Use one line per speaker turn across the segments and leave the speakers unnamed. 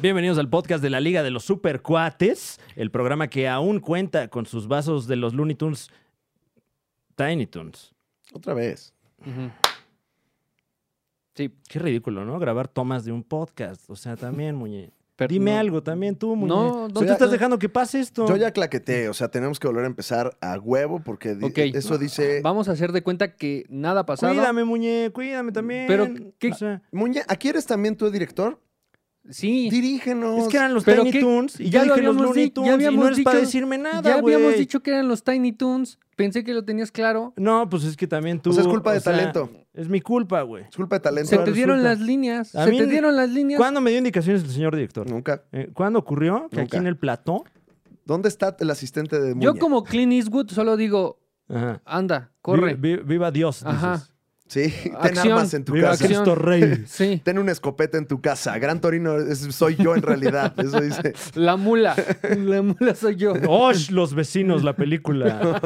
Bienvenidos al podcast de la Liga de los Supercuates, el programa que aún cuenta con sus vasos de los Looney Tunes, Tiny Tunes.
Otra vez.
Ujú. Sí.
Qué ridículo, ¿no? Grabar tomas de un podcast. O sea, también, Muñe.
pero
Dime
no-
algo también tú, Muñe.
No,
No,
no
te
te-
estás
no.
dejando que pase esto?
Yo ya claqueteé, o sea, tenemos que volver a empezar a huevo porque di-
Ok. Ah,
eso dice...
Vamos a hacer de cuenta que nada ha pasado.
Cuídame, Muñe, cuídame también.
Pero, ¿qué-
O sea,
Muña, ¿aquí eres también tú director?
Sí.
Dirígenos.
es que eran los
Pero
Tiny
qué-
Tunes y
ya
yo
lo
dije los
habíamos
Looney
di- ya
Tunes y no
habíamos
eres para
dicho-
decirme nada,
ya habíamos
güey.
dicho que eran los Tiny Toons. Pensé que lo tenías claro.
No, pues es que también tú...
O sea, es culpa
o
de
sea,
talento.
Es mi culpa, güey.
Es culpa de talento.
Se te
resulta.
dieron las líneas.
A
Se
mí-
te dieron las líneas.
¿Cuándo me dio indicaciones el señor director?
Nunca.
Eh, ¿Cuándo ocurrió? Que aquí
Nunca.
en el plató.
¿Dónde está el asistente de Muña?
Yo como Clint Eastwood solo digo,
Ajá.
anda, corre.
Vi- vi- viva Dios, dices.
Ajá.
Sí, ten
Acción.
armas en tu
Viva
casa.
acción.
Cristo Rey.
Sí.
Ten una escopeta en tu casa. Gran Torino es- soy yo en realidad. Eso dice.
La mula. La mula soy yo.
¡Osh! Los vecinos, la película.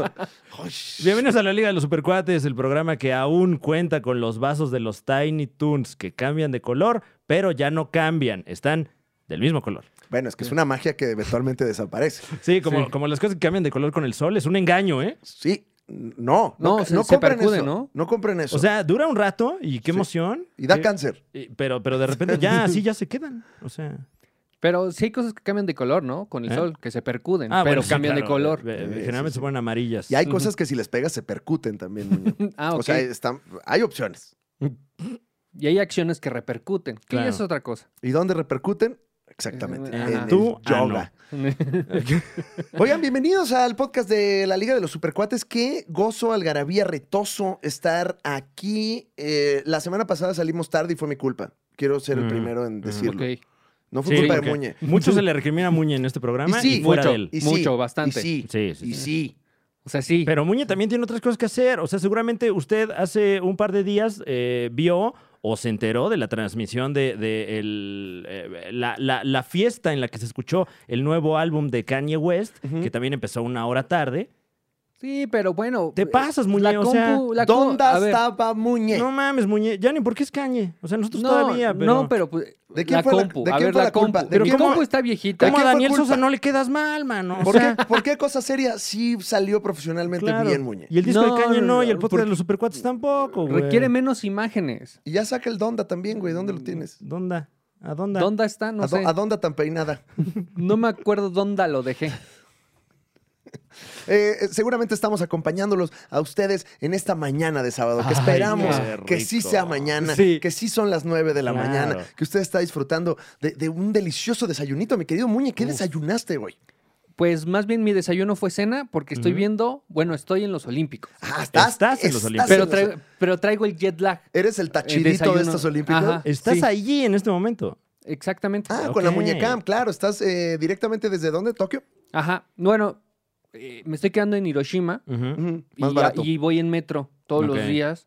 Bienvenidos a la Liga de los Supercuates, el programa que aún cuenta con los vasos de los Tiny Toons que cambian de color, pero ya no cambian, están del mismo color.
Bueno, es que es una magia que eventualmente desaparece.
Sí, como,
Sí.
como las cosas que cambian de color con el sol, es un engaño, ¿eh?
Sí. No, no,
No,
ca-
se-
no
se
compren
percude,
eso.
¿no?
No compren eso.
O sea, dura un rato y qué
Sí.
emoción.
y da
Eh,
cáncer.
eh, pero, pero de repente ya, así ya se quedan. O sea.
Pero sí hay cosas que cambian de color, ¿no? Con el
¿Eh?
sol, que se percuden,
Ah,
pero
bueno, sí,
cambian de
claro.
color.
Eh, eh,
Sí,
Generalmente
sí,
se ponen amarillas.
Y hay cosas que si les pegas se percuten también, Muñoz.
Ah, ok.
O
eh,
sea, están, hay opciones.
y hay acciones que repercuten, que ya
Claro.
es otra cosa.
¿Y dónde repercuten? Exactamente.
Eh, Ajá.
En el
Tú, ah,
yoga. Oigan, bienvenidos al podcast de la Liga de los Supercuates. Qué gozo, algarabía, retoso estar aquí. Eh, la semana pasada salimos tarde y fue mi culpa. Quiero ser el
Mm,
primero en
mm.
decirlo.
Ok.
No fue
Sí,
culpa de
porque
Muñe.
Mucho se le recrimina a Muñe en este programa
Y
y,
sí,
fuera
mucho.
de él.
Y
Mucho,
sí,
bastante.
Y sí,
Sí, sí, sí.
y sí.
O sea, sí.
Pero Muñe también tiene otras cosas que hacer. O sea, seguramente usted hace un par de días eh, vio o se enteró de la transmisión de, de el, eh, la, la- la fiesta en la que se escuchó el nuevo álbum de Kanye West,
Ujú.
que también empezó una hora tarde.
Sí, pero bueno.
Te
eh,
pasas, Muñe,
La
o
compu,
sea,
la co-
¿Dónde
a ver,
estaba Muñe?
No mames, Muñe. Ya ni por qué es Kanye. O sea, nosotros
no,
todavía, pero...
No, pero pues,
¿De quién
la
fue la-
compu.
de
a
quién
ver,
fue
la,
la
compu.
culpa? ¿De
mi
quién-
compu está viejita.
¿Cómo
quién
a
fue
Daniel
culpa?
Sosa no le quedas mal, mano? O
¿Por,
sea,
qué, por qué cosa seria? Sí salió profesionalmente
claro.
bien, Muñe.
Y el disco
No,
de Kanye no, y el
no,
podcast
porque-
de los supercuates tampoco, güey.
Requiere menos imágenes.
Y ya saca el Donda también, güey. ¿Dónde lo tienes?
¿Dónde? ¿A dónde?
¿Dónde está? No
¿A, do-
sé.
a Donda tan peinada?
No me acuerdo dónde lo dejé.
Eh, eh, seguramente estamos acompañándolos a ustedes en esta mañana de sábado, que
Ay,
esperamos
qué
que sí
rico.
sea mañana,
Sí.
que sí son las 9 de la
Claro.
mañana, que usted está disfrutando de, de un delicioso desayunito. Mi querido Muñe, ¿qué
Uf.
desayunaste, güey?
Pues más bien mi desayuno fue cena porque estoy
Ujú.
viendo, bueno, estoy en los Olímpicos.
Ah,
Estás en los Olímpicos. Eh,
Pero,
en los-
traigo, pero traigo el jet lag.
¿Eres el tachirito
desayuno.
de estos olímpicos?
Ajá.
Estás
Sí.
allí en este momento.
Exactamente.
Ah, con la
Ok.
muñeca, claro. ¿Estás eh, directamente desde dónde? ¿Tokio?
Ajá. Bueno, eh, me estoy quedando en Hiroshima
Ujú,
y,
Más
a-
barato.
y voy en metro todos
Ok.
los días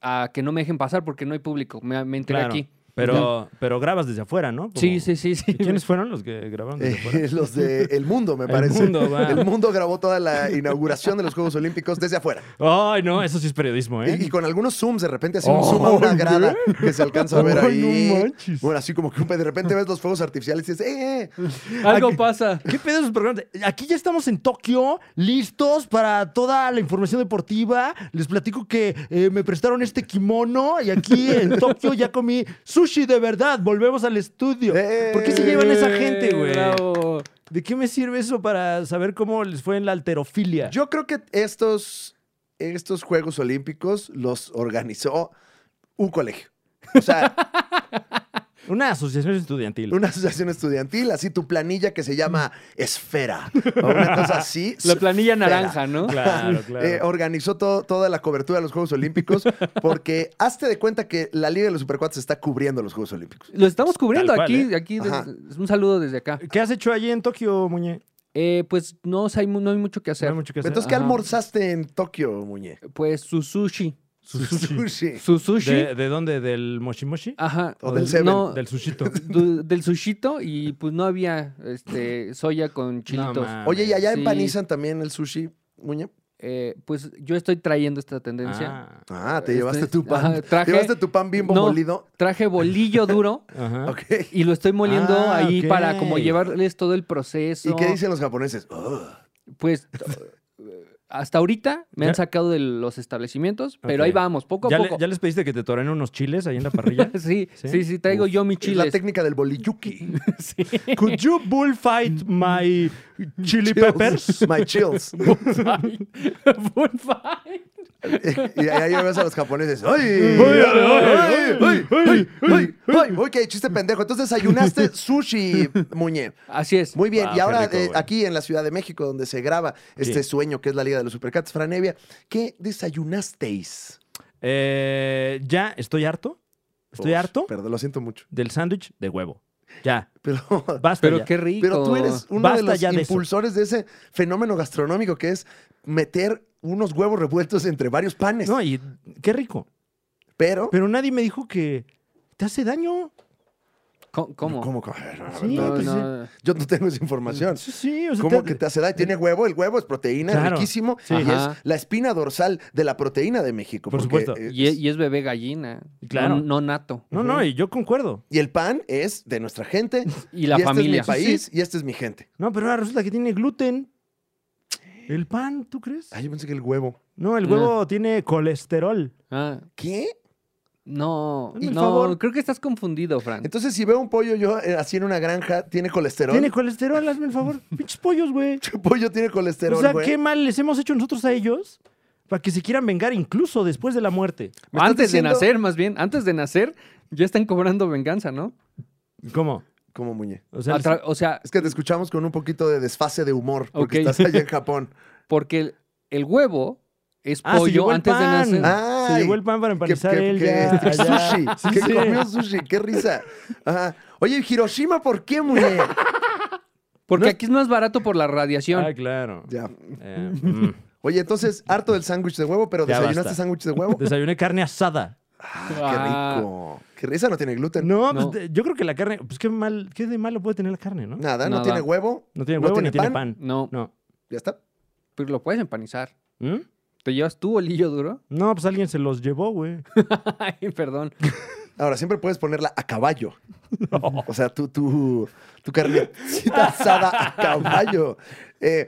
a que no me dejen pasar porque no hay público. Me, me enteré
Claro.
aquí.
Pero, pero grabas desde afuera, ¿no? Como-
Sí, sí, sí, sí.
¿Y ¿Quiénes fueron los que grabaron desde afuera?
Eh, los de El Mundo, me
El
parece.
Mundo, va.
El Mundo grabó toda la inauguración de los Juegos Olímpicos desde afuera.
Ay, no, eso sí es periodismo, ¿eh?
Y, y con algunos zooms, de repente hace un
Oh,
zoom a una
güey.
grada que se alcanza a ver
Ay,
ahí.
no manches.
bueno, así como que de repente ves los fuegos artificiales y dices, ¡eh! eh".
Algo pasa.
¿Qué pedo esos programas? Aquí ya estamos en Tokio, listos para toda la información deportiva. Les platico que eh, me prestaron este kimono y aquí en Tokio ya comí sushi de verdad. Volvemos al estudio.
¡Eh!
¿Por qué se llevan a esa gente,
Eh,
güey?
bravo.
¿De qué me sirve eso para saber cómo les fue en la alterofilia?
Yo creo que estos, estos Juegos Olímpicos los organizó un colegio. O sea,
Una asociación estudiantil.
una asociación estudiantil, así tu planilla que se llama Esfera. O una cosa así.
La planilla
Esfera.
naranja, ¿no?
Claro, claro.
oh.
Eh, organizó todo- toda la cobertura de los Juegos Olímpicos porque hazte de cuenta que la Liga de los Supercuates está cubriendo los Juegos Olímpicos.
Lo estamos cubriendo
Tal cual, ¿eh?
aquí. aquí desde-
Ajá.
un saludo desde acá.
¿Qué has hecho allí en Tokio, Muñe?
Eh, pues no, o sea, hay, mu- no hay mucho que
No
hacer.
hay mucho que hacer.
Entonces, ¿qué
Ajá.
almorzaste en Tokio, Muñe?
Pues su sushi.
Sushi.
Su sushi.
Ah, ¿De, de dónde? ¿Del Moshimoshi?
Ajá.
Eh, O del Seven.
No,
Del sushito.
du- del sushito y pues no había este soya con chilitos.
No, mames.
Oye, ¿y allá
Sí.
empanizan también el sushi, Muñe?
eh, pues yo estoy trayendo esta tendencia.
Ah,
Ah, te
Este,
llevaste tu pan.
ajá, traje-
Llevaste tu pan bimbo
No.
molido.
Traje bolillo duro
Ah, ajá.
Ok.
y lo estoy moliendo
Ah,
ahí
ok.
para como llevarles todo el proceso.
¿Y qué dicen los japoneses? Oh, Ugh.
Pues eh, hasta ahorita me
Ya.
han sacado de los establecimientos, pero
Ok.
ahí vamos, poco a
¿Ya, le-
poco.
ya les pediste que te toren unos chiles ahí en la parrilla?
Sí,
¿Sí?
sí, sí, traigo yo mis
Es la
chiles.
técnica del boliyuki.
Sí.
Could you bullfight my chili
Chills.
peppers?
My chills.
Full fight.
y allá llevas a los japoneses. ¡Ay!
Ay, ay,
¡Ay!
ay,
¡Ay!
ay,
¡Ay! ¡Ay! Ok, chiste pendejo. Entonces desayunaste sushi, Muñe.
Así es.
Muy bien.
Wow,
y
qué
ahora
rico,
eh,
güey.
aquí en la Ciudad de México, donde se graba este
Sí.
sueño que es la Liga de los Supercats, Franevia, ¿qué desayunasteis?
Eh, ya estoy harto. Estoy
Uy,
harto
Perdón, lo siento mucho.
del sándwich de huevo. Ya,
Pero,
basta.
Pero
ya.
qué rico.
pero tú eres uno
Basta
de los
ya de eso.
impulsores de, ese fenómeno gastronómico que es meter unos huevos revueltos entre varios panes.
No, y qué rico.
pero,
Pero nadie me dijo que te hace daño.
Co- ¿Cómo?
¿Cómo? A ver, a ver,
Sí,
no,
No,
pues
no.
Yo no tengo esa
Ah.
información.
Sí, sí, o sea,
¿Cómo que te hace daño? Tiene huevo, el huevo es proteína,
Claro.
riquísimo.
Sí.
Y es
Ajá.
la espina dorsal de la proteína de México.
Por
porque
supuesto.
es-
Y, es, y es bebé gallina.
Claro.
No, no nato.
No, no, y yo concuerdo.
y el pan es de nuestra gente.
Y la
y este
familia.
es mi país y este es mi gente.
No, pero ahora resulta que tiene gluten. ¿El pan, tú crees?
Ay, yo pensé que el huevo.
No, el huevo tiene colesterol.
Ah,
¿Qué?
no,
Hazme el
no,
favor.
creo que estás confundido, Fran.
Entonces, si veo un pollo yo eh, así en una granja, ¿tiene colesterol?
Tiene colesterol, hazme el favor. Pinches pollos, güey.
¿Qué pollo tiene colesterol,
O sea,
güey?
qué mal les hemos hecho nosotros a ellos para que se quieran vengar incluso después de la muerte.
¿Me estás
Antes
diciendo-
de nacer, más bien, antes de nacer, ya están cobrando venganza, ¿no?
¿Cómo?
Como muñe.
O sea,
A
les-
tra- o sea,
Es que te escuchamos con un poquito de desfase de humor porque
Ok.
estás allá en Japón.
porque el, el huevo es
Ah, se llevó
pollo
el
antes de
pan.
nacer.
Ay,
se llevó el pan para
que,
empanizar
que-
él
que-
ya allá.
que este sushi,
Sí,
que
sí.
comió sushi, qué risa. Ajá. Oye, Hiroshima, ¿por qué, muñe?
Porque aquí es más barato por la radiación.
Ah, claro.
ya.
Eh, mm.
Oye, entonces, harto del sándwich de huevo, pero
Ya
¿desayunaste
basta.
sándwich de huevo?
Desayuné carne asada.
Ah, qué rico. Qué risa, no tiene gluten.
No,
No.
pues, de- yo creo que la carne, pues qué mal, qué de malo puede tener la carne, ¿no?
Nada, no
Nada.
tiene huevo.
No tiene
no
huevo
tiene
ni tiene
pan.
pan.
No,
No.
Ya está.
pero lo puedes empanizar.
¿Mm?
¿Te llevas tu bolillo duro?
No, pues alguien se los llevó, güey.
Ay, perdón.
Ahora, siempre puedes ponerla a caballo. O sea, tu, tu, tu carnecita asada a caballo. Eh,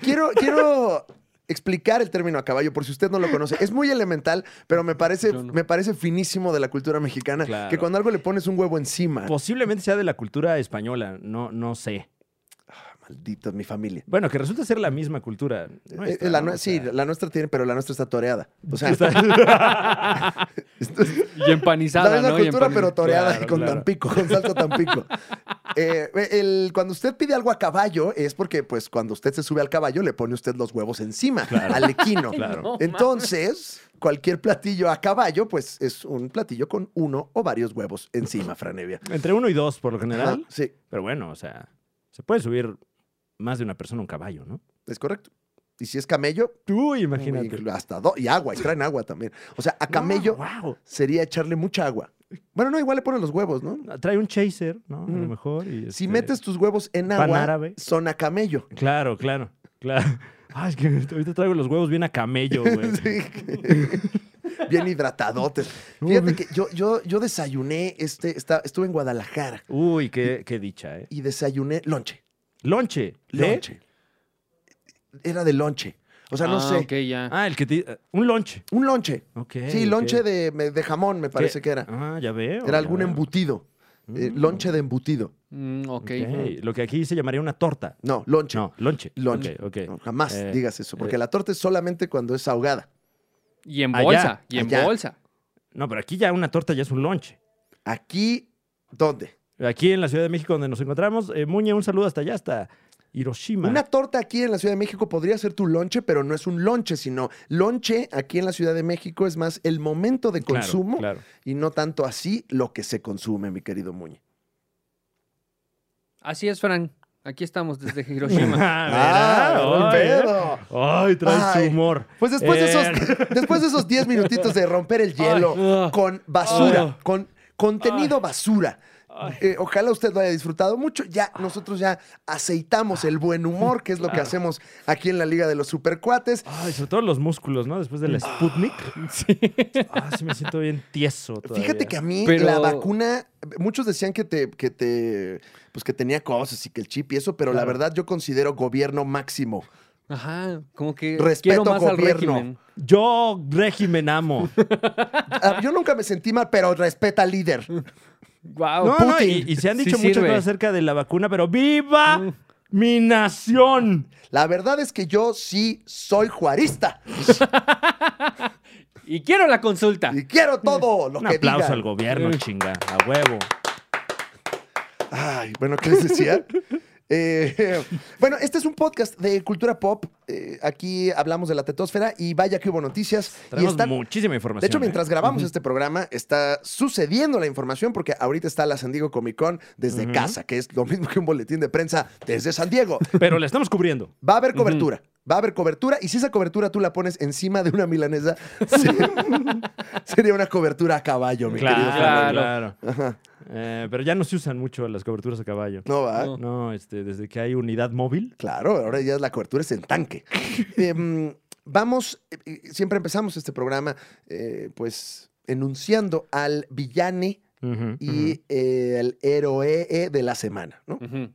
quiero, quiero explicar el término a caballo, por si usted no lo conoce. Es muy elemental, pero me parece,
Yo no.
me parece finísimo de la cultura mexicana
Claro. Pues,
que cuando algo le pones un huevo encima.
Posiblemente sea de la cultura española, no, no sé.
Maldito, mi familia.
Bueno, que resulta ser la misma cultura. nuestra,
Eh, la
¿no?
nue-
O
sí,
sea,
la nuestra tiene, pero la nuestra está toreada. O sea, esto es-
Y empanizada,
La misma
¿no? Y
cultura,
empaniz-
pero toreada
Claro,
y con
claro.
Tampico, con salsa Tampico. Eh, el, cuando usted pide algo a caballo es porque, pues, cuando usted se sube al caballo, le pone usted los huevos encima, al equino.
Claro.
No,
Entonces, cualquier platillo a caballo, pues, es un platillo con uno o varios huevos encima, Franevia.
Entre uno y dos, por lo general.
Ajá, Sí,
Pero bueno, o sea, se puede subir más de una persona a un caballo, ¿no?
es correcto. Y si es camello,
Tú imagínate.
y hasta dos. Y agua, y traen agua también. O sea, a camello
wow.
sería echarle mucha agua. Bueno, no, igual le ponen los huevos, ¿no?
Trae un chaser, ¿no? A lo
Mm.
mejor. y,
Si
este,
metes tus huevos en
pan
agua,
árabe.
son a camello.
Claro, claro, claro. Ay, es que ahorita traigo los huevos bien a camello, güey.
Sí. Bien hidratadotes. Fíjate que yo, yo, yo desayuné, este, esta- estuve en Guadalajara
Uy, qué, qué dicha, ¿eh?
y desayuné lonche.
Lonche. ¿eh? ¿le?
Lonche. Era de lonche. O sea, no
Ah,
sé.
ok, ya.
Ah, el que te... eh, Un lonche.
Un lonche.
Ok.
Sí, lonche de, me- de jamón, me parece que era.
Ah, ya veo.
Era
ya
algún
veo.
embutido. Eh,
Mm.
lonche de embutido.
Mm, ok.
Ok, Lo que aquí se llamaría una torta.
No, lonche.
No, lonche.
Lonche.
Ok, ok.
No, jamás
Eh,
digas eso, porque la torta es solamente cuando es ahogada.
Y en
Allá,
bolsa, y en
allá.
bolsa.
No, pero aquí ya una torta ya es un lonche.
Aquí, ¿dónde?
Aquí en la Ciudad de México donde nos encontramos, eh, Muñe, un saludo hasta allá, hasta Hiroshima.
Una torta aquí en la Ciudad de México podría ser tu lonche, pero no es un lonche, sino lonche aquí en la Ciudad de México es más el momento de
Claro,
consumo
Claro.
y no tanto así lo que se consume, mi querido Muñe.
Así es, Fran. Aquí estamos desde Hiroshima.
Ah,
buen
¿verdad?
pedo!
Ay, trae
Ay.
su humor.
Pues después, de
Eh.
esos, después de esos 10 minutitos de romper el hielo
Ay, ah,
con basura,
ah,
con contenido basura, Eh, ojalá usted lo haya disfrutado mucho. Ya nosotros ya aceitamos
Ah.
el buen humor, que es lo que
Claro.
hacemos aquí en la Liga de los Supercuates.
Ay, sobre todo los músculos, ¿no? Después
Mm.
de la Sputnik.
Sí.
Ah, sí me siento bien tieso todavía.
Fíjate que a mí
Pero-
la vacuna, muchos decían que te, que te, pues que tenía cosas y que el chip y eso, pero la
Claro.
verdad yo considero gobierno máximo.
Ajá, como que
Respeto,
quiero más al
gobierno.
régimen.
Yo régimen amo.
Ah, Yo nunca me sentí mal, pero respeta al líder.
Wow,
No, no, y, y se han dicho muchas cosas acerca de la vacuna, pero ¡viva
Mm.
mi nación!
La verdad es que yo sí soy juarista
Y quiero la consulta.
y quiero todo lo
Ah. Un
que
aplauso
digan.
al gobierno, chinga. A huevo.
Ay, bueno, ¿qué les decía? Eh, bueno, este es un podcast de cultura pop. Eh, aquí hablamos de la tetosfera y vaya que hubo noticias. Y
Tenemos
están-
muchísima información.
de hecho,
¿eh?
mientras grabamos este programa, está sucediendo la información porque ahorita está la San Diego Comic Con desde
Ujú.
casa, que es lo mismo que un boletín de prensa desde San Diego.
Pero la estamos cubriendo.
Va a haber cobertura. Va a haber cobertura. Y si esa cobertura tú la pones encima de una milanesa, se- sería una cobertura a caballo, mi querido.
Claro,
Fernando.
claro. Eh, pero ya no se usan mucho las coberturas a caballo.
No va.
No.
No, este, desde que hay unidad móvil.
Claro, ahora ya la cobertura es en tanque. Em, vamos, eh, eh, siempre empezamos este programa, eh, pues, enunciando al villane
Ujú,
y
ujú.
eh, el héroe de la semana, ¿no?
Ujú.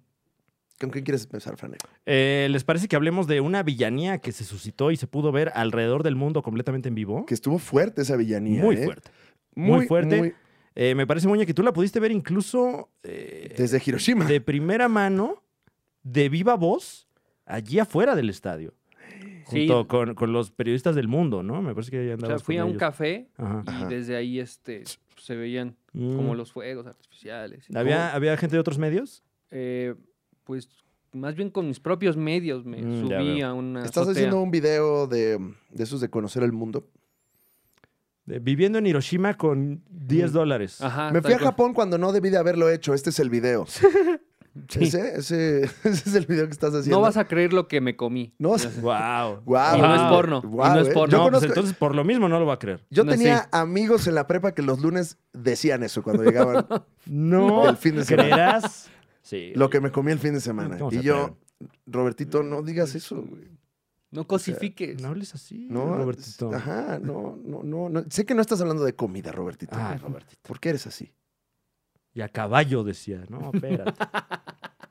¿Con quién quieres empezar, Franek?
Eh, ¿Les parece que hablemos de una villanía que se suscitó y se pudo ver alrededor del mundo completamente en vivo?
Que estuvo fuerte esa villanía.
Muy
¿eh?
fuerte. muy fuerte. Eh, me parece, Muña, que tú la pudiste ver incluso eh,
desde Hiroshima.
de primera mano, de viva voz, allí afuera del estadio.
Sí.
Junto con, con los periodistas del mundo, ¿no? Me parece que ahí
O sea,
andabas
fui
con
a un
ellos.
café
Ajá.
y
Ajá.
desde ahí este, se veían como
Mm.
los fuegos artificiales. y
¿Había,
todo.
¿Había gente de otros medios?
Eh, pues más bien con mis propios medios me
Mm, ya
subí
veo.
a una.
Estás
azotea.
haciendo un video de, de esos de conocer el mundo.
De- eh, viviendo en Hiroshima con 10
Mm.
dólares.
Ajá,
Me
tal
fui a
cual.
Japón cuando no debí de haberlo hecho. Este es el video.
Sí.
Ese, ese- ese es el video que estás haciendo.
No vas a creer lo que me comí.
No vas a-
Wow.
Guau,
Y no es
guau,
porno, y
guau,
no es
¿eh?
porno.
Yo
No, pues
conozco-
entonces por lo mismo no lo va a creer.
Yo
No,
tenía
sí.
amigos en la prepa que los lunes decían eso cuando llegaban.
No.
El fin de semana.
¿Creerás? Sí. Ah,
lo que me comí el fin de semana.
¿Cómo se
Y yo,
atreven?
Robertito, no digas eso, güey.
No cosifiques.
No hables así,
No,
Robertito.
Ajá, no, no, no, no. Sé que no estás hablando de comida, Robertito.
Ah, Robertito.
¿Por qué eres así?
Y a caballo decía, no, espérate.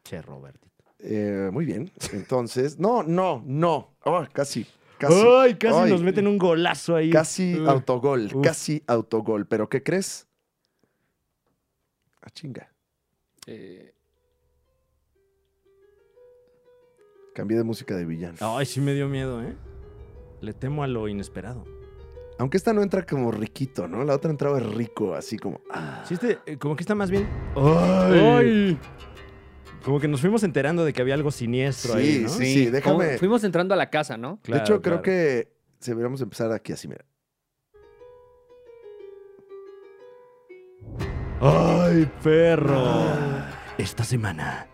che, Robertito.
Eh, muy bien. Entonces, no, no, no. Oh, casi, casi.
Ay, casi
Ay.
nos meten un golazo ahí.
Casi
Ugh.
autogol,
Uf.
casi autogol. ¿Pero qué crees? A chinga.
Eh,
Cambié de música de villano.
Ay, sí me dio miedo, ¿eh? Le temo a lo inesperado.
Aunque esta no entra como riquito, ¿no? La otra entraba rico, así como. ah.
Sí, este, eh, como que está más bien. Ay.
¡Ay!
Como que nos fuimos enterando de que había algo siniestro ahí.
Sí,
¿no?
sí,
Sí,
déjame.
como- Fuimos entrando a la casa, ¿no?
Claro,
de hecho, creo
claro.
que deberíamos empezar aquí así, mira.
¡Ay, perro! Ah. Esta semana,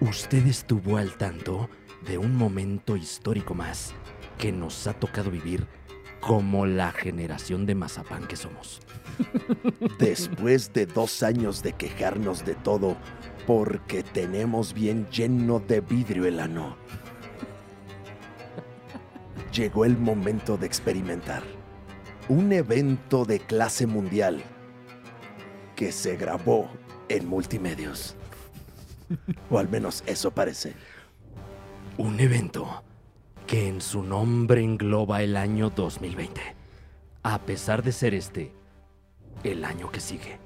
usted estuvo al tanto de un momento histórico más que nos ha tocado vivir como la generación de mazapán que somos.
Después de dos años de quejarnos de todo, porque tenemos bien lleno de vidrio el ano. Llegó el momento de experimentar. Un evento de clase mundial que se grabó en multimedios. O al menos eso parece.
Un evento que en su nombre engloba el año 2020, a pesar de ser este el año que sigue.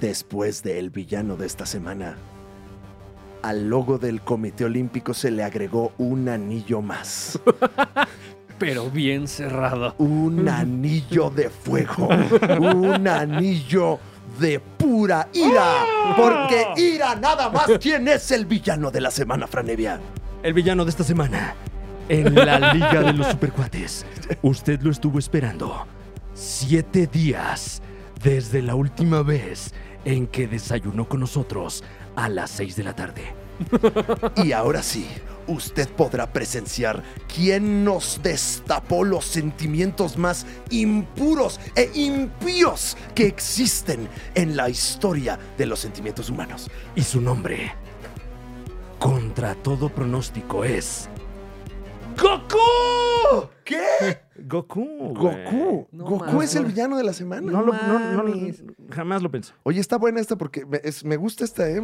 Después de El Villano de esta semana, al logo del Comité Olímpico se le agregó un anillo más.
Pero bien cerrado.
Un anillo de fuego. Un anillo de pura ira. Porque ira nada más. ¿Quién es el villano de la semana, Franevia?
El villano de esta semana en la Liga de los Supercuates. Usted lo estuvo esperando siete días desde la última vez en que desayunó con nosotros a las seis de la tarde.
Y ahora sí, usted podrá presenciar quién nos destapó los sentimientos más impuros e impíos que existen en la historia de los sentimientos humanos.
Y su nombre, contra todo pronóstico, es.
¡Goku! ¿Qué?
Goku. güey.
Goku.
No
Goku
mames.
es el villano de la semana.
No, lo, no, no,
mames.
jamás lo pensé.
Oye, está buena esta porque me, es- me gusta esta, ¿eh?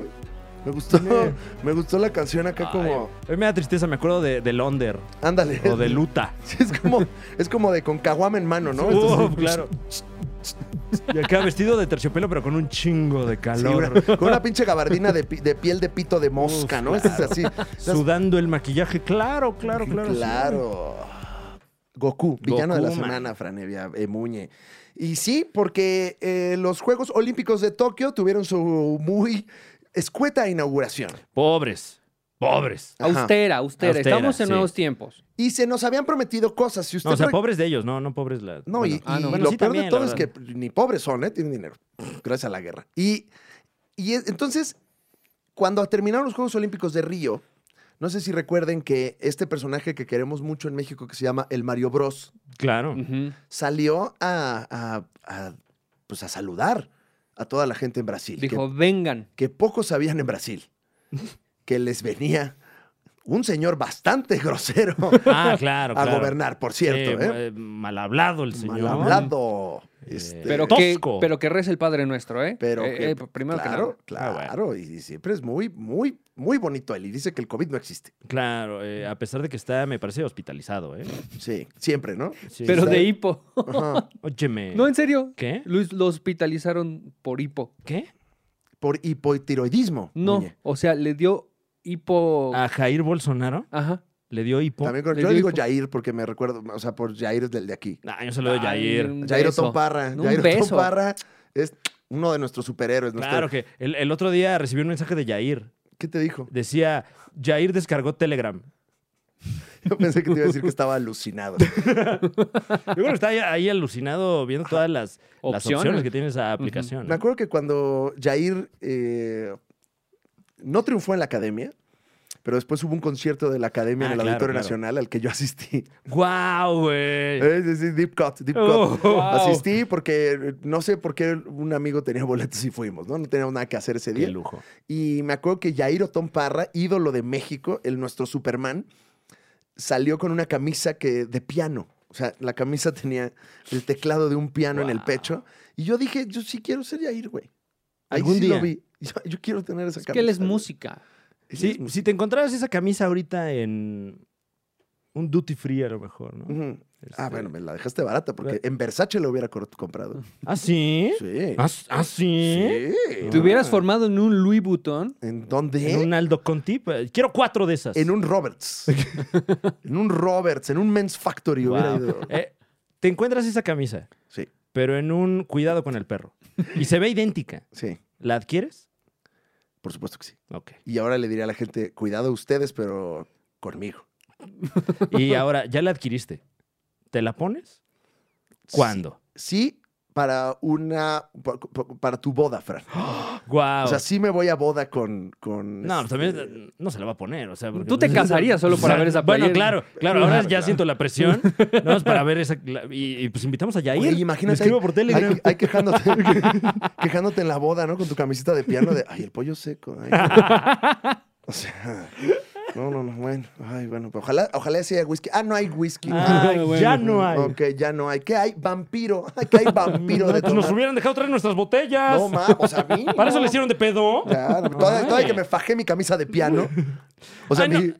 Me gustó, me gustó la canción acá como...
Ay, a mí me da tristeza, me acuerdo de, de Londer
Ándale.
o de Luta.
Sí, es como, es como de con caguama en mano, ¿no? pues,
Uf,
Entonces-
claro. Y acá vestido de terciopelo, pero con un chingo de
Sí,
calor.
una- con una pinche gabardina de, pi- de piel de pito de mosca,
Uf,
¿no? Ese es así.
Sudando el maquillaje. Claro, claro, claro. sí.
Claro. Goku, villano de la
Goku, man.
semana, Franevia Muñe. Y sí, porque eh, los Juegos Olímpicos de Tokio tuvieron su muy escueta inauguración.
Pobres. Pobres.
Ajá.
Austera, austera,
Austera,
Estamos en
sí.
nuevos tiempos.
Y se nos habían prometido cosas. Si usted
No, o sea,
re-
pobres de ellos, no, no pobres la.
No,
bueno.
y,
ah,
y
no.
Bueno,
lo
sí,
peor de
también,
todo
la
es que
verdad.
ni pobres son, ¿eh? Tienen dinero, gracias a la guerra. Y, y es- entonces, cuando terminaron los Juegos Olímpicos de Río, no sé si recuerden que este personaje que queremos mucho en México, que se llama el Mario Bros,
Claro.
Ujú.
salió a, a- a, pues a saludar a toda la gente en Brasil. que-
Dijo, vengan.
que pocos sabían en Brasil, que les venía un señor bastante grosero
Ah, claro,
a
claro.
gobernar, por cierto.
Sí,
¿eh?
eh, Mal hablado el señor. Eh,
Mal hablado. Este,
Pero
Tosco.
que, pero que reza el Padre Nuestro, ¿eh?
Pero
Eh,
que-
eh, primero que
claro,
nada.
Ah,
claro,
bueno.
y siempre es muy, muy, muy bonito él. Y dice que el COVID no existe.
Claro, eh, a pesar de que está, me parece, hospitalizado, ¿eh?
Sí, siempre, ¿no?
Sí.
Pero
¿Sabe?
de hipo.
Ajá.
Óyeme.
No, en serio.
¿Qué?
Luis lo hospitalizaron por hipo.
¿Qué?
Por hipotiroidismo.
No,
Muñe.
o sea, le dio hipo.
¿A Jair Bolsonaro
Ajá.
le dio hipo?
También con-
Le
yo
dio
digo
hipo.
Jair porque me recuerdo, o sea, por Jair es del de aquí.
Ah, yo se lo doy a
Ay,
Jair.
un
Jair
beso.
Otón Parra.
No, un
Jair
beso.
Otón Parra es uno de nuestros superhéroes. nuestro-
Claro que el, el otro día recibí un mensaje de Jair.
¿Qué te dijo?
Decía, Jair descargó Telegram.
Yo pensé que te iba a decir que estaba alucinado.
Yo creo que está ahí, ahí alucinado viendo todas las las opciones,
Opciones.
que tiene esa aplicación.
Me
¿eh?
acuerdo que cuando Jair eh, no triunfó en la academia, pero después hubo un concierto de la academia
Ah,
en el
claro,
Auditorio
claro.
Nacional al que yo asistí.
¡Guau, güey!
Es decir, Eh, deep cut, deep
Oh,
cut.
wow.
Asistí porque eh, no sé por qué un amigo tenía boletos y fuimos, ¿no? No teníamos nada que hacer ese
¡Qué
día.
lujo!
Y me acuerdo que Jair Otón Parra, ídolo de México, el nuestro Superman, salió con una camisa que, de piano. O sea, la camisa tenía el teclado de un piano en el
Wow.
pecho. Y yo dije, yo sí quiero ser Jair, güey. Ahí
Algún
sí
día.
lo vi. Yo, yo quiero tener esa
Es
camisa.
que él es
güey.
música.
Él
Sí,
es músico.
si te encontraras esa camisa ahorita en un duty free a lo mejor, ¿no?
Ujú. Ah,
Este,
bueno, me la dejaste barata porque en Versace lo hubiera cor- comprado.
¿Ah,
¿Eh?
sí?
Sí.
¿Ah, s- ah, sí?
Sí.
Te hubieras formado en un Louis Vuitton.
¿En dónde?
En un Aldo Conti. pues, Quiero cuatro de esas.
En un Roberts. en un Roberts, en un Men's Factory hubiera
Guau.
ido.
Eh, te encuentras esa camisa,
Sí,
pero en un cuidado con el perro. Y se ve idéntica.
sí,
¿La adquieres?
por supuesto que sí.
Ok.
Y ahora le diré a la gente, cuidado ustedes, pero conmigo.
Y ahora, ya la adquiriste. ¿Te la pones? ¿Cuándo?
Sí, para una, pa- pa- para tu boda, Fran.
Guau.
O sea, sí me voy a boda con... con
Oh. no,
este-
también eh, no se la va a poner. O sea, porque- pues,
Tú te casarías solo para ver esa
Bueno,
playera.
claro, claro. Ahora ya
claro.
siento la presión. No es para ver esa. la- y, y pues invitamos a Yair.
Oye,
Le
imagínate,
escribo por
hay,
Telegram.
hay quejándote, quejándote en la boda, ¿no? Con tu camiseta de piano de, ay, el pollo seco. ay, qué-". o sea, no, no, no, bueno, ay, bueno, pero ojalá, ojalá sí haya whisky. Ah, no hay whisky.
Ah,
Bueno.
Ya no hay.
Ok, ya no hay. ¿Qué hay? Vampiro. Ay, ¿Qué hay vampiro de
Pues nos
tomar?
hubieran dejado traer nuestras botellas.
No, ma, o sea, a mí
para eso
no.
le hicieron de pedo.
Claro, todavía,
Ay.
todavía que me fajé mi camisa de piano. O sea,
Ay, no.
mi-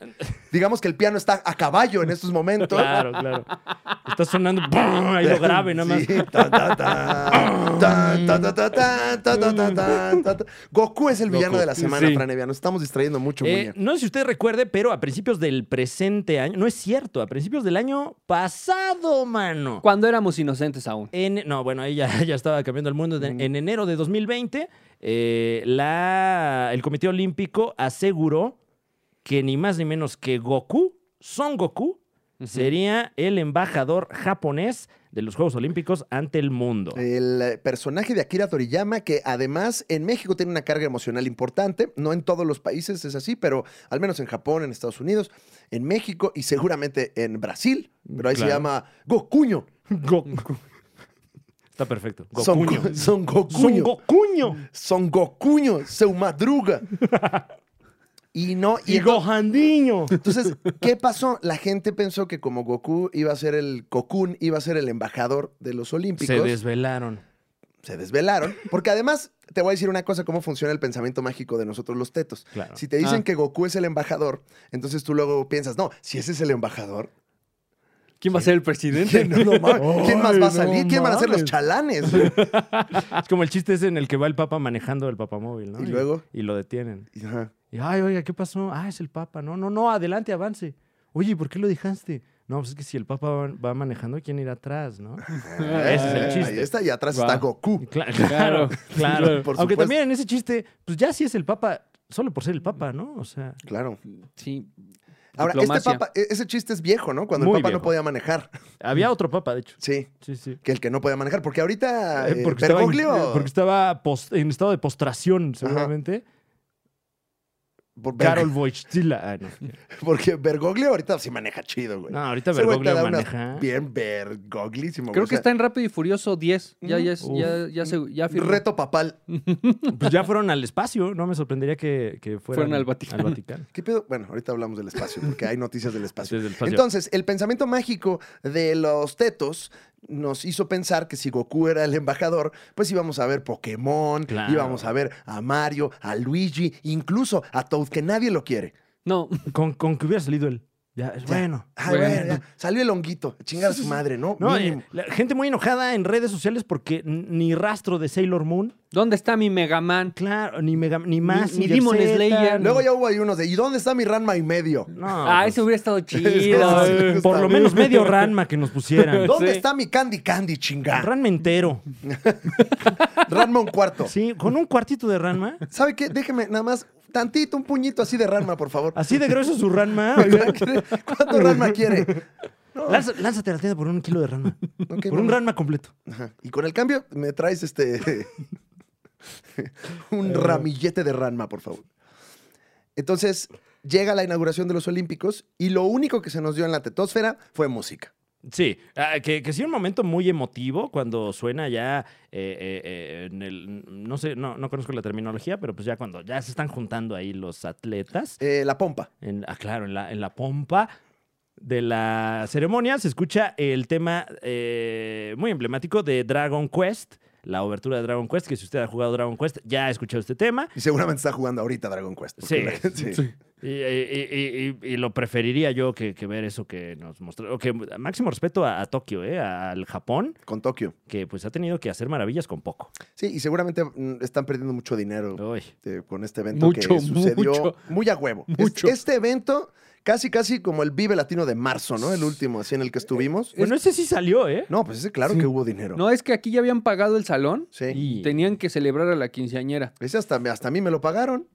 digamos que el piano está a caballo en estos momentos.
Claro, claro. Está sonando ¡brum! ahí lo grave, nada más.
Sí, ta, ta, ta, ta, ta, ta, ta, ta, ta, ta, ta, ta, ta. Goku es el villano
Goku.
de la semana,
Sí.
Franevia. Nos estamos distrayendo mucho,
Eh,
Muñe.
no sé si usted recuerde, pero a principios del presente año, no es cierto, a principios del año pasado, mano.
Cuando éramos inocentes aún.
En- no, bueno, ahí ya, ya estaba cambiando el mundo. En, en enero de 2020, eh, la, el Comité Olímpico aseguró que ni más ni menos que Goku, Son Goku, sería el embajador japonés de los Juegos Olímpicos ante el mundo.
El eh, personaje de Akira Toriyama, que además en México tiene una carga emocional importante, no en todos los países es así, pero al menos en Japón, en Estados Unidos, en México y seguramente en Brasil, pero ahí se
Claro.
llama Gokuño.
Goku. Está perfecto.
Son,
Gokuño.
Go- son Gokuño.
Son Gokuño.
Son Gokuño, seu madruga. y no, y
Y
ento-
Gohandiño.
entonces, ¿qué pasó? La gente pensó que como Goku iba a ser el Kokun, iba a ser el embajador de los Olímpicos.
Se desvelaron.
se desvelaron. Porque además, te voy a decir una cosa, cómo funciona el pensamiento mágico de nosotros los tetos.
Claro.
Si te dicen
Ah.
que Goku es el embajador, entonces tú luego piensas, no, si ese es el embajador,
¿Quién va a ser el presidente?
¿quién, no mames, ¿quién más
Ay,
va
no
a salir? ¿Quién van a ser los
mames.
chalanes?
Es Ah, como el chiste ese en el que va el Papa manejando el papamóvil, ¿no?
¿Y luego?
Y lo detienen.
Ajá.
Y, ay, oiga, ¿qué pasó? Ah, es el Papa. No, no, no, adelante, avance. Oye, ¿por qué lo dejaste? No, pues es que si el Papa va, va manejando, ¿quién irá atrás, no? Ese es el chiste.
Ahí está, y atrás
Guau.
está Goku.
Cla-
Claro,
Claro, claro.
por
Aunque
supuesto.
también en ese chiste, pues ya sí es el Papa, solo por ser el Papa, ¿no? O sea,
Claro.
Sí.
Ahora,
diplomacia.
este papa, e- ese chiste es viejo, ¿no? Cuando
Muy
el papa no
viejo.
podía manejar.
había otro Papa, de hecho.
Sí,
Sí, sí.
que el que no podía manejar. Porque ahorita.
Eh,
eh,
porque, estaba en,
Bergoglio-
eh, porque estaba pos- en estado de postración, seguramente.
por Ber-
Carol Wojtyla. Ah, no.
Porque Bergoglio ahorita sí maneja chido, güey.
No, ahorita
Ese güey te
Bergoglio
da unas
maneja.
Bien Bergoglísimo.
Creo
güey.
que
O sea,
está en Rápido y Furioso 10. Ya, ya,
Uf.
ya, ya, se, ya firmó.
Reto papal.
Pues ya fueron al espacio, no me sorprendería que, que fueran,
Fueron al Vaticano.
¿Qué pedo? Bueno, ahorita hablamos del espacio, porque hay noticias del espacio.
Desde el espacio.
Entonces, el pensamiento mágico de los tetos nos hizo pensar que si Goku era el embajador, pues íbamos a ver Pokémon,
Claro.
íbamos a ver a Mario, a Luigi, incluso a Toad, que nadie lo quiere.
No,
con, con que hubiera salido él. Ya, es bueno.
Ay,
Bueno.
bueno, ya, Salió el honguito. Chingar a su madre, ¿no?
No,
Mínimo.
eh, la gente muy enojada en redes sociales porque n- ni rastro de Sailor Moon,
¿dónde está mi Megaman?
claro, ni Mega, ni más.
ni Demon Slayer.
Luego ya hubo ahí unos de, ¿y dónde está mi Ranma y medio?
No,
ah,
pues,
ese hubiera estado
Eso sí.
chido.
hubiera
por lo
estado-
menos medio Ranma que nos pusieran.
¿Dónde
Sí.
está mi Candy Candy, chingada?
Ranma entero.
Ranma un cuarto.
Sí, con un cuartito de Ranma.
¿Sabe qué? Déjeme nada más tantito, un puñito así de Ranma, por favor.
Así de grueso su Ranma. oiga.
¿Cuánto Ranma quiere?
Lanza- lánzate a la tienda por un kilo de Ranma.
Ok,
por un
bueno.
Ranma completo.
Ajá. Y con el cambio me traes este
Eh.
un ramillete de Ranma, por favor. Entonces, llega la inauguración de los Olímpicos y lo único que se nos dio en la tetosfera fue música.
Sí, ah, que, que sí, un momento muy emotivo cuando suena ya eh, eh, eh, en el. No sé, no, no conozco la terminología, pero pues ya cuando ya se están juntando ahí los atletas.
Eh, la pompa.
En, ah, claro, en la, en la pompa de la ceremonia se escucha el tema eh, muy emblemático de Dragon Quest. La obertura de Dragon Quest, que si usted ha jugado Dragon Quest, ya ha escuchado este tema.
Y seguramente está jugando ahorita Dragon Quest. porque
Sí,
la- sí.
Y, y- y- y- y lo preferiría yo que, que ver eso que nos mostró. o que máximo respeto a, a Tokio, ¿eh? al Japón
Con Tokio.
que pues ha tenido que hacer maravillas con poco.
Sí, y seguramente mm, están perdiendo mucho dinero
Uy.
eh, con este evento que
Mucho,
sucedió
mucho.
muy a huevo. Es-
Mucho.
Este evento, casi, casi como el Vive Latino de marzo, ¿no? El último, así en el que estuvimos.
Bueno, ese sí salió, ¿eh?
No, pues ese claro que hubo dinero.
No, es que aquí ya habían pagado el salón.
Sí.
Y-
Tenían que celebrar a la quinceañera.
Ese hasta, hasta a mí me lo pagaron.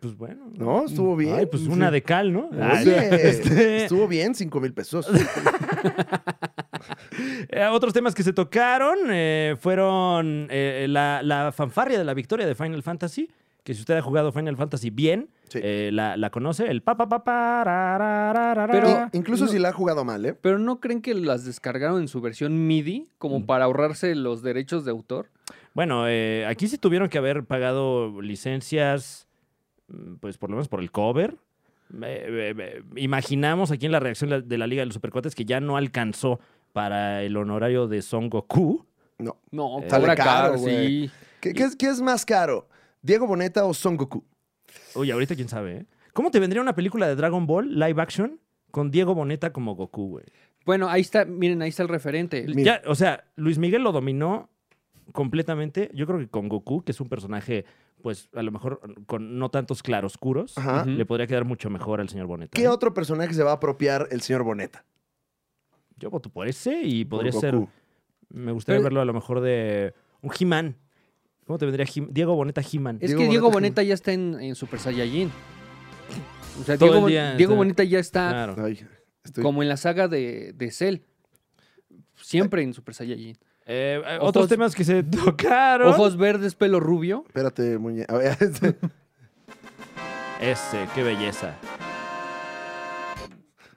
Pues bueno.
No, estuvo bien.
Ay, pues una de cal, ¿no? Ay,
Oye,
este,
estuvo bien, 5 mil pesos.
eh, otros temas que se tocaron eh, fueron eh, la, la fanfarria de la victoria de Final Fantasy, que si usted ha jugado Final Fantasy bien,
Sí.
eh, la, la conoce, el pa pa pa pa ra, ra, ra, ra,
Pero-
ra.
In- incluso si la ha jugado mal, ¿eh?
Pero ¿no creen que las descargaron en su versión MIDI como
Mm.
para ahorrarse los derechos de autor?
Bueno, eh, aquí sí tuvieron que haber pagado licencias, mm, pues por lo menos por el cover. Eh, eh, eh, imaginamos aquí en la reacción la- de la Liga de los Supercuates que ya no alcanzó para el honorario de Son Goku.
No.
No,
Eh,
cobra
sale caro,
caro,
güey.
sí.
¿Qué, qué es, qué es más caro? ¿Diego Boneta o Son Goku?
Oye, ahorita quién sabe, ¿eh? ¿Cómo te vendría una película de Dragon Ball live action con Diego Boneta como Goku, güey?
Bueno, ahí está, miren, ahí está el referente.
Mira.
Ya, o sea, Luis Miguel lo dominó completamente. Yo creo que con Goku, que es un personaje, pues a lo mejor con no tantos claroscuros,
Ajá.
Ujú.
Ah, le podría quedar mucho mejor al señor Boneta.
¿Qué
¿eh?
otro personaje se va a apropiar el señor Boneta?
Yo voto por ese y
Por
podría
Goku.
ser. Me gustaría
Pero-
verlo a lo mejor de un he ¿Cómo te vendría He- Diego Boneta He-Man?
Es
Diego
que Diego
Boneta
Boneta ya está en, en Super Saiyajin. O sea,
Todo
Diego,
el
Bon-
día ah,
Diego
está-
Ah.
Boneta ya está.
Claro.
Ay, Estoy-
Como en la saga de, de Cell. Siempre en Super Saiyajin.
Eh, eh,
Ojos-
otros temas que se tocaron.
Ojos verdes, pelo rubio.
Espérate, muñeca. A ver, este-
Ese, qué belleza.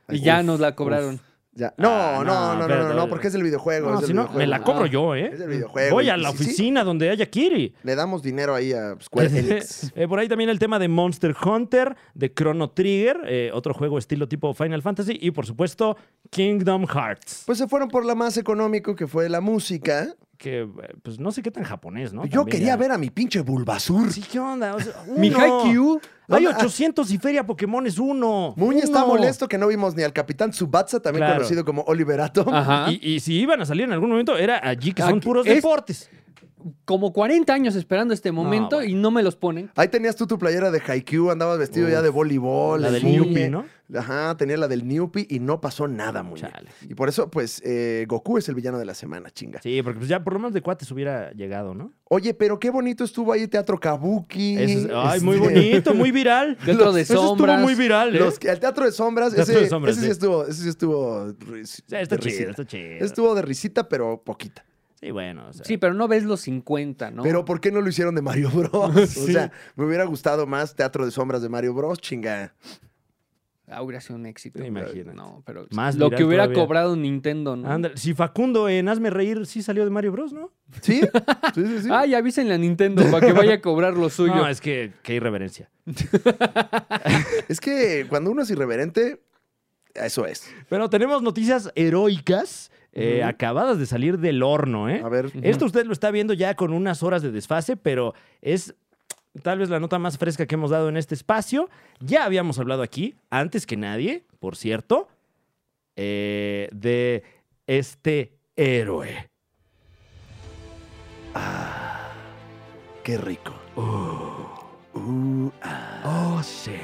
Y
Uf,
ya nos la
uf,
cobraron.
ya. No,
Ah, no,
no, no, no, no,
espérate,
no, porque es el videojuego.
No,
es el
si no,
videojuego. Ah,
me la cobro yo, ¿eh?
Es el videojuego.
Voy
Y
a la
sí, sí,
oficina donde haya Kiri.
le damos dinero ahí a Square Enix.
Eh, por ahí también el tema de Monster Hunter, de Chrono Trigger, eh, otro juego estilo tipo Final Fantasy y por supuesto Kingdom Hearts.
Pues se fueron por la más económico que fue la música.
Que eh, pues no sé qué tan japonés, ¿no?
Yo
También
quería
ya.
ver a mi pinche Bulbasur. ah,
Sí, ¿qué onda? O sea,
Mi
uno.
Haikyuu.
Hay 800 y Feria Pokémon es uno.
Muñe está
Uno.
molesto que no vimos ni al Capitán Subatsa, también
Claro.
conocido como Oliverato.
Ajá.
Y, y si iban a salir en algún momento, era allí que son
Aquí-
puros
es-
deportes.
como 40 años esperando este momento
bueno.
y no me los ponen.
Ahí tenías tú tu playera de Haikyuu, andabas vestido ya de voleibol.
La
el
del
Muñe.
Newpie, ¿no?
Ajá, tenía la del Newpie y no pasó nada, Muñe.
Chale.
Y por eso, pues, eh, Goku es el villano de la semana, chinga.
Sí, porque pues ya por lo menos de cuates hubiera llegado, ¿no?
Oye, pero qué bonito estuvo ahí Teatro Kabuki.
Eso es- ay, muy
Este,
bonito, muy viral.
Teatro de
Eso estuvo
sombras.
muy viral, ¿eh?
los que- el Teatro de Sombras,
Teatro
ese,
de Sombras,
ese sí
sí.
estuvo, ese sí estuvo ris-
Sí, está chido,
de risita.
está chido.
Estuvo de risita, pero poquita.
Sí, bueno. o sea,
Sí, pero no ves los 50, ¿no?
Pero ¿por qué no lo hicieron de Mario Bros? O
Sí.
sea, me hubiera gustado más Teatro de Sombras de Mario Bros, chinga.
Ah, hubiera sido un éxito.
Sí, imagínate.
No, pero
Más
lo
viral
que hubiera
todavía.
cobrado Nintendo, ¿no?
Ándale, si Facundo en Hazme Reír sí salió de Mario Bros, ¿no?
¿Sí? Sí, sí, sí.
Ay, Ah, avísenle a Nintendo para que vaya a cobrar lo suyo.
No, es que qué irreverencia.
Es que cuando uno es irreverente, eso es.
Pero tenemos noticias heroicas eh,
Ujú.
acabadas de salir del horno, ¿eh?
A ver,
Esto usted lo está viendo ya con unas horas de desfase, pero es tal vez la nota más fresca que hemos dado en este espacio. Ya habíamos hablado aquí, antes que nadie, por cierto, eh, de este héroe.
qué rico. Uh, ah.
Oh, sí.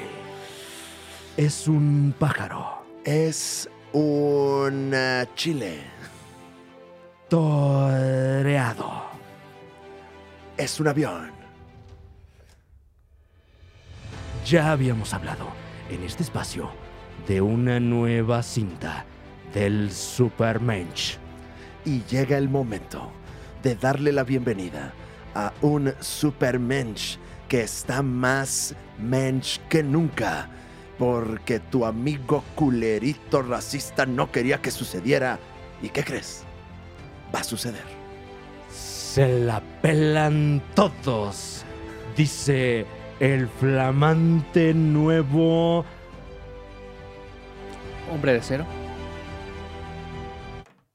Es un pájaro.
Es un ah, chile.
Toreado.
Es un avión.
Ya habíamos hablado en este espacio de una nueva cinta del Supermensch.
Y llega el momento de darle la bienvenida a un supermensch que está más mensch que nunca. Porque tu amigo culerito racista no quería que sucediera. ¿Y qué crees? Va a suceder.
Se la pelan todos, dice el flamante nuevo
Hombre de cero.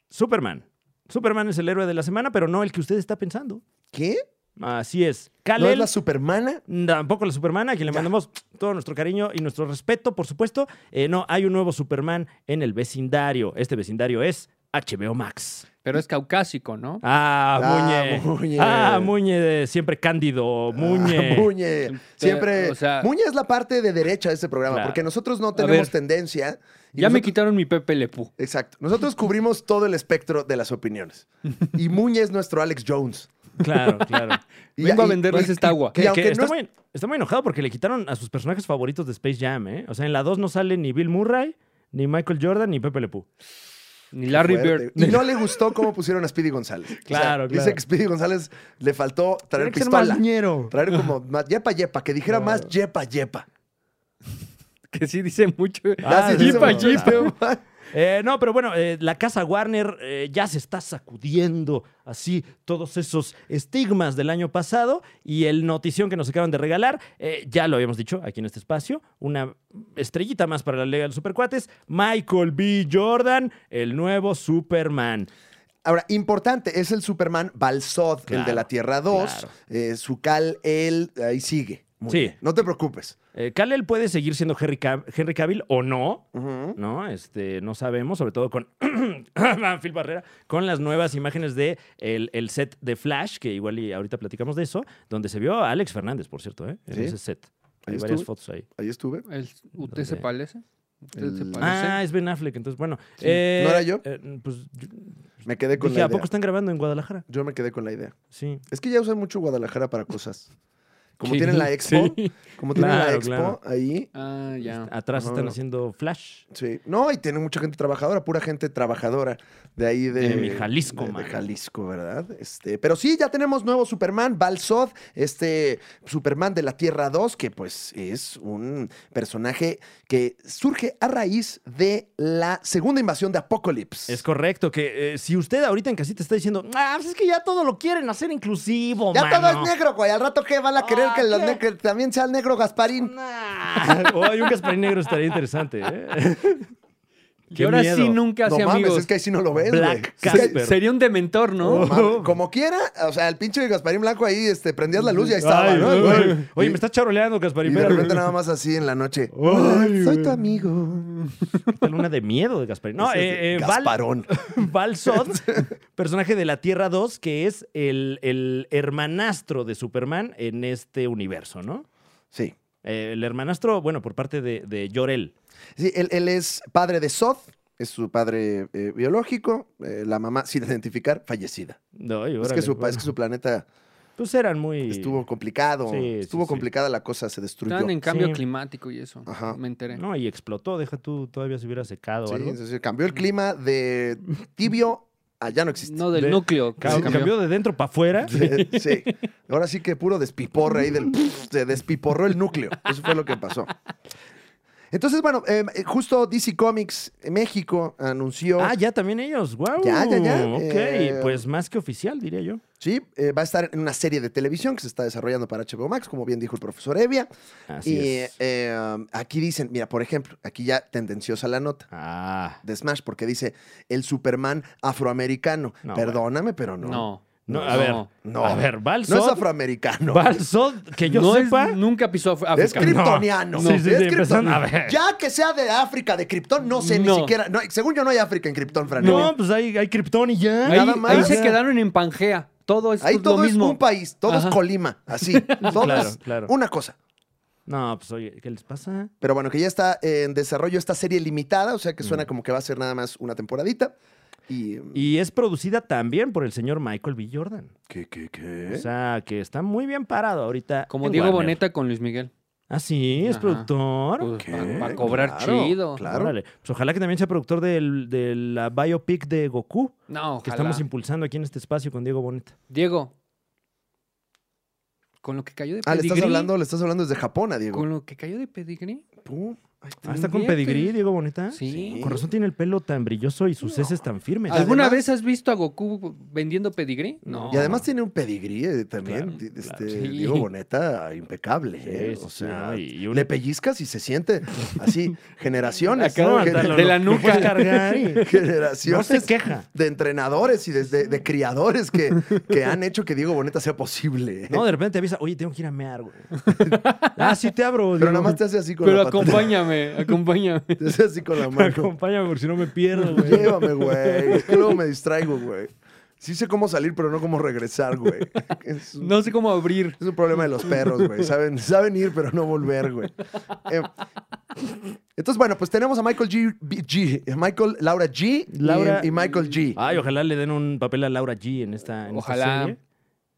Superman. Superman es el héroe de la semana, pero no el que usted está pensando.
¿Qué?
Así es.
¿No es
Kal-El
la supermana?
Tampoco la Supermana, a quien le
Ya.
mandamos todo nuestro cariño y nuestro respeto, por supuesto. Eh, no, hay un nuevo Superman en el vecindario. Este vecindario es HBO Max.
Pero es caucásico, ¿no?
Ah,
Ah,
Muñe.
Muñe.
Ah, Muñe, de siempre cándido. Muñe.
Ah, Muñe. Siempre.
O sea-
Muñe es la parte de derecha de este programa,
Claro.
porque nosotros no tenemos
ver.
tendencia. y
ya me
nosotros-
quitaron mi Pepe Lepú.
Exacto. Nosotros cubrimos todo el espectro de las opiniones. Y Muñe es nuestro Alex Jones.
Claro, claro.
Y-
Vengo a
y-
venderles
y-
esta agua.
Que-
Y aunque
que
no
está,
es-
muy, está muy enojado porque le quitaron a sus personajes favoritos de Space Jam, ¿eh? O sea, en la 2 no sale ni Bill Murray, ni Michael Jordan, ni Pepe Le Pew.
Ni Larry
Fuerte.
Bird.
Y no le gustó cómo pusieron a Speedy González. O sea,
Claro,
Dice
claro.
que Speedy González le faltó
Tiene
traer
que ser
pistola.
más Ah. ñero.
Traer como más yepa yepa, que dijera más yepa yepa.
Que sí dice mucho.
Ah,
Así
sí,
dice
yepa,
mucho.
yepa. Eh, no, pero bueno, eh, la casa Warner eh, ya se está sacudiendo así todos esos estigmas del año pasado y el notición que nos acaban de regalar, eh, ya lo habíamos dicho aquí en este espacio, una estrellita más para la Liga de los Supercuates, Michael B. Jordan, el nuevo Superman.
Ahora, importante, es el Superman Balsod, el de
Claro,
la Tierra 2.
claro.
Eh, su cal, él, ahí sigue. Muy
Sí.
bien. No te preocupes.
Eh, Kal-El puede seguir siendo Henry, Cav- Henry Cavill o no,
Ujú.
¿no? Este, no sabemos, sobre todo con Phil Barrera, con las nuevas imágenes de el, el set de Flash, que igual y ahorita platicamos de eso, donde se vio a Alex Fernández, por cierto, ¿eh? en
Sí.
ese set. Hay
Ahí
varias
estuve.
fotos ahí.
Ahí estuve.
El, ¿Usted se
Ok.
parece? ¿Usted se
El-
parece?
Ah, es Ben Affleck, entonces, bueno.
Sí. ¿No era yo?
eh, pues yo-
Me quedé con
dije,
la
¿a
idea.
poco están grabando en Guadalajara?
Yo me quedé con la idea.
Sí.
Es que ya usan mucho Guadalajara para cosas. Como
Sí,
tienen la expo,
sí.
como tienen la
Claro,
expo
claro.
ahí.
Ah, ya.
Este, Atrás
No,
están
no.
haciendo flash.
Sí. No, y tienen mucha gente trabajadora, pura gente trabajadora de ahí de,
De mi Jalisco,
de, de
man.
Jalisco, ¿verdad? Este, pero sí, ya tenemos nuevo Superman, Balsod, este Superman de la Tierra 2, que pues es un personaje que surge a raíz de la segunda invasión de Apocalypse.
Es correcto, que eh, si usted ahorita en casita está diciendo, ah, pues es que ya todo lo quieren hacer inclusivo,
ya
mano".
todo es negro, güey. Al rato que van a querer
Ah,
que, los
¿qué?
ne- que también sea el negro Gasparín.
Nah. o hay un Gasparín negro, estaría interesante. ¿eh?
Y
Qué
ahora sí
miedo.
nunca
No
hace
mames,
amigos.
es que ahí sí no lo ves, güey.
Black
Se-
Casper.
Sería un dementor, ¿no?
No mames, Como quiera, o sea, el pinche Gasparín Blanco ahí este, prendías la luz y ahí estaba,
Ay,
¿no?
ay,
Güey.
ay. Oye, me estás charoleando, Gasparín.
Y de
espérame.
repente nada más así en la noche.
Ay,
"Hola, soy
güey.
tu amigo.
Esta luna de miedo de Gasparín. No,
Ese es
eh, eh, Val-
Gasparón.
Balsod, personaje de la Tierra 2, que es el, el hermanastro de Superman en este universo, ¿no?
Sí.
Eh, el hermanastro, bueno, por parte de, de Jor-El.
Sí, él, él es padre de Sod, es su padre eh, biológico, eh, la mamá, sin identificar, fallecida.
Ay,
es,
órale,
que su, pa-
bueno.
es que su planeta
Pues eran muy...
estuvo complicado,
Sí,
estuvo
sí, sí.
complicada la cosa, se destruyó.
Están en cambio
Sí.
climático y eso.
Ajá.
Me enteré.
No, y explotó. Deja tú, todavía se hubiera secado o
Sí,
algo.
es decir, cambió el clima de tibio a ya no existe.
No, del
De-
núcleo. que
Ca-
se
cambió. de dentro para afuera.
Sí. Ahora sí que puro despiporre ahí del. Se despiporró el núcleo. Eso fue lo que pasó. Entonces, bueno, eh, justo DC Comics México anunció.
Ah, ya también ellos. Wow.
Ya, ya, ya.
Ok,
Eh,
pues más que oficial, diría yo.
Sí, eh, va a estar en una serie de televisión que se está desarrollando para HBO Max, como bien dijo el profesor Evia.
Así
y
es.
eh, um, aquí dicen, mira, por ejemplo, aquí ya tendenciosa la nota
ah.
de Smash, porque dice el Superman afroamericano.
No,
Perdóname, pero
cambió.
no.
No.
No, a
No.
ver.
No.
A ver, Balsod.
No es afroamericano.
Balsod, que yo
No es-
sepa.
nunca pisó Af- África.
Es kriptoniano.
No. Sí, sí,
Es
sí, empezando-
kriptoniano.
a ver.
Ya que sea de África, de Krypton, no sé
No.
ni siquiera. no, según yo, no hay África en Krypton, Fran.
No, pues hay, hay Krypton y ya.
Ahí,
Nada más.
ahí se
Ya.
quedaron en Pangea. Todo
pues,
es
Ahí
lo
todo es
mismo.
un país, todo
Ajá.
es Colima, así. Todo
Claro,
es
claro.
una cosa.
No, pues oye, ¿qué les pasa?
Pero bueno, que ya está en desarrollo esta serie limitada, o sea que
Mm.
suena como que va a ser nada más una temporadita. Y.
Y es producida también por el señor Michael B. Jordan.
¿Qué, qué, qué?
O sea, que está muy bien parado ahorita.
Como
en
Diego
Warner.
Boneta con Luis Miguel.
Ah, sí, es
Ajá.
productor.
Pues,
¿Qué?
va, va a cobrar
Claro,
chido.
claro.
Órale. Pues ojalá que también sea productor del- de la biopic de Goku,
No,
que
ojalá.
estamos impulsando aquí en este espacio con Diego Boneta.
Diego. Con lo que cayó de
Ah, le
pedigrí.
estás hablando, le estás hablando desde Japón, a Diego.
Con lo que cayó de pedigrí.
Tú, ay, te-
Ah, está con
Fíjate.
pedigrí, Diego
Ah,
Boneta.
Sí.
Con razón tiene el pelo tan brilloso y sus heces tan firmes.
Además-
¿Alguna vez has visto a Goku vendiendo pedigrí? No.
Y además tiene un pedigrí eh, también,
Claro,
di- este,
claro.
Sí.
Diego Boneta, impecable.
Sí,
eh,
sí,
o
sí,
sea,
¿no? Y- y un-
le pellizcas y se siente así, generaciones.
Acá
¿no?
No, hasta
Gener-
lo-
de la
lo- lo puedes
nuca.
cargar y- no
generaciones
se queja.
de entrenadores y de, de- de criadores que, que han hecho que Diego Boneta sea posible. eh.
No, de repente te avisa, oye, tengo que ir a mear, güey. ah, sí te abro.
Pero
Diego.
nada más te hace así con
Pero
la patita.
acompáñame, acompáñame.
Te hace así con la mano.
Acompáñame porque si no me pierdo, güey.
Llévame, güey. Es que luego me distraigo, güey. Sí sé cómo salir, pero no cómo regresar, güey. Es un-
No sé cómo abrir.
Es un problema de los perros, güey. Saben, saben ir, pero no volver, güey. Eh, entonces, bueno, pues tenemos a Michael G. B- G- eh, Michael, Laura G. y-
Laura-
y, Michael G.
Ay, ojalá le den un papel a Laura G en esta, en esta
Ojalá.
serie.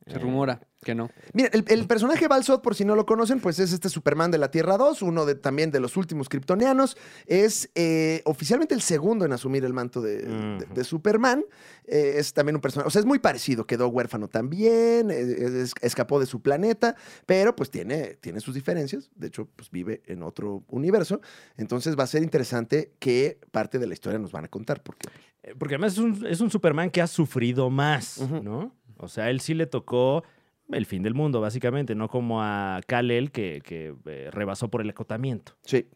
Eh.
Se rumora que no.
Mira, el, el personaje Balsot, por si no lo conocen, pues es este Superman de la Tierra 2, uno de, también de los últimos kryptonianos. Es eh, oficialmente el segundo en asumir el manto de, de-
Ujú.
de Superman. Eh, es también un personaje, o sea, es muy parecido, quedó huérfano también, eh, es- escapó de su planeta, pero pues tiene, tiene sus diferencias. De hecho, pues vive en otro universo. Entonces va a ser interesante qué parte de la historia nos van a contar, porque
Eh, Porque además es un, es un Superman que ha sufrido más,
Ujú.
¿no? O sea, él sí le tocó el fin del mundo, básicamente, no como a Kal-El que, que, eh, rebasó por el acotamiento.
sí.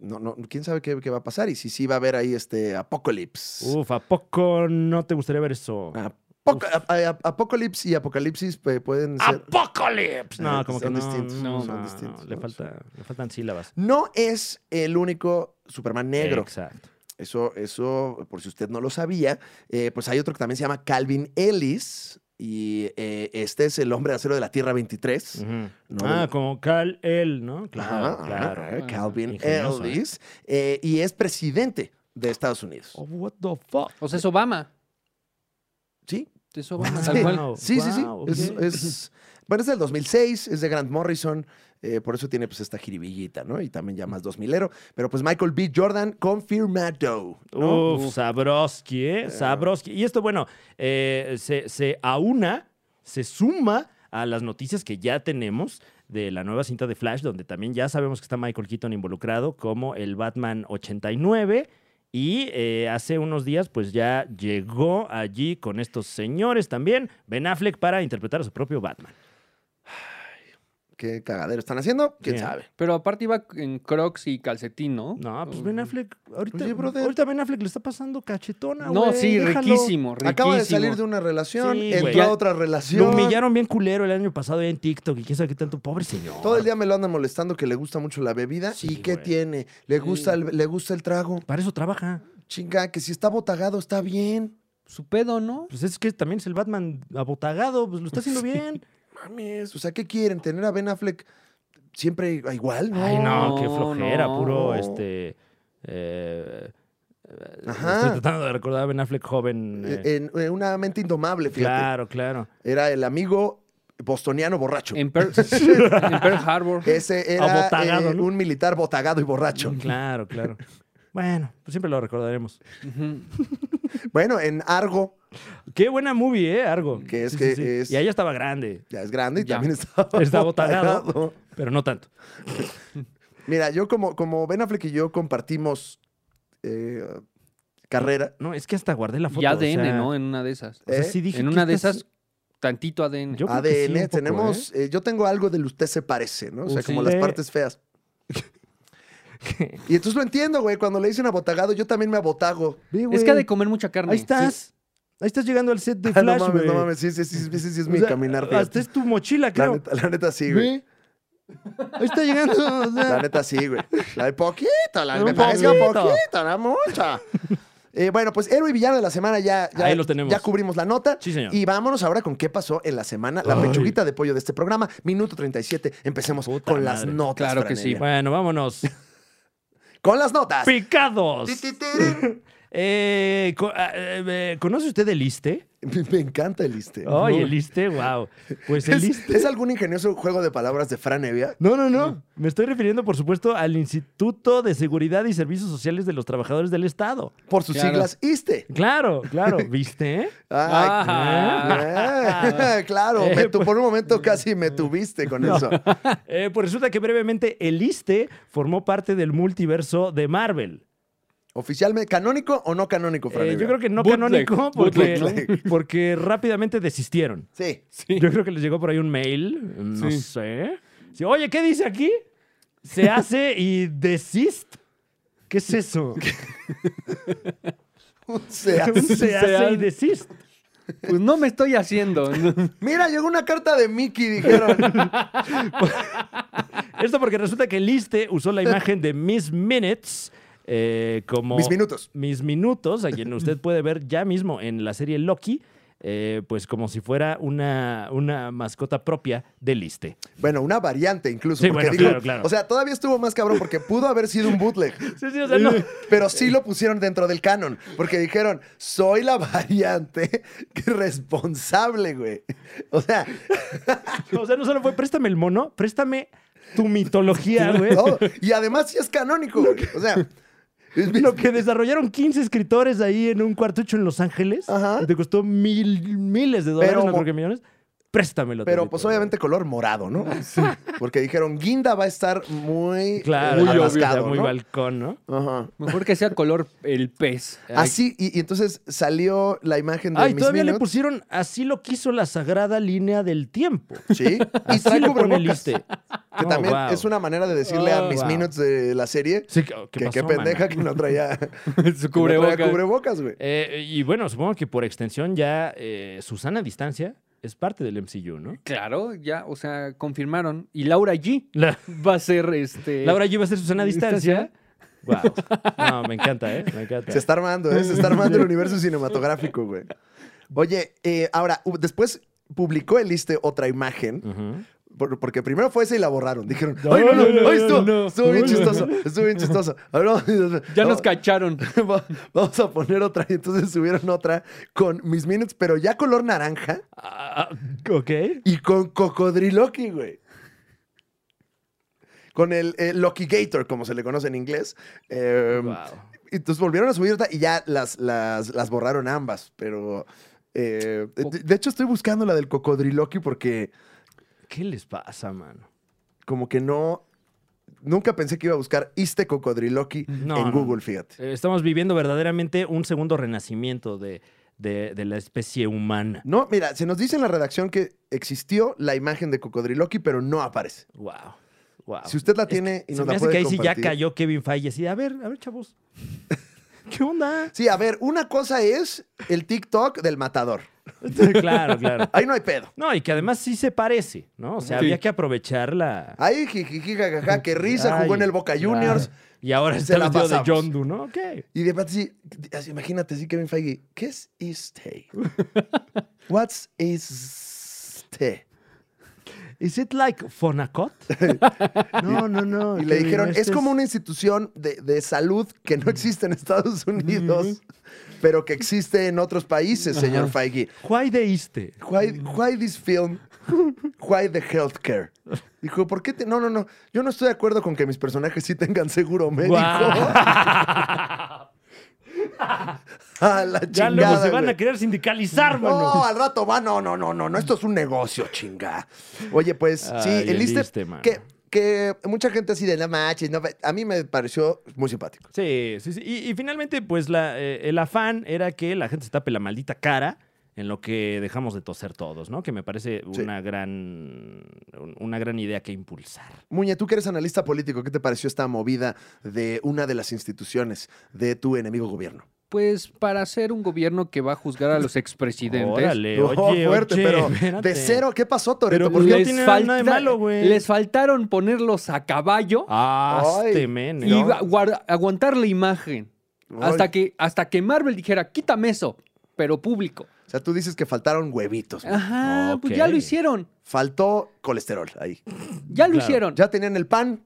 No, no, quién sabe qué, qué va a pasar y si sí va a haber ahí este Apocalypse.
Uf, ¿a poco no te gustaría ver eso?
Apoca- a- a- Apocalipsis y Apocalipsis pues, pueden ser.
¡Apocalipsis! No,
Eh,
como
son
que no,
distintos,
no,
son
no,
distintos,
no, le,
¿no?
falta, le faltan sílabas.
No es el único Superman negro.
Exacto.
Eso, eso, por si usted no lo sabía, eh, pues hay otro que también se llama Calvin Ellis. Y eh, este es el hombre de acero de la Tierra 23.
Ujú.
No,
ah,
del-
como Kal-El, ¿no? Claro,
Ajá, ajá,
claro.
ajá, Calvin
Ingenioso, ¿eh?
Ellis. eh, y es Oh, presidente de Estados Unidos.
Oh, what the fuck?
O sea, es Obama.
Sí,
Eso va
Wow.
tal cual.
Wow.
Sí, sí, sí.
Wow,
Es,
ok.
es- bueno, es del 2006, es de Grant Morrison, eh, por eso tiene pues esta jiribillita, ¿no? Y también ya más 2000ero. Pero pues Michael B. Jordan con Firmato. ¿no?
Uf, Sabroski, ¿eh? Sabroski. Y esto, bueno, eh, se, se aúna, se suma a las noticias que ya tenemos de la nueva cinta de Flash, donde también ya sabemos que está Michael Keaton involucrado como el Batman 89. Y eh, hace unos días, pues ya llegó allí con estos señores también, Ben Affleck, para interpretar a su propio Batman.
¿Qué cagadero están haciendo? ¿Quién
Sí.
sabe?
Pero aparte iba en crocs y calcetín, ¿no? Mm.
No, pues Ben Affleck, ahorita,
Oye, brother.
ahorita Ben Affleck le está pasando cachetona,
No,
güey,
sí,
déjalo.
riquísimo, riquísimo.
Acaba de salir de una relación,
Sí,
entró
güey.
a otra relación.
Lo humillaron bien culero el año pasado en TikTok y quién sabe qué tanto. Pobre señor.
Todo el día me lo andan molestando que le gusta mucho la bebida.
Sí,
¿Y qué
güey.
tiene? Le gusta, el, le gusta el trago.
Para eso trabaja.
Chinga, que si está botagado está bien.
Su pedo, ¿no?
Pues es que también es el Batman abotagado, pues lo está haciendo bien.
Mames, o sea, ¿qué quieren? ¿Tener a Ben Affleck siempre igual? No.
Ay, no, qué
No,
flojera,
no.
puro este. eh, eh,
Ajá.
Estoy tratando de recordar a Ben Affleck joven. eh,
Eh, en- en una mente indomable, fíjate.
claro, claro.
Era el amigo bostoniano borracho.
En Pearl, en Pearl Harbor.
Ese era
Abotagado,
eh,
¿no? Mm,
un militar botagado y borracho.
Claro, claro. Bueno, pues siempre lo recordaremos.
Ujú.
Bueno, en Argo,
Qué buena movie, ¿eh? Argo.
Que es que es-
Y ella estaba grande,
ya es grande y
Ya.
también está,
Está botagado. pero no tanto.
Mira, yo como, como Ben Affleck y yo compartimos eh, carrera.
No, es que hasta guardé la foto.
Y
o
ADN,
sea,
¿no? En una de esas.
o sea,
¿Eh?
sí dije,
en
¿qué
una de
estás-
esas, tantito ADN.
Yo creo que sí,
ADN,
un poco, ¿eh?
tenemos, eh, yo tengo algo del usted se parece, ¿no? O sea,
Uh, sí.
como las
Eh.
partes feas. y entonces lo entiendo, güey, cuando le dicen abotagado, yo también me abotago.
es que ha de comer mucha carne.
Ahí estás. Ahí estás llegando al set de
Ah, no
Flash,
mames, no
güey.
mames, sí, sí, sí, sí, sí, sí, es
O
mi
sea,
caminar.
Hasta
fíjate.
es tu mochila,
La
creo.
neta, la neta sí,
Ve.
güey.
Ahí está llegando. o sea,
La neta sí, güey. La de poquito, la
Un
de poquito,
poquito.
poquito, la mucha. Eh, bueno, pues héroe y villano de la semana ya, ya,
Ahí los tenemos.
ya cubrimos la nota.
Sí, señor.
Y vámonos ahora con qué pasó en la semana, la
Ay.
pechuguita de pollo de este programa. Minuto 37. Empecemos
Puta
con las
madre.
notas.
Claro que
Franevia.
Bueno, vámonos.
Con las notas.
Picados.
Ti, ti, tirín.
Eh, co- ah, eh, eh, ¿Conoce usted el ISTE?
Me- Me encanta el liste.
Ay, el ISTE, wow. Pues el
¿Es,
ISTE.
¿Es algún ingenioso juego de palabras de Fran Evia?
No, no, no. Mm. Me estoy refiriendo, por supuesto, al Instituto de Seguridad y Servicios Sociales de los Trabajadores del Estado.
Por sus
Claro.
siglas, ISTE.
Claro, claro. ¿Viste?
Ay,
Ah.
eh, claro,
Eh,
me tu- por un momento casi me tuviste con eso.
Eh, pues resulta que brevemente el ISTE formó parte del multiverso de Marvel.
Oficialmente, ¿canónico o no canónico, Fran?
Eh, yo creo que no
Bootleg,
canónico porque,
bootleg.
porque rápidamente desistieron.
Sí.
Sí.
Yo creo que les llegó por ahí un mail, no
Sí.
sé. Sí, Oye, ¿qué dice aquí? Se hace y desist. ¿Qué es eso?
Un sea.
Se hace y desist.
Pues no me estoy haciendo. ¿no?
Mira, llegó una carta de Mickey, dijeron.
Esto porque resulta que Liste usó la imagen de Miss Minutes eh, como...
Mis minutos.
Mis Minutos, a quien usted puede ver ya mismo en la serie Loki, eh, pues como si fuera una, una mascota propia de Liste.
Bueno, una variante incluso.
Sí,
porque
bueno,
digo,
claro, claro.
O sea, todavía estuvo más cabrón porque pudo haber sido un bootleg.
Sí, sí, o sea, no.
Pero sí lo pusieron dentro del canon, porque dijeron, soy la variante que responsable, güey. O sea,
O sea, no solo fue préstame el mono, préstame tu mitología, güey.
todo. Y además sí es canónico, güey. O sea, es mi-
Lo que desarrollaron 15 escritores ahí en un cuartucho en Los Ángeles.
Ajá.
Y te costó mil, miles de dólares,
Pero
no creo
mo-
que millones. Préstamelo.
Pero
tantito,
pues
güey.
obviamente color morado, ¿no? Porque dijeron, Guinda va a estar muy
Claro,
muy
muy
atascado,
muy
¿no?
balcón, ¿no?
Ajá.
Mejor que sea color el pez.
Ah,
Así, y, y entonces salió la imagen de
Ay,
Miss
todavía le
Minutes.
pusieron así lo quiso la sagrada línea del tiempo.
Sí, y
Así
trae
lo pone el
cubrebocas.
Issste.
Que
Oh,
también
wow.
es una manera de decirle a
Oh,
Miss
wow.
Minutes de la serie
Sí, ¿qué, qué
que qué
pasó,
pendeja
mana?
que no traía que no
Su
traía
cubrebocas.
cubrebocas, güey.
Eh, y bueno, supongo que por extensión ya eh, Susana Distancia es parte del MCU, ¿no?
Claro, ya, o sea, confirmaron. Y Laura G
La-
va a ser este.
Laura G va a ser Susana Distancia. Wow. No, me encanta, ¿eh? Me encanta.
Se está armando, ¿eh? Se está armando el universo cinematográfico, güey. Oye, eh, ahora, u- después publicó el Issste otra imagen
Ujú.
Por- porque primero fue esa y la borraron. Dijeron,
No,
¡ay, no, no!
no, no,
¡Ay, estuvo,
no.
estuvo bien
No, no,
chistoso! Estuvo bien chistoso. A ver, vamos-
Ya
vamos-
nos cacharon.
Va- Vamos a poner otra. Y entonces subieron otra con Mis Minutes, pero ya color naranja
Ah, ok.
y con Cocodriloqui, güey. Con el eh, Loki Gator, como se le conoce en inglés. Eh, y Entonces volvieron a subir otra y ya las, las, las borraron ambas. Pero. eh, de, de hecho, estoy buscando la del Cocodriloqui porque,
¿Qué les pasa, mano?
como que no. Nunca pensé que iba a buscar este Cocodriloqui
No,
en
no.
Google, fíjate.
Eh, Estamos viviendo verdaderamente un segundo renacimiento de, de- de la especie humana.
No, mira, se nos dice en la redacción que existió la imagen de Cocodriloqui, pero no aparece.
Wow. Wow.
Si usted la tiene y nos
Se
la
me hace
puede
Ah, que ahí sí
compartir.
ya cayó Kevin Feige. Así, a ver, a ver, chavos. ¿Qué onda?
Sí, a ver, una cosa es el TikTok del matador.
claro, claro.
Ahí no hay pedo.
No, y que además sí se parece, ¿no? O sea,
Sí.
había que aprovechar la...
Ahí jijiji, jajaja, qué Ah, risa, jugó
Ay,
en el Boca Juniors.
claro. Y ahora
Se
está el
la
video de
pasamos.
John Doe, ¿no? Ok.
Y de repente, sí, así, imagínate, sí, Kevin Feige, ¿qué es este? What's este?
¿Is it like Fonacot? no, no, no.
Y le
Kevin,
dijeron,
este
es como una institución de, de salud que no existe en Estados Unidos, pero que existe en otros países, señor Feige.
Why deíste?
Why, why this film? Why the healthcare? Dijo, ¿por qué te.? No, no, no. Yo no estoy de acuerdo con que mis personajes sí tengan seguro médico. A la
Ya
chingada.
luego se van
güey.
a querer sindicalizar, mano.
No, al rato va. No, no, no, no, no. Esto es un negocio, chinga. Oye, pues, sí,
Ay,
el
el
Issste,
Issste, mano.
que, que mucha gente así de no manches, no, a mí me pareció muy simpático.
Sí, sí, sí. Y, y finalmente, pues la, eh, el afán era que la gente se tape la maldita cara en lo que dejamos de toser todos, ¿no? Que me parece
Sí.
una gran un- una gran idea que impulsar.
Muñe, tú que eres analista político, ¿qué te pareció esta movida de una de las instituciones de tu enemigo gobierno?
Pues para ser un gobierno que va a juzgar a los expresidentes.
Órale,
No,
Eh, oye,
fuerte,
oye,
pero
espérate.
de cero. ¿Qué pasó, Torito?
Pero
¿Por
pues,
qué?
no tiene nada de malo, güey.
les faltaron ponerlos a caballo
Ah,
Ay.
este men,
y
¿no?
gua- guarda- aguantar la imagen.
Ay.
Hasta que, hasta que Marvel dijera, quítame eso, pero público.
O sea, tú dices que faltaron huevitos. güey.
Ajá,
Ok.
pues ya lo hicieron.
Faltó colesterol ahí.
Ya lo
Claro.
hicieron.
Ya tenían el pan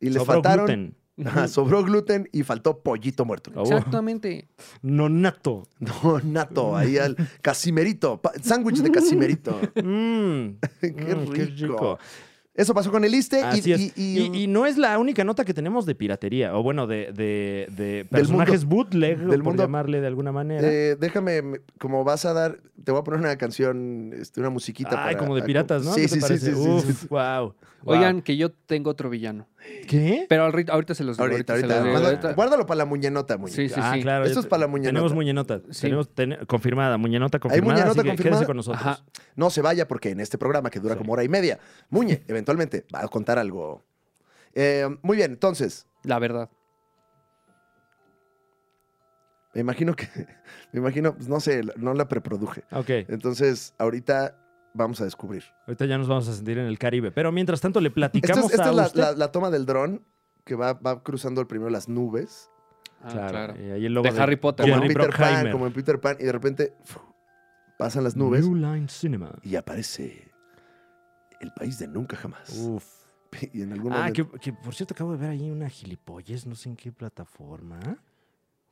y les
Sobró
faltaron.
gluten.
Ajá, sobró gluten y faltó pollito muerto.
Oh.
Exactamente.
Nonato.
No, nato, ahí al casimerito. pa- Sándwich de casimerito.
Mm,
Qué
mm,
rico. Eso pasó con el ISTE
Así
y,
es.
y- y- um, eh,
Y, y no es la única nota que tenemos de piratería, o bueno, de, de- de
Del mundo.
personajes bootleg,
Del
por
mundo.
llamarle de alguna manera.
eh, déjame, me- como vas a dar, te voy a poner una canción, este, una musiquita.
Ay,
para-
como de
a-
piratas, ¿no?
Sí,
¿Qué
sí,
te
sí,
parece?
sí, sí, sí,
Uf,
sí.
wow.
Oigan, que yo tengo otro villano.
¿Qué?
Pero al rit- ahorita se los digo.
Ahorita,
ahorita se
ahorita.
los digo,
Manda-
ahorita.
Guárdalo para la muñenota, muñe.
Sí, sí,
ah,
sí.
claro.
Esto
ya
es
te-
para la muñenota.
Tenemos muñenota.
Sí.
Tenemos ten- confirmada, muñenota confirmada.
muñenota
así que
confirmada?
quédese con nosotros.
Ajá.
No se vaya porque en este programa que dura
Sí.
como hora y media, Muñe eventualmente va a contar algo. Eh, muy bien, entonces,
La verdad.
me imagino que, me imagino, pues, no sé, no la preproduje.
Ok,
Entonces, ahorita vamos a descubrir.
ahorita ya nos vamos a sentir en el Caribe. Pero mientras tanto le
Esto es-
platicamos
esta
a
es la,
usted.
la- la toma del dron que va, va cruzando primero las nubes,
Ah,
Claro, Eh,
claro.
y ahí el logo
De Harry Potter,
como en
Jerry
Peter Pan,
Bruckheimer.
como en Peter Pan, y de repente fu, pasan las nubes
New Line Cinema.
y aparece el país de nunca jamás.
Uf.
Y en algún
Uh. Ah,
momento-
que, que, por cierto acabo de ver ahí una gilipollez, no sé en qué plataforma.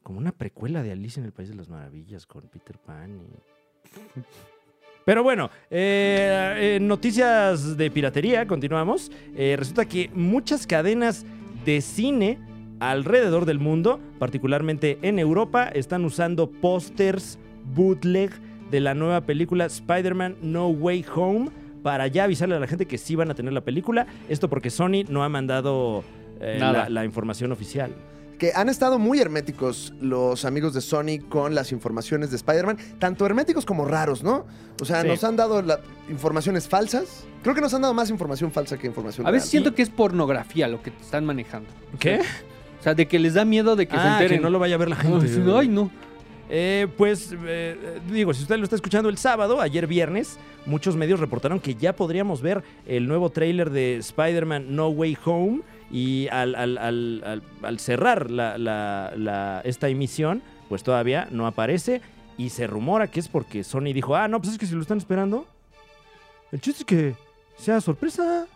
Como una precuela de Alicia en el País de las Maravillas con Peter Pan y- Pero bueno, eh, eh, noticias de piratería, continuamos. Eh, resulta que muchas cadenas de cine alrededor del mundo, particularmente en Europa, están usando pósters bootleg de la nueva película Spider-Man No Way Home para ya avisarle a la gente que sí van a tener la película. Esto porque Sony no ha mandado eh,
Nada.
la, la información oficial.
que han estado muy herméticos los amigos de Sony con las informaciones de Spider-Man, tanto herméticos como raros, ¿no? O sea,
Sí.
nos han dado la- informaciones falsas. Creo que nos han dado más información falsa que información
A veces
real.
siento que es pornografía lo que te están manejando.
¿Qué?
O sea, de que les da miedo de que se
ah,
enteren.
que no lo vaya a ver la gente.
Ay, no.
Eh, pues eh, digo, si usted lo está escuchando el sábado, ayer viernes, muchos medios reportaron que ya podríamos ver el nuevo tráiler de Spider-Man No Way Home. Y al, al- al- al- al cerrar la- la- la- esta emisión, pues todavía no aparece. Y se rumora que es porque Sony dijo, ah, no, pues es que si lo están esperando. El chiste es que sea sorpresa.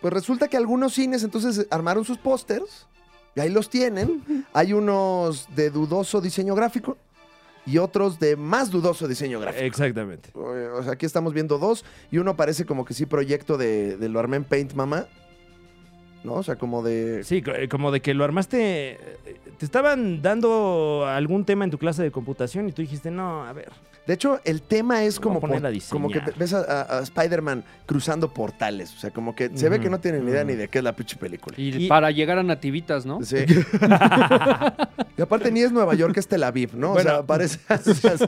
Pues resulta que algunos cines entonces armaron sus pósters y ahí los tienen. Hay unos de dudoso diseño gráfico y otros de más dudoso diseño gráfico.
Exactamente.
O sea, aquí estamos viendo dos y uno parece como que sí proyecto de, de lo armé en Paint Mamá. ¿No? O sea, como de...
Sí, co- eh, como de que lo armaste. eh, Te estaban dando algún tema en tu clase de computación y tú dijiste, no, a ver.
De hecho, el tema es
Voy
como,
a poner
por-
a diseñar.
como que te- ves a, a- a Spider-Man cruzando portales. O sea, como que se ve
Ujú,
que no tienen ni idea
ujú.
ni de qué es la pinche película.
Y,
Y-
para llegar a nativitas, ¿no?
Sí. y aparte ni es Nueva York, es Tel Aviv, ¿no?
Bueno.
O sea, parece... o sea, sí.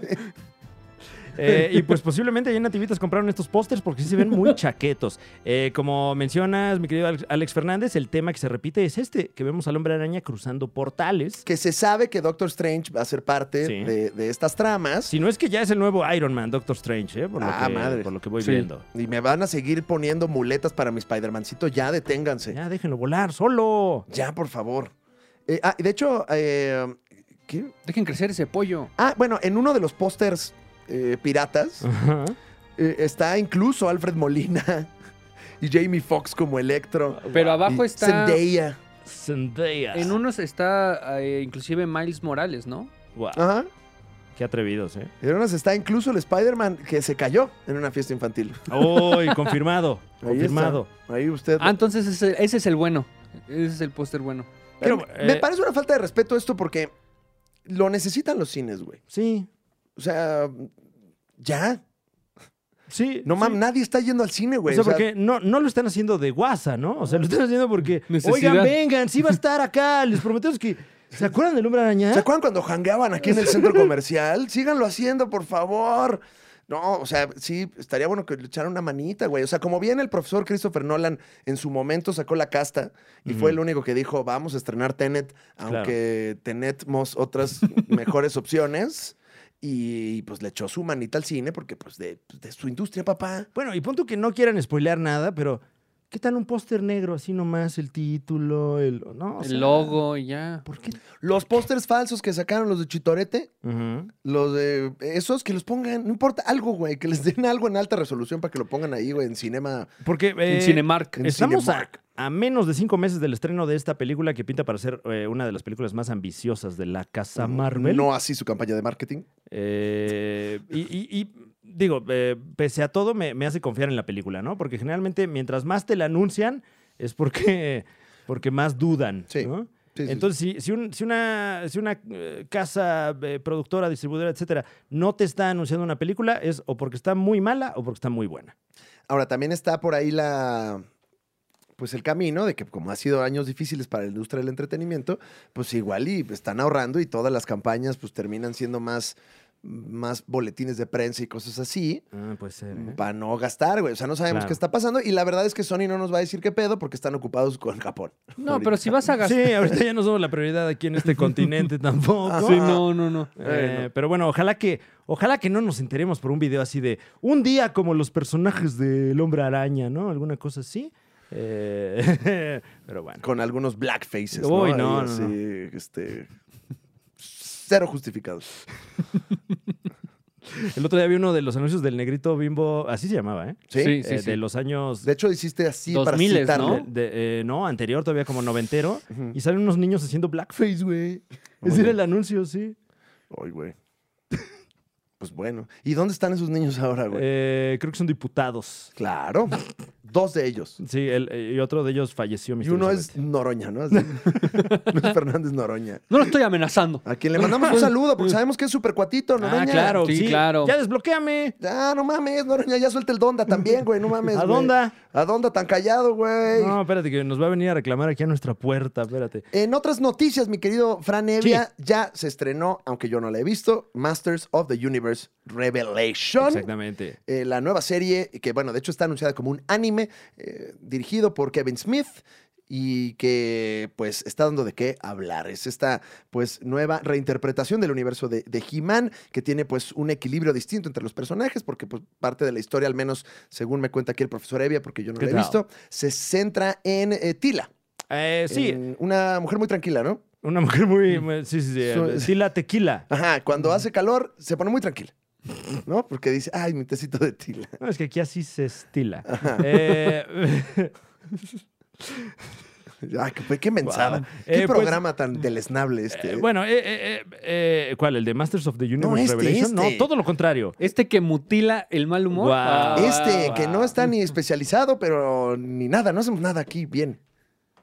Eh, y pues posiblemente ahí en Nativitas compraron estos pósters porque sí se ven muy chaquetos. Eh, como mencionas, mi querido Alex- Alex Fernández, el tema que se repite es este, que vemos al hombre araña cruzando portales.
que se sabe que Doctor Strange va a ser parte
Sí.
de, de estas tramas.
Si no es que ya es el nuevo Iron Man, Doctor Strange, ¿eh? por, lo
Ah,
que,
madre.
por lo que voy
Sí.
viendo.
Y me van a seguir poniendo muletas para mi Spider-Mancito. Ya deténganse. Ya,
Ya déjenlo volar, solo.
por favor. Eh, ah, y de hecho, eh, ¿qué?
Dejen crecer ese pollo.
Ah, bueno, en uno de los pósters eh, piratas
Ajá.
eh, está incluso Alfred Molina y Jamie Foxx como Electro.
Pero
y
abajo está.
Zendaya.
Zendaya.
En unos está eh, inclusive Miles Morales, ¿no?
Guau,
Ajá.
Qué atrevidos, ¿eh?
En unas está incluso el Spider-Man que se cayó en una fiesta infantil.
¡Uy! confirmado.
Ahí
confirmado.
está. Ahí usted.
Ah, entonces ese, ese es el bueno. Ese es el póster bueno.
Pero,
Pero,
me
eh,
parece una falta de respeto esto porque lo necesitan los cines, güey.
Sí.
O sea, ya.
Sí.
No
sí.
mames, nadie está yendo al cine, güey.
o sea,
O sea,
porque no, no lo están haciendo de guasa, ¿no? O sea, lo están haciendo porque,
Necesidad.
oigan, vengan, sí va a estar acá, les prometemos que... ¿Se acuerdan del hombre araña?
¿Se acuerdan cuando jangueaban aquí en el centro comercial? Síganlo haciendo, por favor. No, o sea, sí, estaría bueno que le echara una manita, güey. O sea, como bien el profesor Christopher Nolan en su momento sacó la casta y
Ujú.
fue el único que dijo, vamos a estrenar Tenet, aunque tenemos otras mejores opciones. Y pues le echó su manita al cine porque pues de, de su industria, papá.
Bueno, y punto que no quieran spoilear nada, pero ¿qué tal un póster negro así nomás? El título, el... No, o sea,
el logo y ya.
¿Por qué?
Los pósters falsos que sacaron los de Chitorete,
Ujú.
Los de esos que los pongan, no importa, algo, güey, que les den algo en alta resolución para que lo pongan ahí, güey, en cinema.
Porque... eh,
en Cinemark.
en
Estamos a,
Cinemark.
a menos de cinco meses del estreno de esta película que pinta para ser eh, una de las películas más ambiciosas de la casa Marvel.
Mm, No así su campaña de marketing.
Eh, y, y- y, digo, eh, pese a todo, me, me hace confiar en la película, ¿no? Porque generalmente, mientras más te la anuncian, es porque, porque más dudan.
Sí,
¿no?
Sí, sí, sí.
Entonces, si, si un- si una, si una eh, casa eh, productora, distribuidora, etcétera, no te está anunciando una película, es o porque está muy mala o porque está muy buena.
Ahora, también está por ahí la. Pues el camino de que, como ha sido años difíciles para la industria del entretenimiento, pues igual y están ahorrando y todas las campañas pues terminan siendo más, más boletines de prensa y cosas así.
Ah, puede ser. ¿eh?
Para no gastar, güey. O sea, no sabemos
Claro.
qué está pasando. Y la verdad es que Sony no nos va a decir qué pedo porque están ocupados con Japón.
No,
Ahorita.
pero si vas a gastar.
Sí, ahorita ya no somos la prioridad aquí en este continente tampoco.
Ah,
Sí, no, no, no.
Eh, Pero bueno, ojalá que, ojalá que no nos enteremos por un video así de un día como los personajes del hombre araña, ¿no? Alguna cosa así. Eh, pero bueno.
con algunos blackfaces.
Uy, no,
¿no? Ahí
no,
así,
no.
este. Cero justificados.
El otro día vi uno de los anuncios del negrito bimbo, así se llamaba, ¿eh?
¿Sí?
Sí, sí,
Eh,
sí.
De los años...
De hecho, hiciste así
Dos
para
miles,
citarlo.
de- de- eh, no, anterior, todavía como noventero.
Ujú.
Y salen unos niños haciendo blackface, güey. Ese era el anuncio, sí.
Ay, güey. Pues bueno. ¿Y dónde están esos niños ahora, güey?
Eh, creo que son diputados.
Claro. Dos de ellos.
Sí, el- eh, y otro de ellos falleció
Y uno es
misteriosamente.
Noroña, ¿no? Así. Luis Fernández Noroña.
No lo estoy amenazando.
A quien le mandamos un saludo porque sabemos que es súper cuatito, Noroña.
Pues, Ah, claro,
Sí,
sí.
claro.
Ya desbloqueame.
Ya, no mames, Noroña, ya suelta el Donda también, güey, no mames.
¿A
güey.
dónde?
¿A Donda tan callado, güey?
No, espérate, que nos va a venir a reclamar aquí a nuestra puerta, espérate.
En otras noticias, mi querido Fran Evia, ya se estrenó, aunque yo no la he visto, Masters of the Universe Revelation.
Exactamente.
Eh, la nueva serie, que bueno, de hecho está anunciada como un anime, eh, dirigido por Kevin Smith y que pues está dando de qué hablar. Es esta pues nueva reinterpretación del universo de, de He-Man, que tiene pues un equilibrio distinto entre los personajes, porque pues parte de la historia, al menos según me cuenta aquí el profesor Evia, porque yo no
¿Qué
la he
tal?
visto, se centra en eh, Tila.
Eh, sí,
en una mujer muy tranquila, ¿no?
una mujer muy, muy- Sí, sí, sí.
Su-
eh, sí, la tequila.
Ajá, cuando hace calor se pone muy tranquila. ¿no? Porque dice, ay, mi tecito de tila.
No, es que aquí así se estila. Eh,
Ay, Ah, qué, qué mensada.
Guau.
Qué
Eh, pues-
programa tan deleznable este.
eh, bueno, eh, eh, eh, eh, ¿cuál? ¿El de Masters of the Universe
este,
Revelation?
este.
No, todo lo contrario.
Este que mutila el mal humor.
Wow.
Ah,
este,
Ah,
que no
wow.
está ni especializado, pero ni nada. No hacemos nada aquí bien.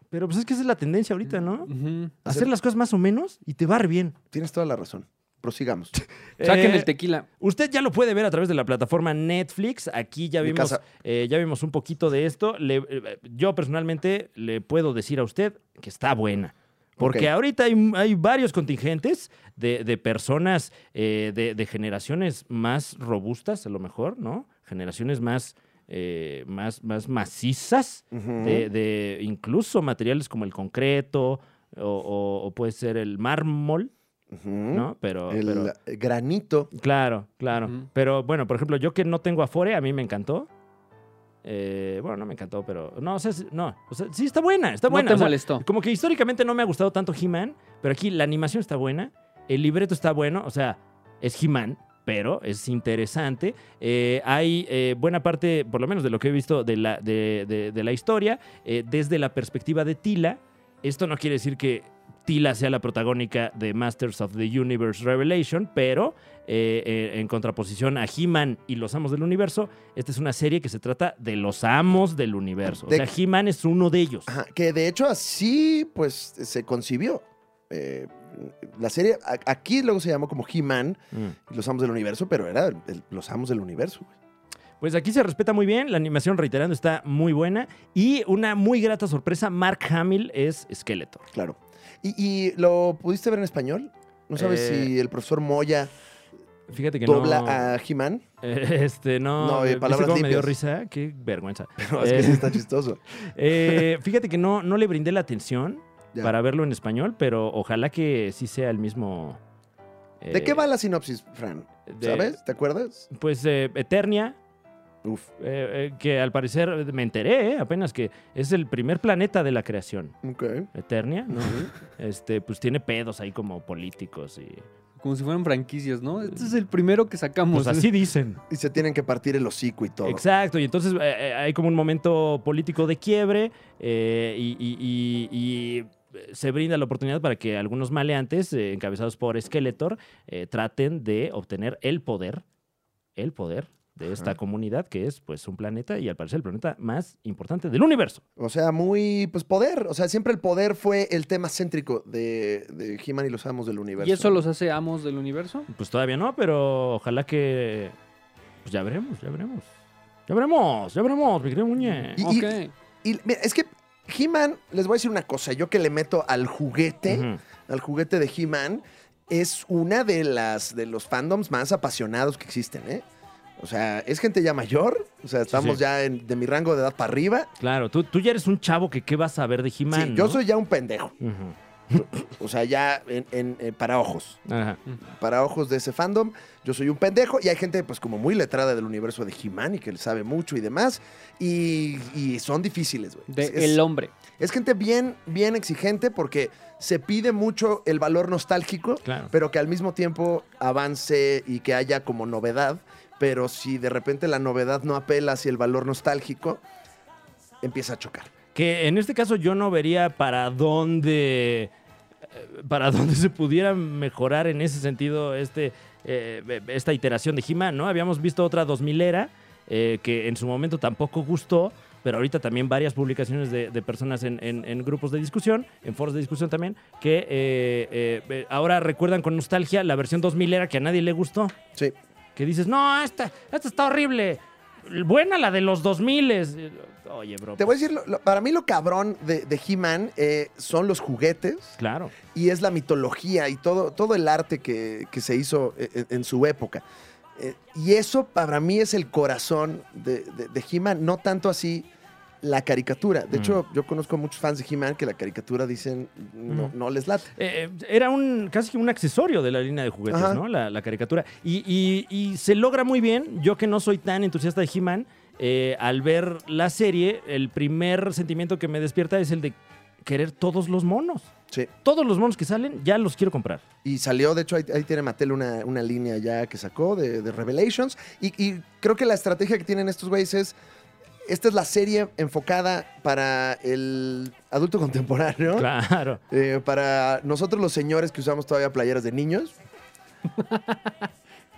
Pero pues es que esa es la tendencia ahorita,
Mm,
¿no?
ujú.
Hacer las cosas más o menos y te va a ir bien.
Tienes toda la razón. Prosigamos.
Saquen
Eh,
el tequila.
Usted ya lo puede ver a través de la plataforma Netflix. Aquí ya
Mi
vimos,
casa.
eh, ya vimos un poquito de esto. Le- eh, yo personalmente le puedo decir a usted que está buena. Porque
Ok.
ahorita hay, hay varios contingentes de, de personas eh, de, de generaciones más robustas, a lo mejor, ¿no? Generaciones más, eh, más, más macizas,
Ujú.
de, de incluso materiales como el concreto o, o- o puede ser el mármol,
Ujú.
¿no? Pero,
El
pero-
eh, granito.
Claro, claro.
Ujú.
Pero bueno, por ejemplo, yo que no tengo Afore, a mí me encantó. Eh, bueno, no me encantó, pero. No, o sea, sí- no. O sea, sí está buena, está buena.
no te
o sea,
molestó.
como que históricamente no me ha gustado tanto He-Man, pero aquí la animación está buena, el libreto está bueno, o sea, es He-Man, pero es interesante. Eh, hay eh, buena parte, por lo menos de lo que he visto de la, de, de- de la historia, eh, desde la perspectiva de Tila. Esto no quiere decir que Tila sea la protagónica de Masters of the Universe Revelation, pero eh, eh, en contraposición a He-Man y los Amos del Universo, esta es una serie que se trata de los Amos del Universo. O
De-
sea, He-Man es uno de ellos.
Ajá, que de hecho así pues se concibió. Eh, la serie a- aquí luego se llamó como He-Man,
Mm.
los amos del universo, pero era el- el- los amos del universo. güey.
Pues aquí se respeta muy bien, la animación, reiterando, está muy buena. Y una muy grata sorpresa, Mark Hamill es Skeletor.
Claro. ¿Y, y lo pudiste ver en español? ¿No sabes
Eh,
si el profesor Moya
Fíjate que
dobla
no...
a He-Man?
Eh, Este, no...
No, eh,
¿viste
palabras
cómo me dio
limpias.
risa? Qué vergüenza.
Pero es que
Eh,
sí está chistoso.
eh, fíjate que no, no le brindé la atención
Ya.
para verlo en español, pero ojalá que sí sea el mismo...
¿De
eh,
qué va la sinopsis, Fran?
de-
¿Sabes? ¿Te acuerdas?
Pues eh, Eternia,
Uf,
eh, eh, que al parecer eh, me enteré eh, apenas que es el primer planeta de la creación.
ok.
Eternia, ¿no?
Ujú.
Este, pues tiene pedos ahí como políticos y...
Pues,
Como si fueran franquicias, ¿no? Este es el primero que sacamos.
Pues así dicen.
Y se tienen que partir el hocico y todo.
Exacto, y entonces eh, eh, hay como un momento político de quiebre eh, y, y- y- y, eh, se brinda la oportunidad para que algunos maleantes, eh, encabezados por Skeletor, eh, traten de obtener el poder, el poder de esta
Ajá.
comunidad que es pues un planeta y al parecer el planeta más importante del universo.
O sea, muy, pues poder. O sea, siempre el poder fue el tema céntrico de, de He-Man y los amos del universo.
¿Y eso los hace amos del universo?
Pues todavía no, pero ojalá que... Pues ya veremos, ya veremos. Ya veremos, ya veremos, mi querido Muñe.
Y-
ok.
Y mira, es que He-Man, les voy a decir una cosa. Yo que le meto al juguete,
Ujú.
al juguete de He-Man, es una de las de los fandoms más apasionados que existen, ¿eh? O sea, es gente ya mayor. O sea, estamos
sí.
ya en- de mi rango de edad para arriba.
Claro, tú, tú ya eres un chavo que qué vas a ver de He-Man.
sí, yo
¿no?
soy ya un pendejo.
Ujú.
O sea, ya en, en- eh, para ojos.
Ajá.
Para ojos de ese fandom, yo soy un pendejo y hay gente pues como muy letrada del universo de He-Man y que le sabe mucho y demás. Y, y son difíciles, güey.
De
Es- es-
el hombre.
Es gente bien, bien exigente porque se pide mucho el valor nostálgico,
Claro.
pero que al mismo tiempo avance y que haya como novedad. Pero si de repente la novedad no apela hacia el valor nostálgico, empieza a chocar.
Que en este caso yo no vería para dónde. eh, Para dónde se pudiera mejorar en ese sentido este, eh, esta iteración de He-Man, ¿no? Habíamos visto otra 2000 era eh, que en su momento tampoco gustó, pero ahorita también varias publicaciones de, de personas en, en- en grupos de discusión, en foros de discusión también, que eh, eh, eh, ahora recuerdan con nostalgia la versión 2000 era que a nadie le gustó.
Sí.
Que dices, no, esta, esta está horrible. Buena la de los 2000. Eh, Oye, bro.
Te voy a decir, lo- lo- para mí lo cabrón de, de He-Man eh, son los juguetes
Claro.
y es la mitología y todo, todo el arte que, que se hizo eh, en, en su época. Eh, y eso para mí es el corazón de, de, de He-Man, no tanto así la caricatura. De
Mm.
hecho, yo conozco muchos fans de He-Man que la caricatura dicen no,
Mm.
no les late.
Eh, eh, era un casi que un accesorio de la línea de juguetes,
Ajá.
¿no? La, la caricatura. Y, y- y se logra muy bien. Yo que no soy tan entusiasta de He-Man, eh, al ver la serie, el primer sentimiento que me despierta es el de querer todos los monos.
Sí.
Todos los monos que salen, ya los quiero comprar.
Y salió, de hecho, ahí, ahí tiene Mattel una, una línea ya que sacó de, de Revelations. Y, y creo que la estrategia que tienen estos güeyes es. Esta es la serie enfocada para el adulto contemporáneo.
Claro.
Eh, para nosotros los señores que usamos todavía playeras de niños.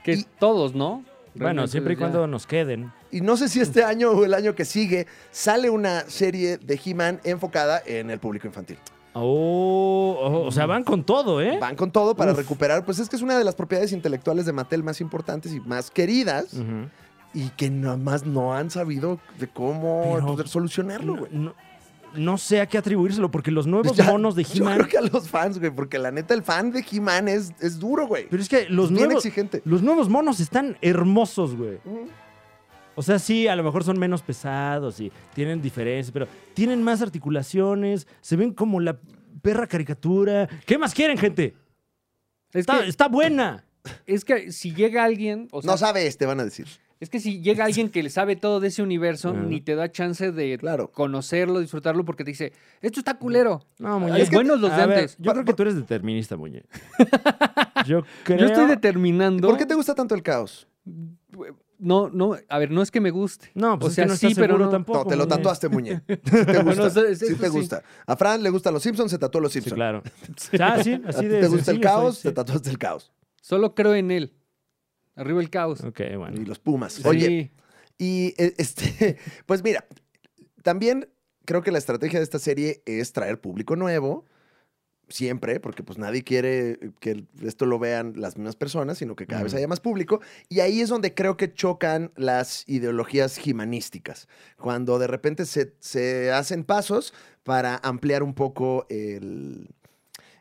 Que
Y-
todos, ¿no?
Bueno,
Realmente
siempre y
ya.
cuando nos queden.
Y no sé si este
Mm.
año o el año que sigue sale una serie de He-Man enfocada en el público infantil.
Oh, oh, o sea, van con todo, ¿eh?
Van con todo para
Uf.
recuperar, pues es que es una de las propiedades intelectuales de Mattel más importantes y más queridas
Ujú.
y que nada más no han sabido de cómo
Pero-
pues, solucionarlo, güey.
No, no sé a qué atribuírselo, porque los nuevos
Ya,
monos de
Yo creo
He-Man.
que a los fans, güey, porque la neta el fan de He-Man es, es duro, güey.
Pero es que los
Es bien
nuevos,
exigente.
los nuevos monos están hermosos, güey.
Ujú.
O sea, sí, a lo mejor son menos pesados y tienen diferencias, pero tienen más articulaciones, se ven como la perra caricatura. ¿Qué más quieren, gente?
Es
Está,
que,
está buena.
es que si llega alguien. O sea,
No sabes, te van a decir.
Es que si llega alguien que le sabe todo de ese universo,
Ajá.
ni te da chance de
Claro.
conocerlo, disfrutarlo, porque te dice, esto está culero.
No,
Muñe. Buenos los de
A ver,
antes.
yo creo que tú eres determinista, Muñe. Yo creo.
Yo estoy determinando.
¿Por qué te gusta tanto el caos?
No, no, a ver, no es que me guste.
No, pues
o sea,
es que no
sí,
estás
pero
seguro
no.
tampoco.
No, te lo
Muñe.
tatuaste, Muñe. Sí te gusta.
Bueno, eso- eso
sí te
sí.
gusta. A Fran le gustan los Simpsons, se tatuó los
Sí,
Simpsons.
claro. Ah, sí,
A
así
ti
de.
te gusta el
sencillo soy,
caos,
sí.
te tatuaste el caos.
Solo creo en él. Arriba el caos.
Ok, bueno.
Y los Pumas.
Sí.
Oye, y eh, este, pues mira, también creo que la estrategia de esta serie es traer público nuevo. Siempre, porque pues nadie quiere que esto lo vean las mismas personas, sino que cada vez
Ujú.
haya más público. Y ahí es donde creo que chocan las ideologías humanísticas, cuando de repente se, se hacen pasos para ampliar un poco el,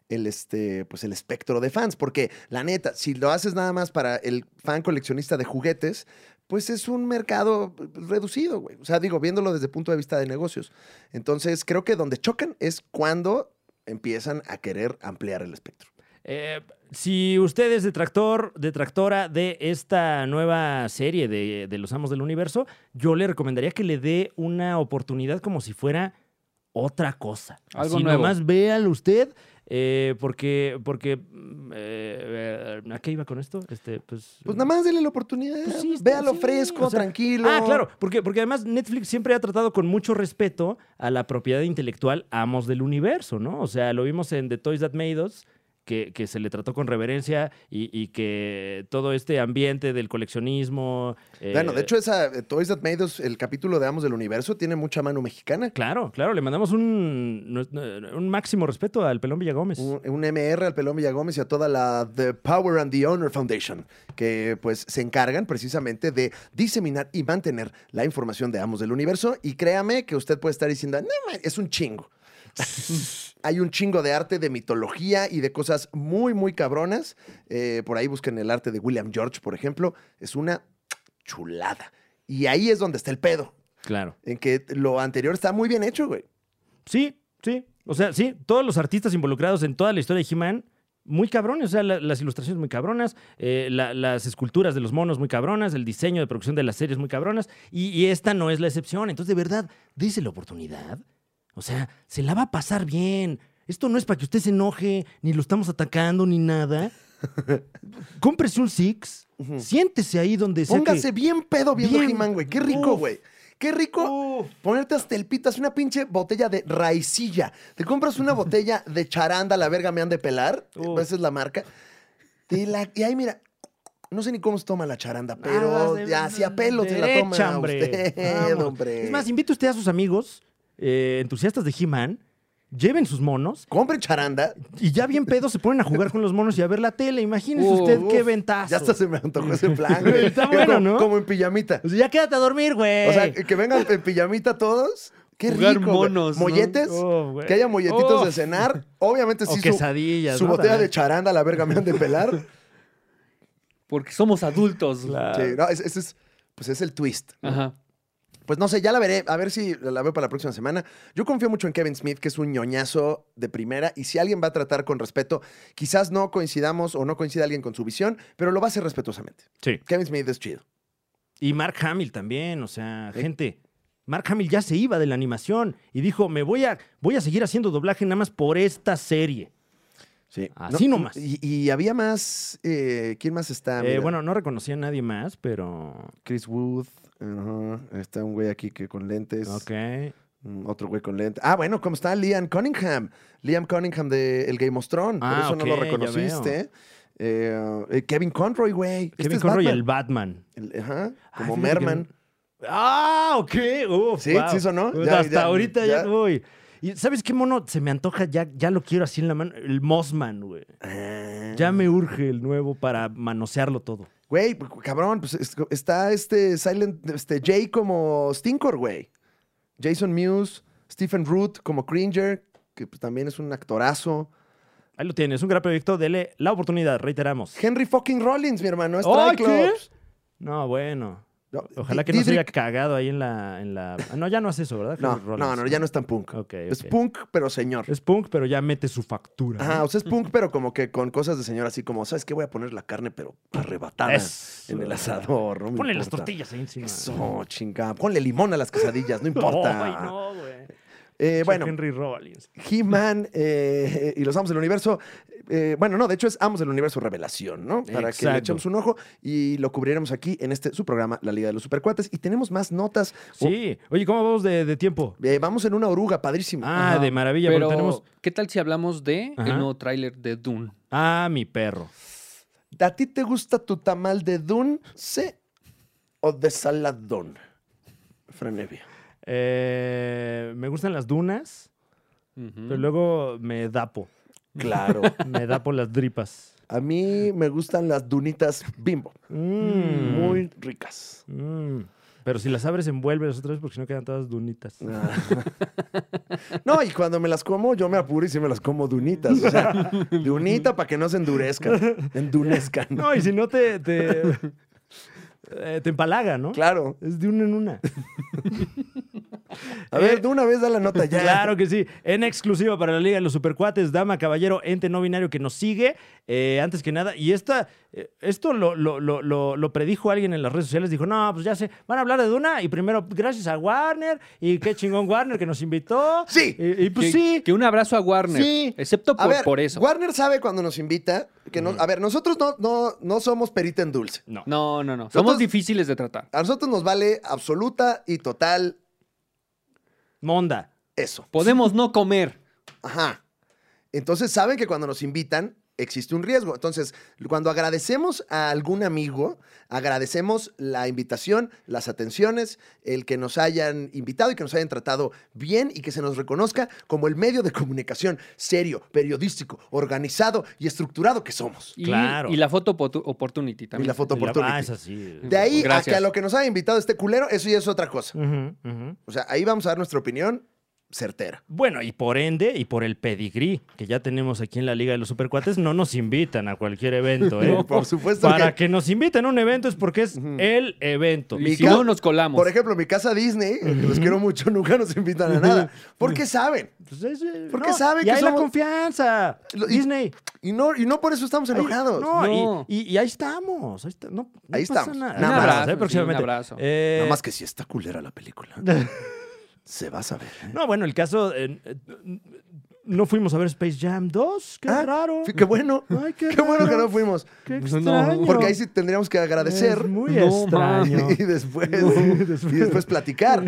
el, este, pues el espectro de fans. Porque la neta, si lo haces nada más para el fan coleccionista de juguetes, pues es un mercado eh, pues, reducido, güey. O sea, digo, viéndolo desde el punto de vista de negocios. Entonces, creo que donde chocan es cuando empiezan a querer ampliar el espectro.
Eh, si usted es detractor, detractora de esta nueva serie de, de Los Amos del Universo, yo le recomendaría que le dé una oportunidad como si fuera otra cosa.
Algo
Así
nuevo.
Nomás véalo usted, eh, porque, porque mm, eh, eh, ¿a qué iba con esto? Este, pues,
Pues nada más denle la oportunidad,
Pues sí, está-
véalo
sí,
fresco,
o sea,
tranquilo.
Ah, claro, porque, porque además Netflix siempre ha tratado con mucho respeto a la propiedad intelectual Amos del Universo, ¿no? O sea, lo vimos en The Toys That Made Us, que, que se le trató con reverencia y, y que todo este ambiente del coleccionismo... eh,
Bueno, de hecho, esa eh, Toys That Made Us, el capítulo de Amos del Universo, tiene mucha mano mexicana.
Claro, claro, le mandamos un, un máximo respeto al Pelón Villagómez.
Un, un MR al Pelón Villagómez y a toda la The Power and the Honor Foundation, que pues se encargan precisamente de diseminar y mantener la información de Amos del Universo. Y créame que usted puede estar diciendo, no, man, es un chingo. Hay un chingo de arte, de mitología y de cosas muy, muy cabronas. Eh, por ahí busquen el arte de William George, por ejemplo. Es una chulada. Y ahí es donde está el pedo,
Claro.
en que lo anterior está muy bien hecho, güey.
Sí, sí. O sea, sí, todos los artistas involucrados en toda la historia de He-Man, muy cabrones. O sea, la- las ilustraciones muy cabronas, eh, la- las esculturas de los monos muy cabronas, el diseño de producción de las series muy cabronas. Y, y esta no es la excepción. Entonces, de verdad, dése la oportunidad. O sea, se la va a pasar bien. Esto no es para que usted se enoje, ni lo estamos atacando, ni nada. Cómprese un Six,
Ujú.
siéntese ahí donde sea que-
Póngase bien pedo viendo
Bien.
He-Man, güey. Qué rico,
Uf.
güey. Qué rico
Uf.
ponerte hasta el pito. Así una pinche botella de raicilla. Te compras una botella de charanda, la verga me han de pelar.
Uf.
Esa es la marca. Y, la, y ahí, mira. No sé ni cómo se toma la charanda,
Ah,
pero
de-
ya, si a pelo se la
derecha,
toma usted,
Vamos.
hombre.
Es más, invite usted a sus amigos eh, entusiastas de He-Man, lleven sus monos
compre charanda.
y ya bien pedos se ponen a jugar con los monos y a ver la tele. Imagínese
Uf,
usted qué
Uf,
ventaja.
Ya hasta se me antojó ese plan, güey.
Está bueno,
como,
¿no?
Como en pijamita.
ya quédate a dormir, güey.
O sea, que vengan en pijamita todos. Qué
Jugar
rico, güey.
monos, ¿no?
Molletes.
Oh, güey.
Que haya molletitos
Oh.
de cenar. Obviamente sí
o
su-
quesadillas.
Su
¿no?
botella de
También.
charanda, la verga, me han de pelar.
Porque somos adultos.
Claro.
Sí, no, es- ese es, pues es el twist.
Ajá.
Pues no sé, ya la veré. A ver si la veo para la próxima semana. Yo confío mucho en Kevin Smith, que es un ñoñazo de primera. Y si alguien va a tratar con respeto, quizás no coincidamos o no coincida alguien con su visión, pero lo va a hacer respetuosamente.
Sí.
Kevin Smith es chido.
Y Mark Hamill también, o sea,
Eh.
gente. Mark Hamill ya se iba de la animación y dijo, me voy a, voy a seguir haciendo doblaje nada más por esta serie.
Sí.
Así
No,
nomás.
Y, y había más. eh, ¿Quién más está?
Eh,
Mira,
bueno, no reconocí a nadie más, pero...
Chris Wood. ajá, Está un güey aquí que con lentes.
Ok.
Mm, Otro güey con lentes. Ah, bueno, ¿cómo está Liam Cunningham? Liam Cunningham de El Game of Thrones. Por
Ah,
eso no
ok,
lo
ya
reconociste. Eh, eh, Kevin Conroy, güey. Este
Kevin
es
Conroy, el
Batman.
Batman.
El- ajá,
Ah,
como
fíjate que
Merman.
Ah, ok. Uf,
Sí,
wow.
sí sonó.
Puta,
Ya,
Hasta
ya,
ahorita ya,
ya.
voy. ¿Y sabes qué mono se me antoja? Ya, ya lo quiero así en la mano. El Mossman, güey.
Ah.
Ya me urge el nuevo para manosearlo todo.
Güey, pues, cabrón, pues es- está este Silent, este Jay como Stinkor, güey. Jason Mewes, Stephen Root como Cringer, que pues, también es un actorazo.
Ahí lo tienes, un gran proyecto. Dele la oportunidad, reiteramos.
Henry fucking Rollins, mi hermano, es
¡Ay,
Triclops.
No, bueno.
No,
Ojalá
Di-
que no se haya
Didrik-
cagado ahí en la, en la... Ah, No, ya no hace eso, ¿verdad?
No,
Henry Rollins?
no, no, ya no es tan punk.
Ok,
Es
ok.
punk, pero señor.
Es punk, pero ya mete su factura.
Ajá,
¿no?
o sea, es punk, pero como que con cosas de señor, así como, ¿sabes qué? Voy a poner la carne, pero arrebatada
Eso.
en el asador. No me
Ponle las
importa.
tortillas ahí encima.
Eso, chingada. Ponle limón a las quesadillas, no importa.
Ay, no, güey.
Eh, bueno,
Henry Rollins.
He-Man eh, y los Amos del Universo. eh, bueno, no, de hecho es Amos del Universo Revelación, ¿no? Para que le
Exacto.
echemos un ojo y lo cubriremos aquí en este su programa, La Liga de los Supercuates. Y tenemos más notas.
Sí. Oye, ¿cómo vamos de, de tiempo?
Eh, vamos en una oruga, padrísimo.
Ah,
Ajá.
de maravilla,
Pero,
pero tenemos.
¿qué tal si hablamos de
Ajá.
el nuevo tráiler de Dune?
Ah, mi perro.
¿A ti te gusta tu tamal de dulce o de saladón? Franevia.
Eh, me gustan las dunas,
Ujú.
pero luego me dapo.
Claro.
Me dapo las dripas.
A mí me gustan las dunitas bimbo.
Mm.
Muy ricas.
Mm. Pero si las abres, envuelves otra vez porque si no quedan todas dunitas.
No, y cuando me las como, yo me apuro y sí me las como dunitas. O sea, dunita para que no se endurezcan. Endurezcan.
No, y si no te. Te, eh, te empalaga, ¿no?
Claro.
Es de una en una.
A ver, de una vez da la nota ya.
Claro que sí. En exclusiva para la Liga de los Supercuates, dama, caballero, ente no binario que nos sigue. eh, antes que nada, y esta, eh, esto lo, lo- lo- lo- lo predijo alguien en las redes sociales. Dijo, no, pues ya sé, van a hablar de Duna. Y primero, gracias a Warner. Y qué chingón Warner que nos invitó.
Sí.
Y, y pues
que,
sí.
que un abrazo a Warner.
Sí.
Excepto
A
por,
ver,
por eso.
Warner sabe cuando nos invita que no- a ver, nosotros no, no, no somos perita en dulce.
No.
No, no, no. Somos
Nosotros-
difíciles de tratar.
A nosotros nos vale absoluta y total
Monda.
eso.
Podemos no comer.
Ajá. Entonces saben que cuando nos invitan existe un riesgo. Entonces, cuando agradecemos a algún amigo, agradecemos la invitación, las atenciones, el que nos hayan invitado y que nos hayan tratado bien y que se nos reconozca como el medio de comunicación serio, periodístico, organizado y estructurado que somos.
Y,
Claro.
Y la foto oportu- opportunity también.
Y la foto
Y la- Ah,
opportunity.
es así.
De ahí a
Gracias.
que a lo que nos haya invitado este culero, eso ya es otra cosa.
Ujú, ujú.
O sea, ahí vamos a dar nuestra opinión certera.
Bueno, y por ende, y por el pedigrí que ya tenemos aquí en la Liga de los Supercuates, no nos invitan a cualquier evento, ¿eh?
Por supuesto
Para
que,
que nos inviten a un evento es porque es el evento.
Y si
Mica-
no nos colamos.
por ejemplo, mi casa Disney, que los quiero mucho, nunca nos invitan a nada. Porque saben.
Pues es, eh,
Porque sabe
y
que
hay la
somos-
confianza.
Lo- y-
Disney.
Y no, y no por eso estamos
Ahí-
enojados.
no, y-
No.
Y, y ahí estamos. Ahí, está- no, no
Ahí
pasa
estamos.
Nada.
Un
Un abrazo,
abrazo,
eh,
sí,
próximamente.
un abrazo.
Eh,
Nada más que si está culera la película, se va a saber. ¿eh?
No, bueno, el caso. eh, eh, no fuimos a ver Space Jam 2. Qué
Ah,
raro.
Qué bueno.
Ay, qué,
qué bueno que
raro,
no fuimos. Pues
Qué
No,
extraño.
Porque ahí sí tendríamos que agradecer.
Es muy
No,
extraño.
Y después,
después-
y después platicar.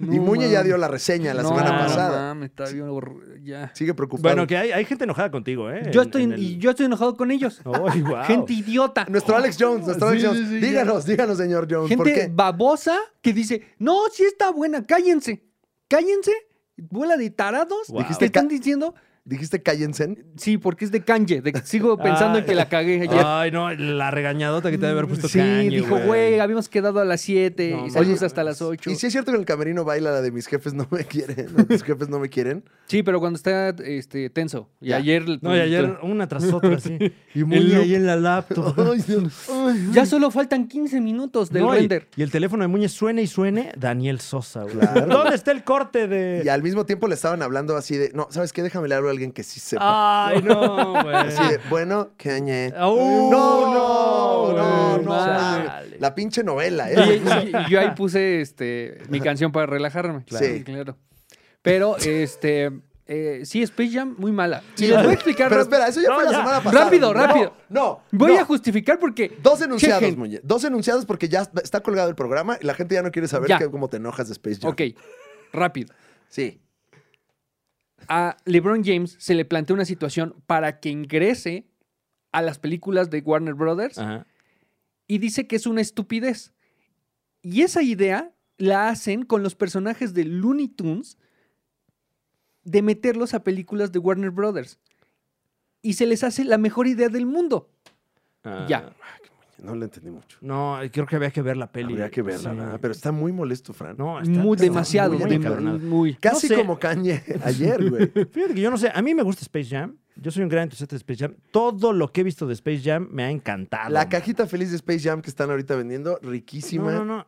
y Muñe ya
mames.
dio la reseña la
No,
semana
mames.
pasada.
no, mames, está bien hor- ya.
Sigue preocupado.
Bueno, que hay, hay gente enojada contigo, ¿eh?
Yo
En-
estoy,
en el-
Y yo estoy enojado con ellos.
Ay, guau.
Gente idiota.
Nuestro Alex Jones, nuestro Alex
Sí,
Jones.
sí, sí, ya.
díganos, díganos, señor Jones. ¿Por
Gente
qué?
babosa que dice, no, sí está buena, cállense. Cállense. Bola de tarados.
Wow.
Dijiste, están diciendo,
Dijiste cállense.
sí, porque es de canje. de-
Ah.
sigo pensando en que la cagué ayer.
Ay, no, la regañadota que te debe haber puesto
Mm, sí,
Kanye,
dijo, güey, habíamos quedado a las 7
No,
y
mames.
salimos hasta las 8.
Y si es cierto que en el camerino baila la de mis jefes no me quieren. ¿no? Mis jefes no me quieren.
Sí, pero cuando está este, tenso. Y
Ya.
ayer.
No, y ayer una tras otra, sí. Y
muy
Muñe
loco.
ahí en la laptop.
Ay, Dios. Ay.
Ya solo faltan 15 minutos del
No, y-
render.
Y, el teléfono de Muñe suene y suene, Daniel Sosa, güey. ¿Dónde está el corte de...?
Y al mismo tiempo le estaban hablando así de, no, ¿sabes qué? Déjame le hablo a alguien
Ah.
que sí sepa.
Ay, no, güey.
Así de, bueno, ¿qué añe?
Ah, uh,
no, no,
Oh, güey.
no, no,
mames.
Chale.
La pinche novela, ¿eh?
Y, y- y yo ahí puse este, mi canción para relajarme. Claro,
Sí.
claro. Pero, este, eh, sí, Space Jam, muy mala. Y les voy a explicar.
Pero
rap-
espera, eso ya
No,
fue la
ya.
semana pasada.
Rápido,
No,
rápido.
No,
voy
no.
a justificar porque.
Dos enunciados,
Chequen.
Muñe. Dos enunciados porque ya está colgado el programa y la gente ya no quiere saber
Ya.
que- cómo te enojas de Space Jam.
Ok, rápido.
Sí.
A LeBron James se le plantea una situación para que ingrese a las películas de Warner Brothers
Ajá.
y dice que es una estupidez. Y esa idea la hacen con los personajes de Looney Tunes de meterlos a películas de Warner Brothers. Y se les hace la mejor idea del mundo.
Ah.
Ya.
No lo entendí mucho.
No, creo que había que ver la peli.
Habría que verla,
Sí.
¿verdad? Pero está muy molesto, Fran.
No, está-
Muy
está
demasiado.
muy
de-
encabronado.
muy.
Casi
no sé.
como Kanye ayer, güey.
Fíjate que yo no sé, a mí me gusta Space Jam. Yo soy un gran entusiasta de Space Jam. Todo lo que he visto de Space Jam me ha encantado.
La cajita feliz de Space Jam que están ahorita vendiendo,
No,
riquísima.
no, no.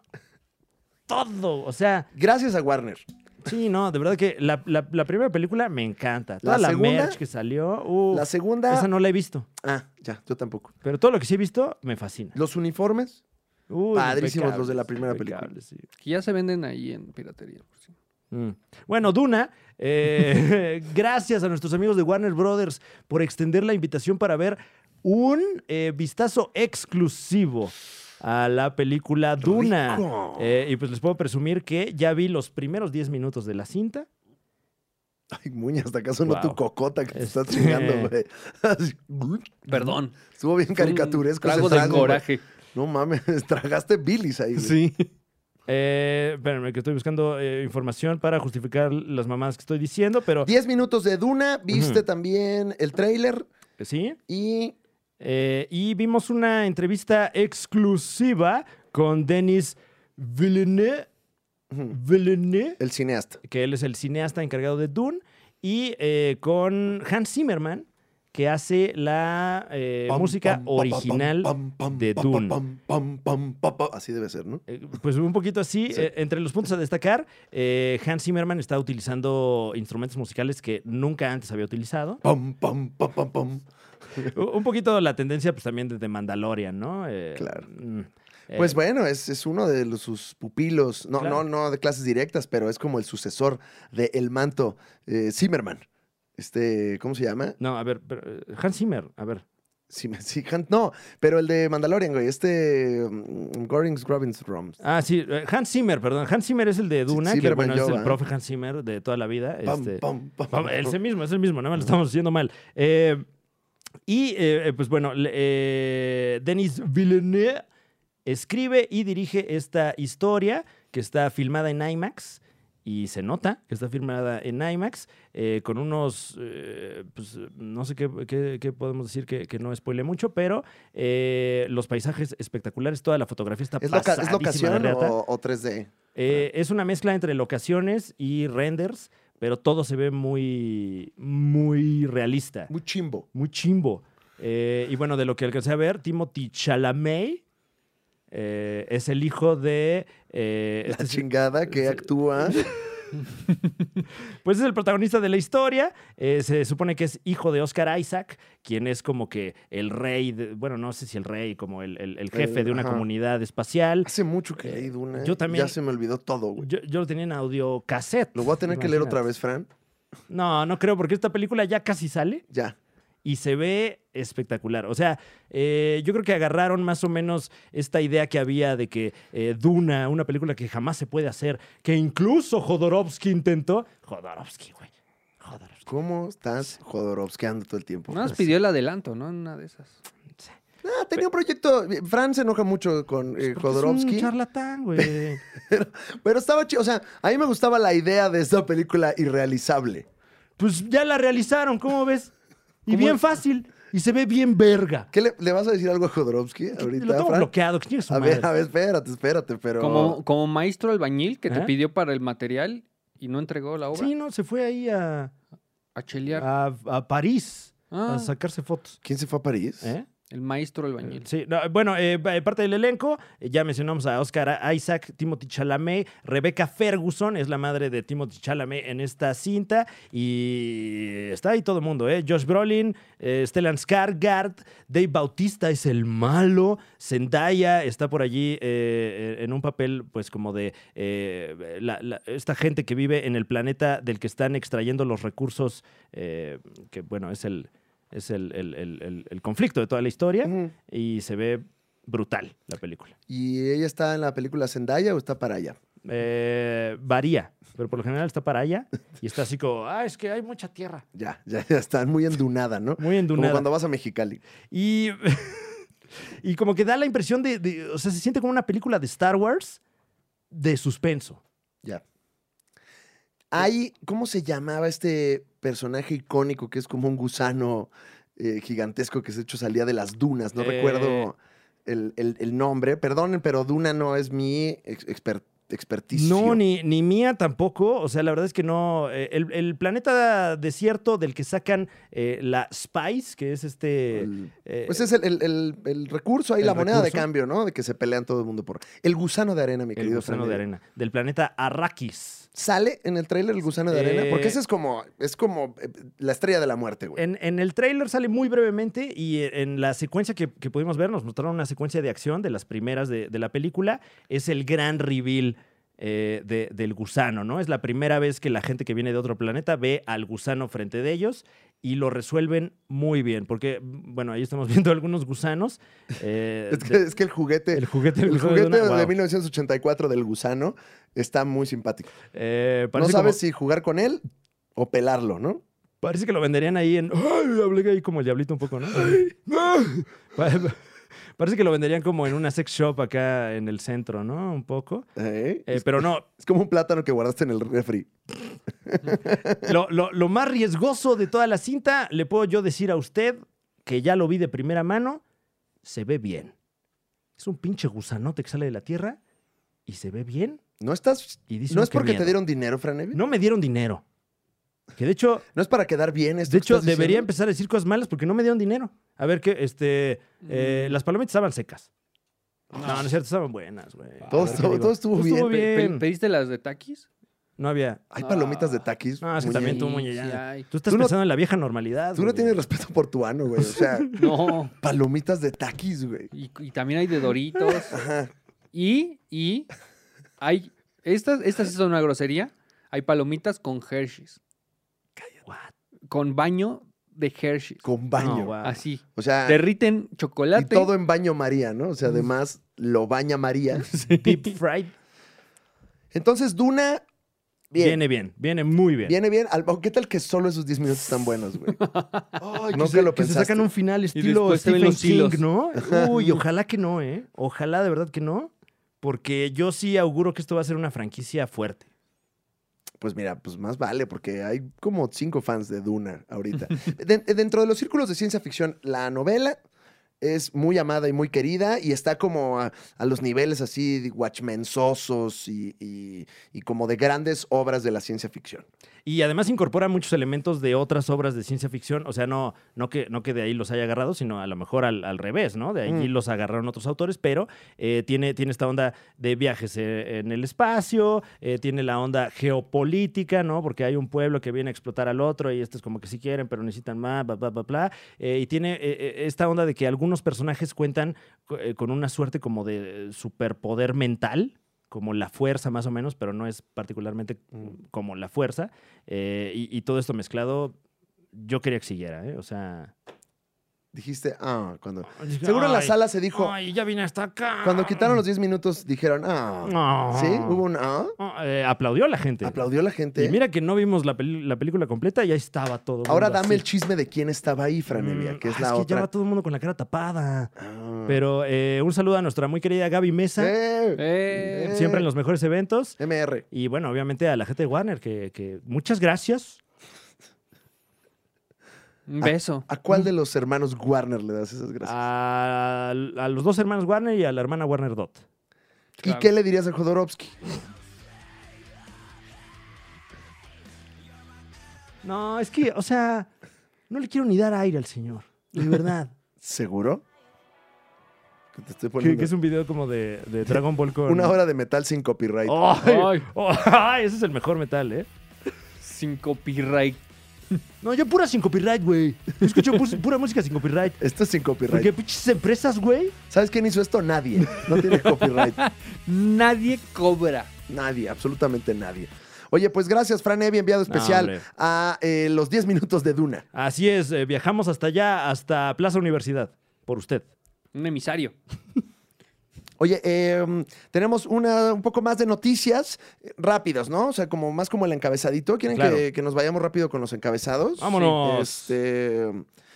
Todo. O sea,
Gracias a Warner.
sí, no, de verdad que la, la- la primera película me encanta. Toda la,
segunda-
merch que salió. uh,
La segunda.
Esa no la he visto.
Ah, ya, yo tampoco.
Pero todo lo que sí he visto me fascina.
Los uniformes.
Uy,
Padrísimos
impecables,
los de la primera
impecables, sí.
Que ya se venden ahí en piratería. por cierto.
Mm. Bueno, Duna, eh, gracias a nuestros amigos de Warner Brothers por extender la invitación para ver un eh, vistazo exclusivo a la película Duna.
Rico.
Eh, y pues les puedo presumir que ya vi los primeros 10 minutos de la cinta.
Ay, muña, hasta acá sonó
Wow.
tu cocota que te estás
Este-
chingando, güey. Así,
Perdón.
Estuvo bien caricaturesco. ese
Trago de
trago, güey.
coraje.
No mames, tragaste bilis ahí. güey.
Eh, espérenme, que estoy buscando eh, información para justificar las mamadas que estoy diciendo, pero
10 minutos de Duna, viste también el tráiler
sí.
y
Eh, y vimos una entrevista exclusiva con Denis Villeneuve.
ujú,
Villeneuve.
el cineasta.
que él es el cineasta encargado de Dune, y eh, con Hans Zimmerman, que hace la eh,
Pam,
música
pam, pa, pa,
original.
pam, pam,
de
pa, pa,
Dune.
pam, pam, pam, pa, pa. Así debe ser, ¿no?
Eh, Pues un poquito así,
Sí.
eh, entre los puntos a destacar, eh, Hans Zimmerman está utilizando instrumentos musicales que nunca antes había utilizado.
Pam, pam, pam, pam, pam.
U- Un poquito la tendencia pues también de The Mandalorian, ¿no? Eh,
Claro.
mm, eh,
Pues bueno, es, es uno de los- sus pupilos, no,
Claro.
no, no de clases directas, pero es como el sucesor de El Manto eh, Zimmerman. Este, ¿cómo se llama?
No, a ver, pero, eh, Hans Zimmer, a ver.
Zimmer- sí, Han- no, pero el de Mandalorian, güey, este mm, Gorings Robbins Roms.
Ah, sí, eh, Hans Zimmer, perdón. Hans Zimmer es el de Duna, que
Zimmerman
bueno, es el
Yoga.
profe Hans Zimmer de toda la vida.
Pam,
este,
pam, pam,
Vamos, Es el
pam.
mismo, es el mismo, nada más lo estamos haciendo mal. Eh, y eh, eh, pues bueno, le- eh, Denis Villeneuve escribe y dirige esta historia que está filmada en IMAX. Y se nota que está filmada en IMAX eh, con unos, eh, pues no sé qué, qué- qué podemos decir que, que no spoile mucho, pero eh, los paisajes espectaculares, toda la fotografía está
¿Es, loca- ¿Es
pasadísima de
locación
reata.
o, o 3D?
Eh, es una mezcla entre locaciones y renders, pero todo se ve muy, muy realista,
Muy chimbo.
muy chimbo. Eh, y bueno, de lo que alcancé a ver, Timothy Chalamet eh, es el hijo de... eh,
La
este es-
chingada que
sí.
actúa.
pues es el protagonista de la historia. Eh, se supone que es hijo de Oscar Isaac, quien es como que el rey, de- bueno, no sé si el rey, como el, el- el jefe
El-
de una
ajá.
comunidad espacial.
Hace mucho que
Eh,
leí Duna.
yo también-
Ya se me olvidó todo, güey.
Yo, yo lo tenía en audio cassette.
Lo voy a tener que leer otra vez, Fran.
No, no creo, porque esta película ya casi sale.
Ya.
y se ve espectacular. O sea, eh, yo creo que agarraron más o menos esta idea que había de que eh, Duna, una película que jamás se puede hacer, que incluso Jodorowsky intentó. Jodorowsky, güey. Jodorowsky.
¿Cómo estás Jodorowskyando todo el tiempo?
Nada más pidió el adelanto, ¿no? En Una de esas.
Ah, tenía un proyecto. Fran se enoja mucho con eh,
Pues Es un
Jodorowsky.
charlatán, güey.
Pero estaba chido. O sea, a mí me gustaba la idea de esta película irrealizable.
pues ya la realizaron, ¿cómo ves? Y
¿Cómo?
bien fácil. Y se ve bien verga.
¿Qué le, le vas a decir algo a Jodorowsky
Lo
ahorita,
tengo
Fran?
bloqueado. que chingue su
A ver,
madre.
a ver, espérate, espérate, pero.
Como, como maestro albañil que te
¿Eh?
pidió para el material y no entregó la obra.
Sí, no, se fue ahí a,
A chelear.
a- a París
Ah.
Ah.
a sacarse fotos.
¿Quién se fue a París?
¿Eh?
El maestro albañil.
Sí, no, bueno, eh, pa- parte del elenco, eh, ya mencionamos a Oscar Isaac, Timothy Chalamet, Rebecca Ferguson es la madre de Timothy Chalamet en esta cinta y está ahí todo el mundo, ¿eh? Josh Brolin, eh, Stellan Skarsgård, Dave Bautista es el malo, Zendaya está por allí eh, en un papel pues como de eh, la- la- esta gente que vive en el planeta del que están extrayendo los recursos, eh, que bueno, es el... Es el, el- el- el- el conflicto de toda la historia
Ujú.
y se ve brutal la película.
¿Y ella está en la película Zendaya o está para allá?
Eh, varía, pero por lo general está para allá y está así como, ah, es que hay mucha tierra.
Ya, ya, ya está muy endunada, ¿no?
Muy
Como
endunada.
cuando vas a Mexicali.
Y, y como que da la impresión de, de- o sea, se siente como una película de Star Wars de suspenso.
Ya. Hay, ¿cómo se llamaba este personaje icónico que es como un gusano eh, gigantesco que se hecho salía de las dunas? No
Eh.
recuerdo el, el- el nombre. Perdonen, pero duna no es mi ex- exper- experticio.
No, ni, ni mía tampoco. O sea, la verdad es que no. eh, el, el planeta desierto del que sacan eh, la Spice, que es este...
El-
eh,
pues es el, el- el- el recurso ahí,
el
la moneda de
recurso.
cambio, ¿no? De que se pelean todo el mundo por. El gusano de arena, mi
el
querido
gusano
Fran
de
Evia.
arena, del planeta Arrakis.
¿Sale en el tráiler el gusano de arena? Porque
Eh.
ese es como, es como eh, la estrella de la muerte, güey.
En, en el tráiler sale muy brevemente y eh, en la secuencia que, que pudimos ver nos mostraron una secuencia de acción de las primeras de, de la película. Es el gran reveal eh, de- del gusano, ¿no? Es la primera vez que la gente que viene de otro planeta ve al gusano frente de ellos y lo resuelven muy bien. Porque, bueno, ahí estamos viendo algunos gusanos. eh,
Es que,
de-
es que el juguete.
el juguete, del
El
gusano de
juguete
Duna,
de
wow.
1984 del gusano está muy simpático.
Eh,
No
parece como-
sabes si jugar con él o pelarlo, ¿no?
Parece que lo venderían ahí en. ¡Ay! Hablé ahí como el diablito un poco, ¿no? Pa- pa- Parece que lo venderían como en una sex shop acá en el centro, ¿no? Un poco.
¿Eh?
Eh, pero no,
Es como un plátano que guardaste en el refri.
lo, lo- lo más riesgoso de toda la cinta, le puedo yo decir a usted que ya lo vi de primera mano, se ve bien. Es un pinche gusanote que sale de la tierra y se ve bien
No estás.
y dice
No
"Uy,
es
qué
porque te
miedo".
dieron dinero, Franevi. No.
No me dieron dinero. Que de hecho,
es para quedar bien esto.
De
que
hecho,
estás diciendo?
debería empezar a decir cosas malas porque no me dieron dinero. A ver, que este, eh,
Mm.
las palomitas estaban secas. No, no es cierto, estaban buenas, güey.
Todo,
A ver, ¿qué
estuvo-
digo?
todo estuvo bien.
Estuvo
Pe-
bien.
¿Pediste las de Takis?
No había.
Hay palomitas de taquis.
No, Ah, es que
muñe.
también tú,
Sí,
muñe,
sí
ya.
hay.
Tú estás
Tú no-
pensando en la vieja normalidad.
Tú no
güey.
tienes respeto por tu ano, güey. O sea,
No.
palomitas de taquis, güey.
Y, y también hay de Doritos. Y, y hay. Estas, estas sí son una grosería. Hay palomitas con Hershey's.
What?
Con baño de Hershey's.
Con
No,
baño.
guau.
Así.
o sea,
Derriten
y
chocolate.
todo en baño María, ¿no? O
Mm.
sea, además lo baña María.
Deep fried.
Entonces, Duna. Bien.
Viene bien, viene muy bien.
Viene bien. Al- ¿Qué tal que solo esos 10 minutos están buenos, güey?
Ay,
Nunca
que se,
lo
que se
pensaste.
sacan un final estilo
después te ven
Stephen
los
King,
hilos.
¿no? Uy, ojalá que no, ¿eh? Ojalá de verdad que no. Porque yo sí auguro que esto va a ser una franquicia fuerte.
Pues mira, pues más vale, porque hay como cinco fans de Duna ahorita. De- dentro de los círculos de ciencia ficción, la novela es muy amada y muy querida y está como a, a los niveles así de watchmensosos y, y- y como de grandes obras de la ciencia ficción.
Y además incorpora muchos elementos de otras obras de ciencia ficción. O sea, no, no, que, no que de ahí los haya agarrado, sino a lo mejor al, al revés, ¿no? De allí
Mm.
los agarraron otros autores, pero eh, tiene, tiene esta onda de viajes eh, en el espacio, eh, tiene la onda geopolítica, ¿no? Porque hay un pueblo que viene a explotar al otro y este es como que sí quieren, pero necesitan más, bla, bla, bla, bla. Eh, y tiene eh, eh, esta onda de que algunos personajes cuentan co- eh, con una suerte como de eh, superpoder mental, como la fuerza más o menos, pero no es particularmente
Mm.
como la fuerza. Eh, y, y todo esto mezclado, yo quería que siguiera, ¿eh? O sea...
Dijiste, ah, cuando... Seguro en la
Ay,
sala se dijo,
Ay, ya vine hasta acá.
cuando quitaron los 10 minutos, dijeron, ah,
No.
¿sí? Hubo un ah,
Ah, eh, aplaudió la gente.
aplaudió la gente.
Y mira que no vimos la, peli- la película completa y ahí estaba todo. el
Ahora
mundo
dame el
así.
chisme de quién estaba ahí, Franevia,
Mm,
que
ah,
es la
que ya va
otra.
todo el mundo con la cara tapada.
Ah.
Pero eh, un saludo a nuestra muy querida Gaby Mesa,
Eh,
Eh,
Eh.
siempre en los mejores eventos.
MR.
Y bueno, obviamente a la gente de Warner, que, que muchas gracias.
un beso.
¿A cuál
Mm.
de los hermanos Warner le das esas gracias?
A, a los dos hermanos Warner y a la hermana Warner Dot. Ah,
¿Y qué le dirías a Jodorowsky?
No, es que, o sea, no le quiero ni dar aire al señor. De verdad.
¿Seguro? que te estoy
Que,
poniendo.
que es un video como de, de Dragon Ball con.
Una hora de metal sin copyright.
¡Ay!
Ay.
Oh, ay, Ese es el mejor metal, ¿eh?
Sin copyright.
No, yo pura sin copyright, güey. Yo Escucho pu- pura música sin copyright.
Esto es sin copyright.
Porque pinches empresas, güey.
¿Sabes quién hizo esto? Nadie. No tiene copyright.
Nadie cobra.
Nadie, absolutamente nadie. Oye, pues gracias, Fran Evi, enviado especial
hombre.
a eh, los 10 minutos de Duna.
Así es, eh, viajamos hasta allá, hasta Plaza Universidad, por usted.
Un emisario.
Oye, eh, tenemos una, un poco más de noticias eh, rápidas, ¿no? O sea, como más como el encabezadito. ¿Quieren
Claro.
que, que nos vayamos rápido con los encabezados?
Vámonos.
Este,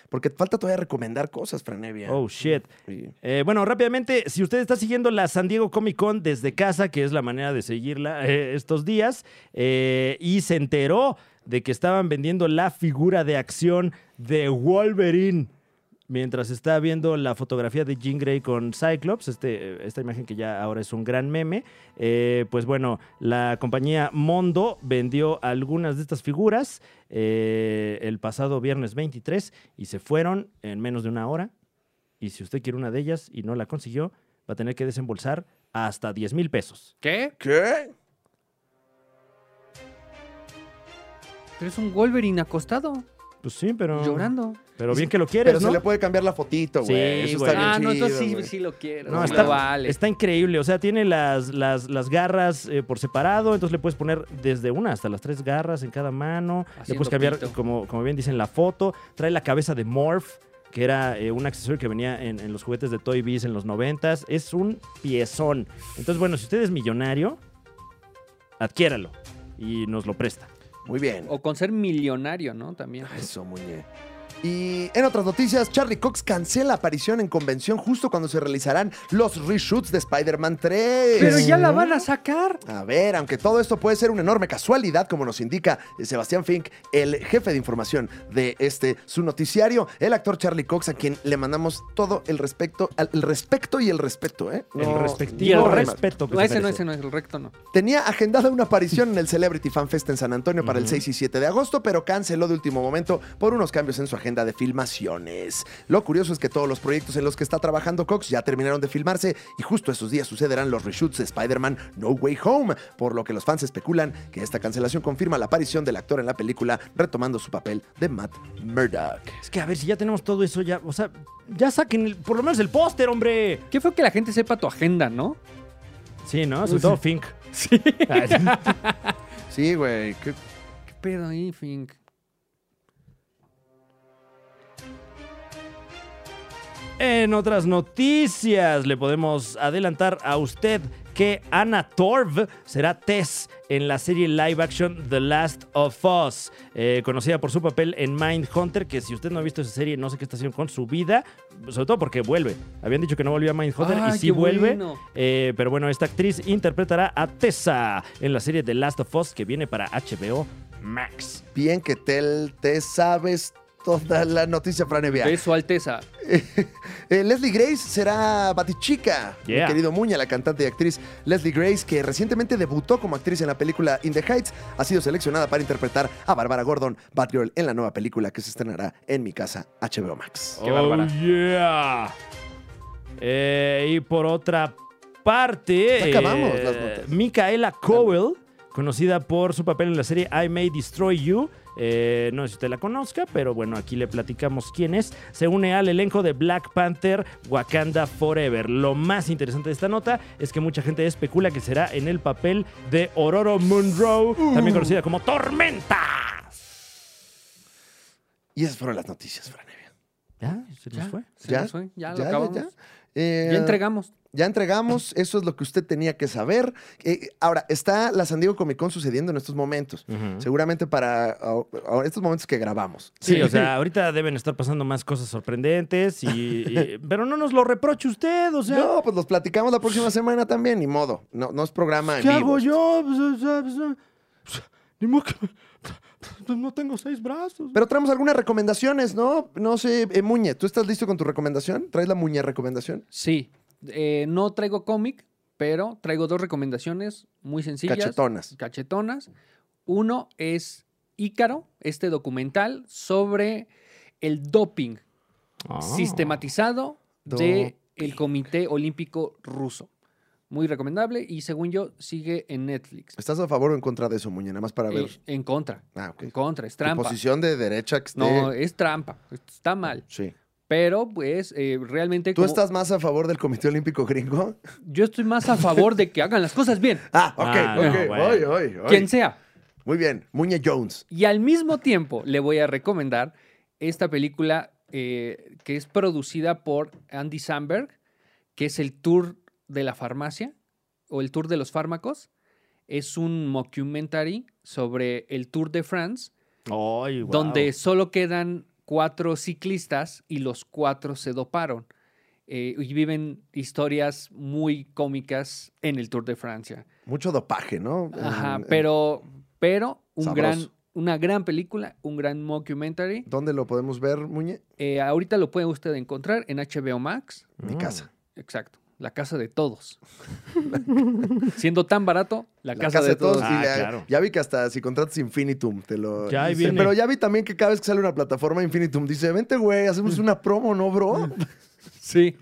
porque falta todavía recomendar cosas, Fran Evi.
Oh, shit.
Sí.
Eh, bueno, rápidamente, si usted está siguiendo la San Diego Comic Con desde casa, que es la manera de seguirla eh, estos días, eh, y se enteró de que estaban vendiendo la figura de acción de Wolverine. Mientras está viendo la fotografía de Jean Grey con Cyclops, este, eh, esta imagen que ya ahora es un gran meme, eh, pues bueno, la compañía Mondo vendió algunas de estas figuras eh, el pasado viernes 23 y se fueron en menos de una hora. Y si usted quiere una de ellas y no la consiguió, va a tener que desembolsar hasta 10 mil pesos.
¿Qué?
¿Qué?
Pero es un Wolverine acostado,
Pues sí, pero.
llorando.
Pero bien que lo
Pero
quieres,
se
¿no?
le puede cambiar la fotito,
Sí,
güey. Eso
güey.
está bien
ah, no,
chido,
entonces sí,
güey.
sí lo quiero.
No,
No,
está,
vale.
está increíble. O sea, tiene las, las, las garras eh, por separado, entonces le puedes poner desde una hasta las tres garras en cada mano. le
Haciendo
puedes cambiar,
pito.
como, como bien dicen, la foto. Trae la cabeza de Morph, que era eh, un accesorio que venía en, en los juguetes de Toy Biz en los noventas. Es un piezón. Entonces, bueno, si usted es millonario, adquiéralo y nos lo presta.
Muy bien.
O con ser millonario, ¿no? También.
Eso, muñe. Y en otras noticias, Charlie Cox cancela aparición en convención justo cuando se realizarán los reshoots de Spider-Man 3.
Pero ya la van a sacar.
A ver, aunque todo esto puede ser una enorme casualidad, como nos indica Sebastián Fink, el jefe de información de este su noticiario, el actor Charlie Cox, a quien le mandamos todo el respecto, al- el respecto y el respeto, ¿eh?
El
No-
respectivo
y el
problema.
respeto. que
No,
se
ese no,
merece.
ese no, es el recto no.
Tenía agendada una aparición en el Celebrity Fan Fest en San Antonio para el
Ujú.
6 y 7 de agosto, pero canceló de último momento por unos cambios en su agenda de filmaciones. Lo curioso es que todos los proyectos en los que está trabajando Cox ya terminaron de filmarse y justo esos días sucederán los reshoots de Spider-Man No Way Home, por lo que los fans especulan que esta cancelación confirma la aparición del actor en la película, retomando su papel de Matt Murdock.
Es que a ver, si ya tenemos todo eso, ya, o sea, ya saquen el- por lo menos el póster, hombre.
Qué fue que la gente sepa tu agenda, ¿no?
Sí, ¿no? Sobre todo Fink. Sí.
Sí, güey. qué-
¿Qué pedo ahí, Fink?
En otras noticias, le podemos adelantar a usted que Anna Torv será Tess en la serie live action The Last of Us, eh, conocida por su papel en Mindhunter, que si usted no ha visto esa serie, no sé qué está haciendo con su vida, sobre todo porque vuelve. Habían dicho que no volvía a Mindhunter
Ay,
y sí
qué
vuelve.
bueno.
Eh, pero bueno, esta actriz interpretará a Tessa en la serie The Last of Us que viene para HBO Max.
Bien que Tel te sabes toda la noticia, Franevia.
Beso, Alteza.
Eh, Leslie Grace será Batichica, mi
Yeah.
querido Muña, la cantante y actriz Leslie Grace, que recientemente debutó como actriz en la película In the Heights, ha sido seleccionada para interpretar a Barbara Gordon, Batgirl, en la nueva película que se estrenará en mi casa HBO Max.
Qué
oh,
bárbara.
yeah. Eh, y por otra parte, eh,
Ya acabamos las notas.
Micaela Cowell, conocida por su papel en la serie I May Destroy You. eh, no sé si usted la conozca, pero bueno, aquí le platicamos quién es. Se une al elenco de Black Panther Wakanda Forever. Lo más interesante de esta nota es que mucha gente especula que será en el papel de Ororo Monroe,
Uh.
también conocida como Tormenta.
Y esas fueron las noticias, Franevia.
¿Ya? ¿Se nos
¿Ya?
fue?
Se nos fue, Ya, lo acabamos. Ya,
Eh,
entregamos.
Ya entregamos, eso es lo que usted tenía que saber. Eh, ahora, está la San Diego Comic Con sucediendo en estos momentos.
Ujú.
Seguramente para ah, ah, estos momentos que grabamos.
Sí, o sea, ahorita deben estar pasando más cosas sorprendentes, y, y- pero no nos lo reproche usted, o sea,
No, pues los platicamos la próxima semana también, ni modo. No, no es programa en
¿qué
vivo.
hago yo? Pues, o sea, pues, eh, pues, ni modo que- pues, no tengo seis brazos.
Pero traemos algunas recomendaciones, ¿no? No sé, eh, Muñe, ¿tú estás listo con tu recomendación? ¿Traes la Muñe recomendación?
Sí. Eh, no traigo cómic, pero traigo dos recomendaciones muy sencillas.
Cachetonas.
Cachetonas. Uno es Ícaro, este documental
Ah.
sobre el doping sistematizado de el Comité Olímpico Ruso. Muy recomendable y según yo sigue en Netflix.
¿Estás a favor o en contra de eso, Muñe? Nada más para ver.
Eh, en contra,
ah, ok.
en contra, es
Tu
trampa.
posición de derecha que esté-
No, eh, es trampa, está mal.
Sí.
Pero pues eh, realmente
¿Tú
como-
estás más a favor del Comité Olímpico Gringo?
yo estoy más a favor de que hagan las cosas bien,
Ah, ok,
Ah, no,
ok.
bueno.
Voy, voy, voy.
quien sea.
Muy bien. Muñe Jones.
Y al mismo tiempo le voy a recomendar esta película eh, que es producida por Andy Samberg, que es el tour de la farmacia o el tour de los fármacos. Es un mockumentary sobre el Tour de France,
Ay, guau.
donde solo quedan cuatro ciclistas y los cuatro se doparon. eh, y viven historias muy cómicas en el Tour de Francia.
Mucho dopaje, ¿no?
Ajá,
En- en-
pero, pero un
Em, Sabroso.
gran, una gran película, un gran mockumentary.
¿Dónde lo podemos ver, Muñe?
Eh, ahorita lo puede usted encontrar en HBO Max.
En mi
Mm.
casa.
Exacto. La casa de todos. Siendo tan barato, la, casa, de, todos.
todos.
y
Ah,
la-
claro.
Ya vi que hasta si contratas Infinitum te lo.
Ya ahí
dice.
viene.
Pero ya vi también que cada vez que sale una plataforma Infinitum dice: Vente, güey, hacemos una promo, ¿no, bro?
Sí.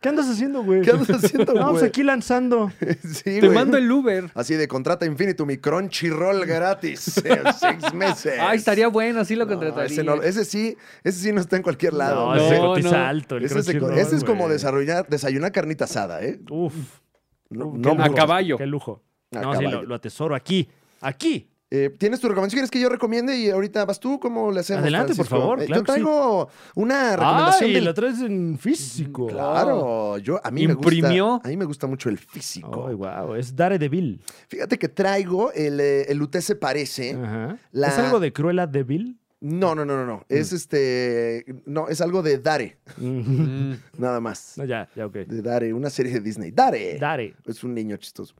¿Qué andas haciendo, güey?
¿Qué andas haciendo, güey?
Vamos pues aquí lanzando.
Sí,
Te
güey.
mando el Uber.
Así de contrata Infinitum y Crunchyroll gratis. eh, seis meses.
Ay, estaría bueno, así lo
No,
contrataría.
ese, no- eh. ese sí, ese sí no está en cualquier lado.
No, ese
No,
cotiza
no.
alto. el
Ese, se-
Crunchyroll,
ese es como
güey.
desarrollar, desayunar carnita asada, ¿eh?
Uf.
No-
uf,
no
qué
mucho.
lujo,
A caballo.
Qué lujo.
A
no, sí, lo,
caballo.
lo atesoro aquí. Aquí.
Eh, ¿Tienes tu recomendación? ¿Quieres que yo recomiende? Y ahorita vas tú, ¿cómo le hacemos?
Adelante, por
Francisco?
favor,
Eh,
claro
yo
que sí.
traigo una recomendación.
Ay,
del-
lo traes en físico.
Claro, yo a mí me
Imprimió.
gusta. A mí me gusta mucho el físico.
Ay, wow. Es Daredevil.
Fíjate que traigo el, eh, el UT se parece.
Ajá.
Eh, La-
¿Es algo de Cruella Devil?
No, no, no, no, no. Es este. No, es algo de Dare,
no,
Mm.
nada más.
ya, ya, ok.
De Dare, una serie de Disney. Dare.
Dare.
Es un niño chistoso.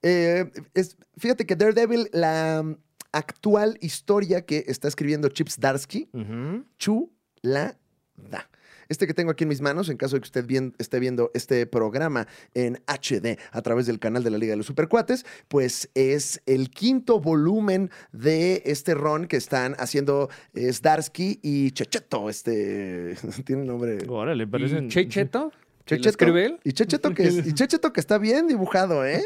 Eh, es, fíjate que Daredevil, la mm, actual historia que está escribiendo Chips Darsky,
Ujú.
chulada. Este que tengo aquí en mis manos, en caso de que usted bien, esté viendo este programa en HD a través del canal de la Liga de los Supercuates, pues es el quinto volumen de este ron que están haciendo eh, Zdarsky y Checheto. Este tiene nombre.
Órale,
¿Y
parecen.
Checheto? ¿Que lo
Checheto.
escribe él?
Y Checheto, que, es- y Checheto que está bien dibujado, ¿eh?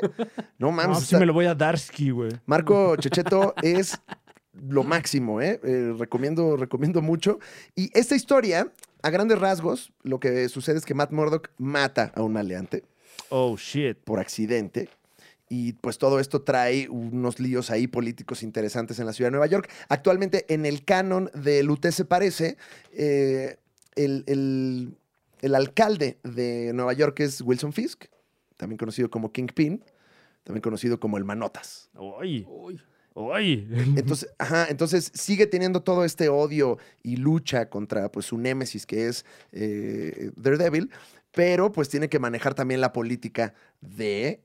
No
No, pues
mames.
sí
está-
me lo voy a Darsky, güey.
Marco Checheto es lo máximo, ¿eh? Eh, Recomiendo, recomiendo mucho. Y esta historia, a grandes rasgos, lo que sucede es que Matt Murdock mata a un maleante
Oh, shit.
por accidente. Y pues todo esto trae unos líos ahí políticos interesantes en la ciudad de Nueva York. Actualmente en el canon del UT se parece, eh, el, el- el alcalde de Nueva York es Wilson Fisk, también conocido como Kingpin, también conocido como el Manotas.
Ay,
Uy.
ay.
Entonces, ajá, entonces sigue teniendo todo este odio y lucha contra pues, su némesis que es eh, Daredevil, pero pues tiene que manejar también la política de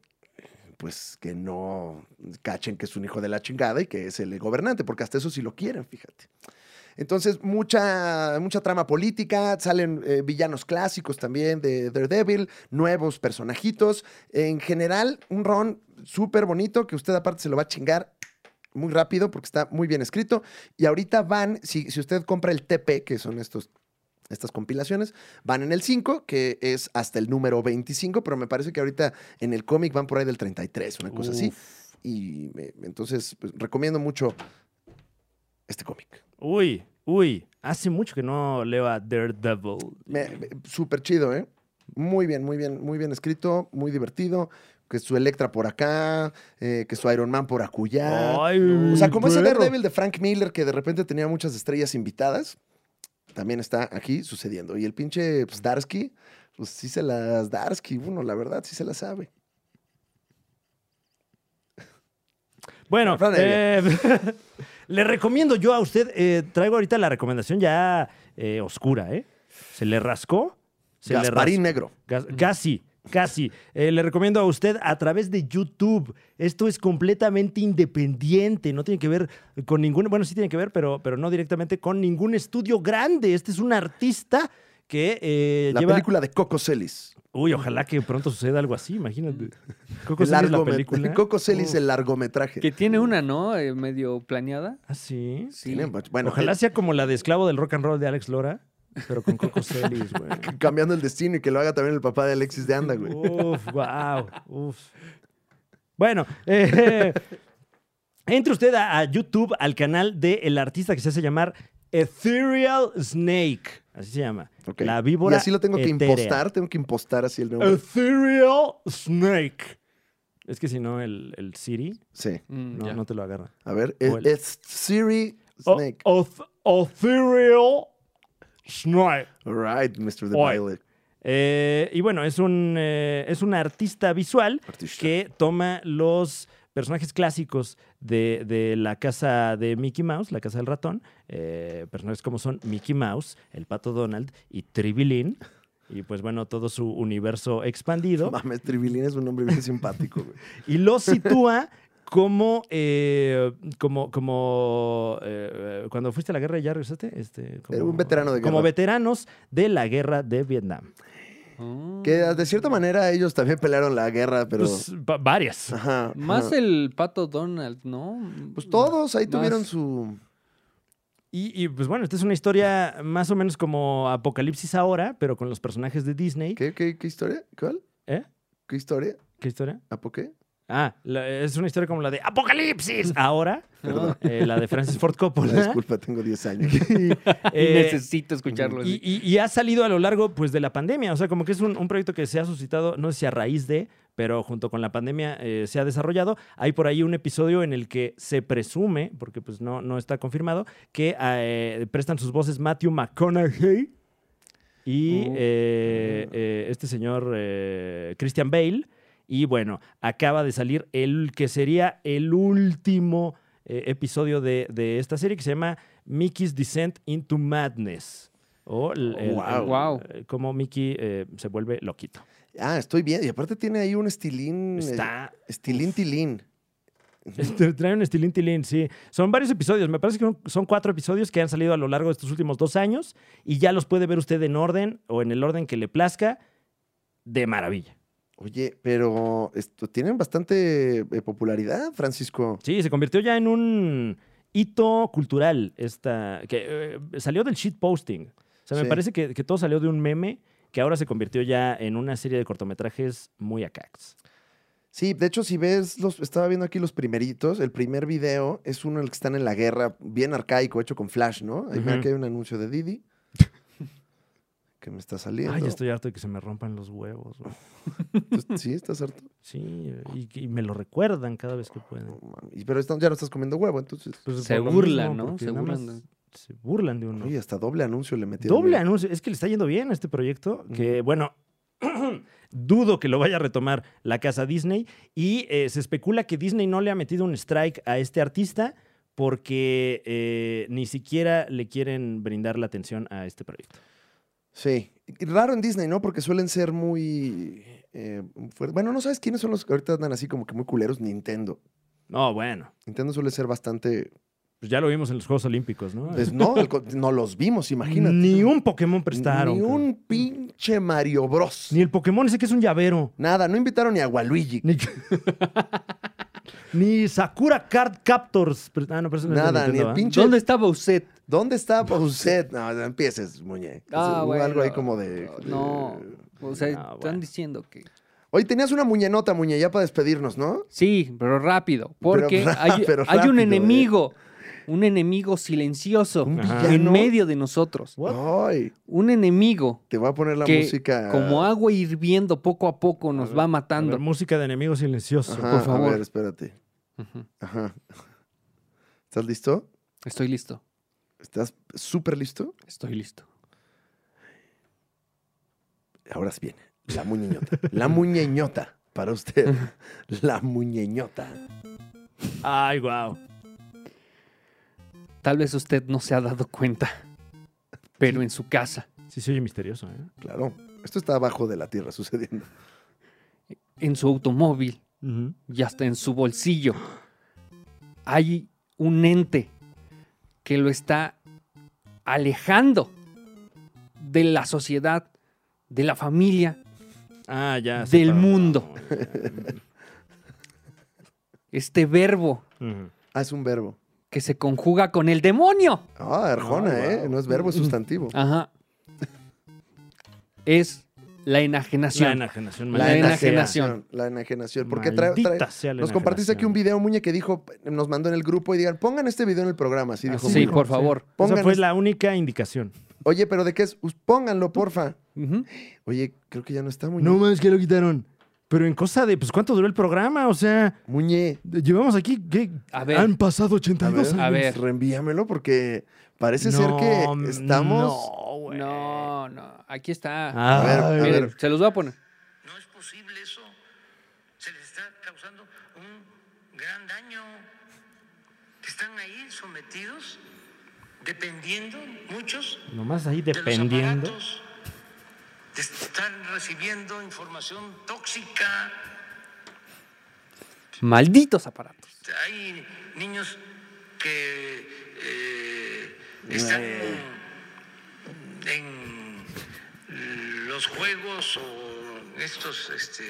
pues que no cachen que es un hijo de la chingada y que es el gobernante, porque hasta eso sí lo quieren, fíjate. Entonces, mucha, mucha trama política, salen eh, villanos clásicos también de Daredevil, nuevos personajitos. En general, un ron súper bonito que usted aparte se lo va a chingar muy rápido porque está muy bien escrito. Y ahorita van, si, si usted compra el TP, que son estos, estas compilaciones, van en el 5, que es hasta el número 25, pero me parece que ahorita en el cómic van por ahí del 33, una cosa así. Y eh, entonces pues, recomiendo mucho este cómic.
Uy, uy. Hace mucho que no leo a Daredevil.
Me- me- Súper chido, ¿eh? Muy bien, muy bien, muy bien escrito, muy divertido. Que su Electra por acá, eh, que su Iron Man por acullá.
Ay,
O sea, como ese
perro.
Daredevil de Frank Miller que de repente tenía muchas estrellas invitadas, también está aquí sucediendo. Y el pinche pues, Darsky, pues sí se las Darsky, uno, la verdad, sí se las sabe.
Bueno,
Fran Evia.
eh, le recomiendo yo a usted, eh, traigo ahorita la recomendación ya eh, oscura, ¿eh? ¿Se le rascó? Se le rascó.
Gasparín Negro.
Gas- Casi, casi. Eh, le recomiendo a usted a través de YouTube. Esto es completamente independiente. No tiene que ver con ningún. Bueno, sí tiene que ver, pero, pero no directamente con ningún estudio grande. Este es un artista que eh,
La
lleva.
película de Coco Celis.
Uy, ojalá que pronto suceda algo así, imagínate. Coco
El
Celis, la
largome-
película.
Coco Celis,
Uf.
el largometraje.
Que tiene una, ¿no? Eh, medio planeada.
Ah, sí.
Sí.
Tiene much- bueno,
Ojalá
eh,
sea como la de esclavo del rock and roll de Alex Lora. Pero con Coco Celis, güey.
Cambiando el destino y que lo haga también el papá de Alexis de Anda, güey.
Uf, wow, uf. Bueno, eh, entre usted a, a YouTube, al canal del el artista que se hace llamar Ethereal Snake. Así se llama.
Ok.
La víbora.
Y así lo tengo que
etérea.
impostar, tengo que impostar así el nombre.
Ethereal Snake. Es que si no, el, el Siri
Sí.
Mm,
no,
ya.
no te lo agarra.
A ver, eh,
O el-
es Siri
O-
Snake.
oth- Ethereal Snake.
All right, Mr. The
Oye.
Violet.
Eh, y bueno, es un, eh, es un artista visual
Artista.
que toma los personajes clásicos de, de la casa de Mickey Mouse, la casa del ratón, eh, personajes como son Mickey Mouse, el pato Donald y Tribilín, y pues bueno, todo su universo expandido,
Mames, Tribilín es un nombre bien simpático, güey.
y los sitúa como, eh, como, como eh, cuando fuiste a la guerra y ya regresaste, este, como,
Era un veterano de
como
guerra.
veteranos de la guerra de Vietnam.
Ah.
Que de cierta manera ellos también pelearon la guerra, pero.
Pues, va- varias.
ajá.
Más
ajá.
el pato Donald, ¿no?
Pues todos ahí
Más-
tuvieron su.
Y, y, pues bueno, esta es una historia más o menos como Apocalipsis ahora, pero con los personajes de Disney. ¿Qué,
¿Qué, qué, qué historia? ¿Cuál?
¿Eh?
¿Qué historia?
historia?
¿A por qué?
Ah, la- es una historia como la de Apocalipsis ahora,
Perdón.
eh, la de Francis Ford Coppola.
Disculpa, tengo 10 años.
Eh,
Necesito escucharlo.
y, y- y ha salido a lo largo pues de la pandemia, o sea, como que es un, un proyecto que se ha suscitado, no sé si a raíz de, pero junto con la pandemia eh, se ha desarrollado. Hay por ahí un episodio en el que se presume, porque pues no, no está confirmado, que eh, prestan sus voces Matthew McConaughey y
Oh.
eh, eh, este señor eh, Christian Bale. Y bueno, acaba de salir el que sería el último eh, episodio de, de esta serie que se llama Mickey's Descent into Madness. O el- el-
Wow.
el-
Wow.
eh, cómo Mickey eh, se vuelve loquito.
ah, estoy bien. Y aparte tiene ahí un estilín. eh,
Está.
Estilín tilín.
Este, Trae un estilín tilín, sí. Son varios episodios. Me parece que son- son cuatro episodios que han salido a lo largo de estos últimos dos años y ya los puede ver usted en orden o en el orden que le plazca. De maravilla.
Oye, pero esto, tienen bastante eh, popularidad, Francisco.
Sí, se convirtió ya en un hito cultural esta que eh, salió del shitposting. O sea, me
Sí.
parece que, que todo salió de un meme que ahora se convirtió ya en una serie de cortometrajes muy acax.
Sí, de hecho, si ves, los, estaba viendo aquí los primeritos. El primer video es uno en el que están en la guerra, bien arcaico, hecho con flash, ¿no? Ahí mira
Ujú.
que hay un anuncio de Didi que me está saliendo.
Ay, ya estoy harto de que se me rompan los huevos. güey.
Tú- Pues, Sí, estás harto.
Sí, y, y me lo recuerdan cada vez que pueden.
No mames. Pero esto- ya no estás comiendo huevo, entonces.
Pues,
Se
por lo
burlan, ¿no?
porque
Se
nada más
burlan
Se burlan de uno.
Oye, hasta doble anuncio le metieron.
Doble
mira.
anuncio. Es que le está yendo bien a este proyecto. Que, bueno, dudo que lo vaya a retomar la casa Disney. Y eh, se especula que Disney no le ha metido un strike a este artista porque eh, ni siquiera le quieren brindar la atención a este proyecto.
Sí. Y Raro en Disney, ¿no? Porque suelen ser muy. eh, fuer- Bueno, no sabes quiénes son los que ahorita andan así como que muy culeros. Nintendo.
No, bueno.
Nintendo suele ser bastante.
Pues ya lo vimos en los Juegos Olímpicos, ¿no?
Pues no, al con- no los vimos, imagínate.
Ni un Pokémon prestaron.
Ni
cabrón.
un pinche Mario Bros.
Ni el Pokémon ese que es un llavero.
Nada, no invitaron ni a Waluigi.
Ni, Ni Sakura Card Captors. Pero- Ah, no, pero eso no es de
Nada, ni
Nintendo,
el
¿ah?
pinche.
¿Dónde está Bowsette?
¿Dónde está Bowsette? No, no empieces, muñe.
Ah,
Es
bueno.
Algo ahí como de.
No,
de-
o sea,
Ah,
están
bueno.
diciendo que...
Oye, tenías una muñenota, muñe, ya para despedirnos, ¿no?
Sí, pero rápido, porque
ra-
hay,
pero
hay
rápido,
un
eh.
enemigo, un enemigo silencioso
Un
Ajá.
villano.
en medio de nosotros.
What?
Ay,
Un enemigo
te voy a poner la
que
música.
como agua hirviendo poco a poco nos va
A ver,
matando.
música de enemigo silencioso.
Ajá,
por favor.
A ver, espérate.
Ujú.
Ajá. ¿Estás listo?
Estoy listo,
¿Estás súper listo?
estoy listo.
Ahora sí viene. La muñeñota. la muñeñota para usted. La muñeñota.
Ay, wow.
Tal vez usted no se ha dado cuenta, pero en su casa,
Sí se oye misterioso, ¿eh?
Claro. Esto está abajo de la tierra sucediendo.
en su automóvil y hasta en su bolsillo, hay un ente que lo está alejando de la sociedad, de la familia.
Ah, ya.
Del
separado.
mundo. Este verbo
Ujú.
Ah, es un verbo.
que se conjuga con el demonio.
Ah, Arjona,
Ah,
¿eh?
wow.
No es verbo, es sustantivo.
Ajá. es la
La
enajenación.
enajenación.
La
maldita sea.
enajenación.
La enajenación. Porque trae-
Maldita
trae-
sea la
nos compartiste
enajenación.
aquí un video, Muñe, que dijo, nos mandó en el grupo y digan, pongan este video en el programa. Así dijo.
Así
sí,
Muñe.
dijo,
por
sí.
favor.
Pongan
Esa fue
este-
la única indicación.
Oye, pero ¿de qué es? Us- Pónganlo, porfa.
Ujú.
Oye, creo que ya no está Muñe.
No mames que lo quitaron. Pero en cosa de, pues, ¿cuánto duró el programa? O sea,
Muñe,
llevamos aquí, ¿qué?
A ver.
Han pasado
a
82
ver,
años.
a ver.
reenvíamelo porque parece ser
No,
que estamos...
No, güey.
No, no, aquí está.
A
ver, a
Miren,
ver.
se los voy Ah, a poner.
No es posible eso. Se les está causando un gran daño. Están ahí sometidos, dependiendo muchos
Nomás ahí
de los
dependiendo.
aparatos. Están recibiendo información tóxica.
Malditos aparatos.
Hay niños que eh, están en los juegos o estos este,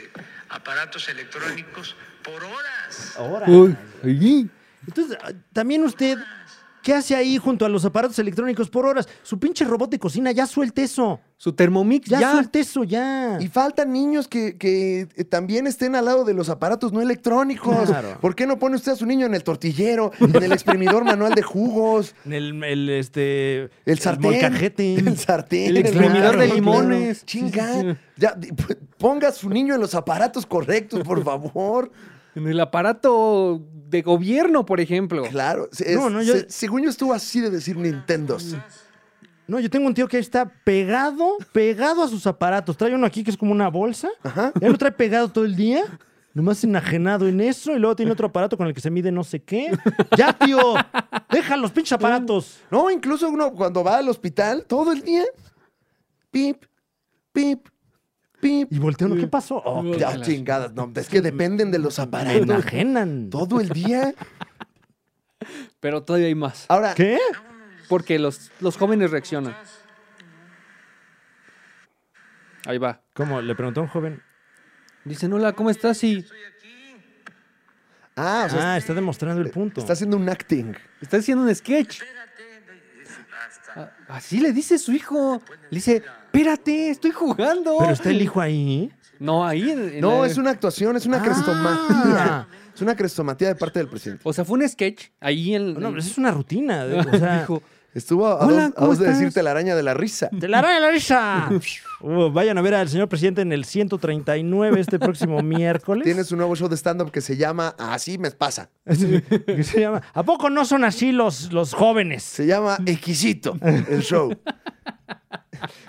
aparatos electrónicos por horas.
Ahora.
Uy, uy.
Entonces, ah, también usted, ¿qué hace ahí junto a los aparatos electrónicos por horas? Su pinche robot de cocina, ya suelte eso.
Su Thermomix
Ya,
ya.
suelte eso, ya.
Y faltan niños que, que, eh, también estén al lado de los aparatos no electrónicos.
Claro.
¿Por qué no pone usted a su niño en el tortillero, en el exprimidor manual de jugos,
El, el, este,
el sartén?
molcajete.
El sartén.
El exprimidor
de
claro,
limones.
Chinga.
Sí, sí, sí.
Ya, di- p- ponga a su niño en los aparatos correctos, por favor.
En el aparato de gobierno, por ejemplo.
Claro. se- es-
No, no, yo-
se- según yo estuvo así de decir Nintendo.
No, yo tengo un tío que está pegado, pegado a sus aparatos. Trae uno aquí que es como una bolsa.
Ajá.
Ya lo trae pegado todo el día. Nomás enajenado en eso. Y luego tiene otro aparato con el que se mide no sé qué. Ya, tío. Deja los pinches aparatos.
No, incluso uno cuando va al hospital todo el día. Pip, pip, pip.
Y voltea uno. ¿Qué pasó? Oh,
Uy,
Ya,
claro.
chingadas. No, es que dependen de los
me
aparatos.
enajenan.
Todo el día.
Pero todavía hay más.
Ahora,
¿Qué?
Porque los, los jóvenes reaccionan. Ahí va.
¿Cómo? Le preguntó un joven.
Dicen, hola, ¿cómo estás? Y
ah, o sea,
Ah, está demostrando el punto.
está haciendo un acting.
está haciendo un sketch. Ah, Así le dice su hijo. Le dice, espérate, estoy jugando.
Pero está el hijo ahí.
No, ahí. en- en
No,
la-
es una actuación, es una
Ah.
crestomatía. Es una crestomatía de parte del presidente.
O sea, fue un sketch ahí en.
No,
en-
pero eso es una rutina. de- O sea,
dijo,
Estuvo a, a
Hola,
dos, a
¿cómo
dos de
estás?
decirte la araña de la risa.
¡Te la araña la risa! Uh, vayan a ver al señor presidente en el 139 este próximo miércoles.
Tienes un nuevo show de stand-up que se llama Así me pasa.
que se llama, ¿A poco no son así los, los jóvenes?
Se llama Exquisito el show.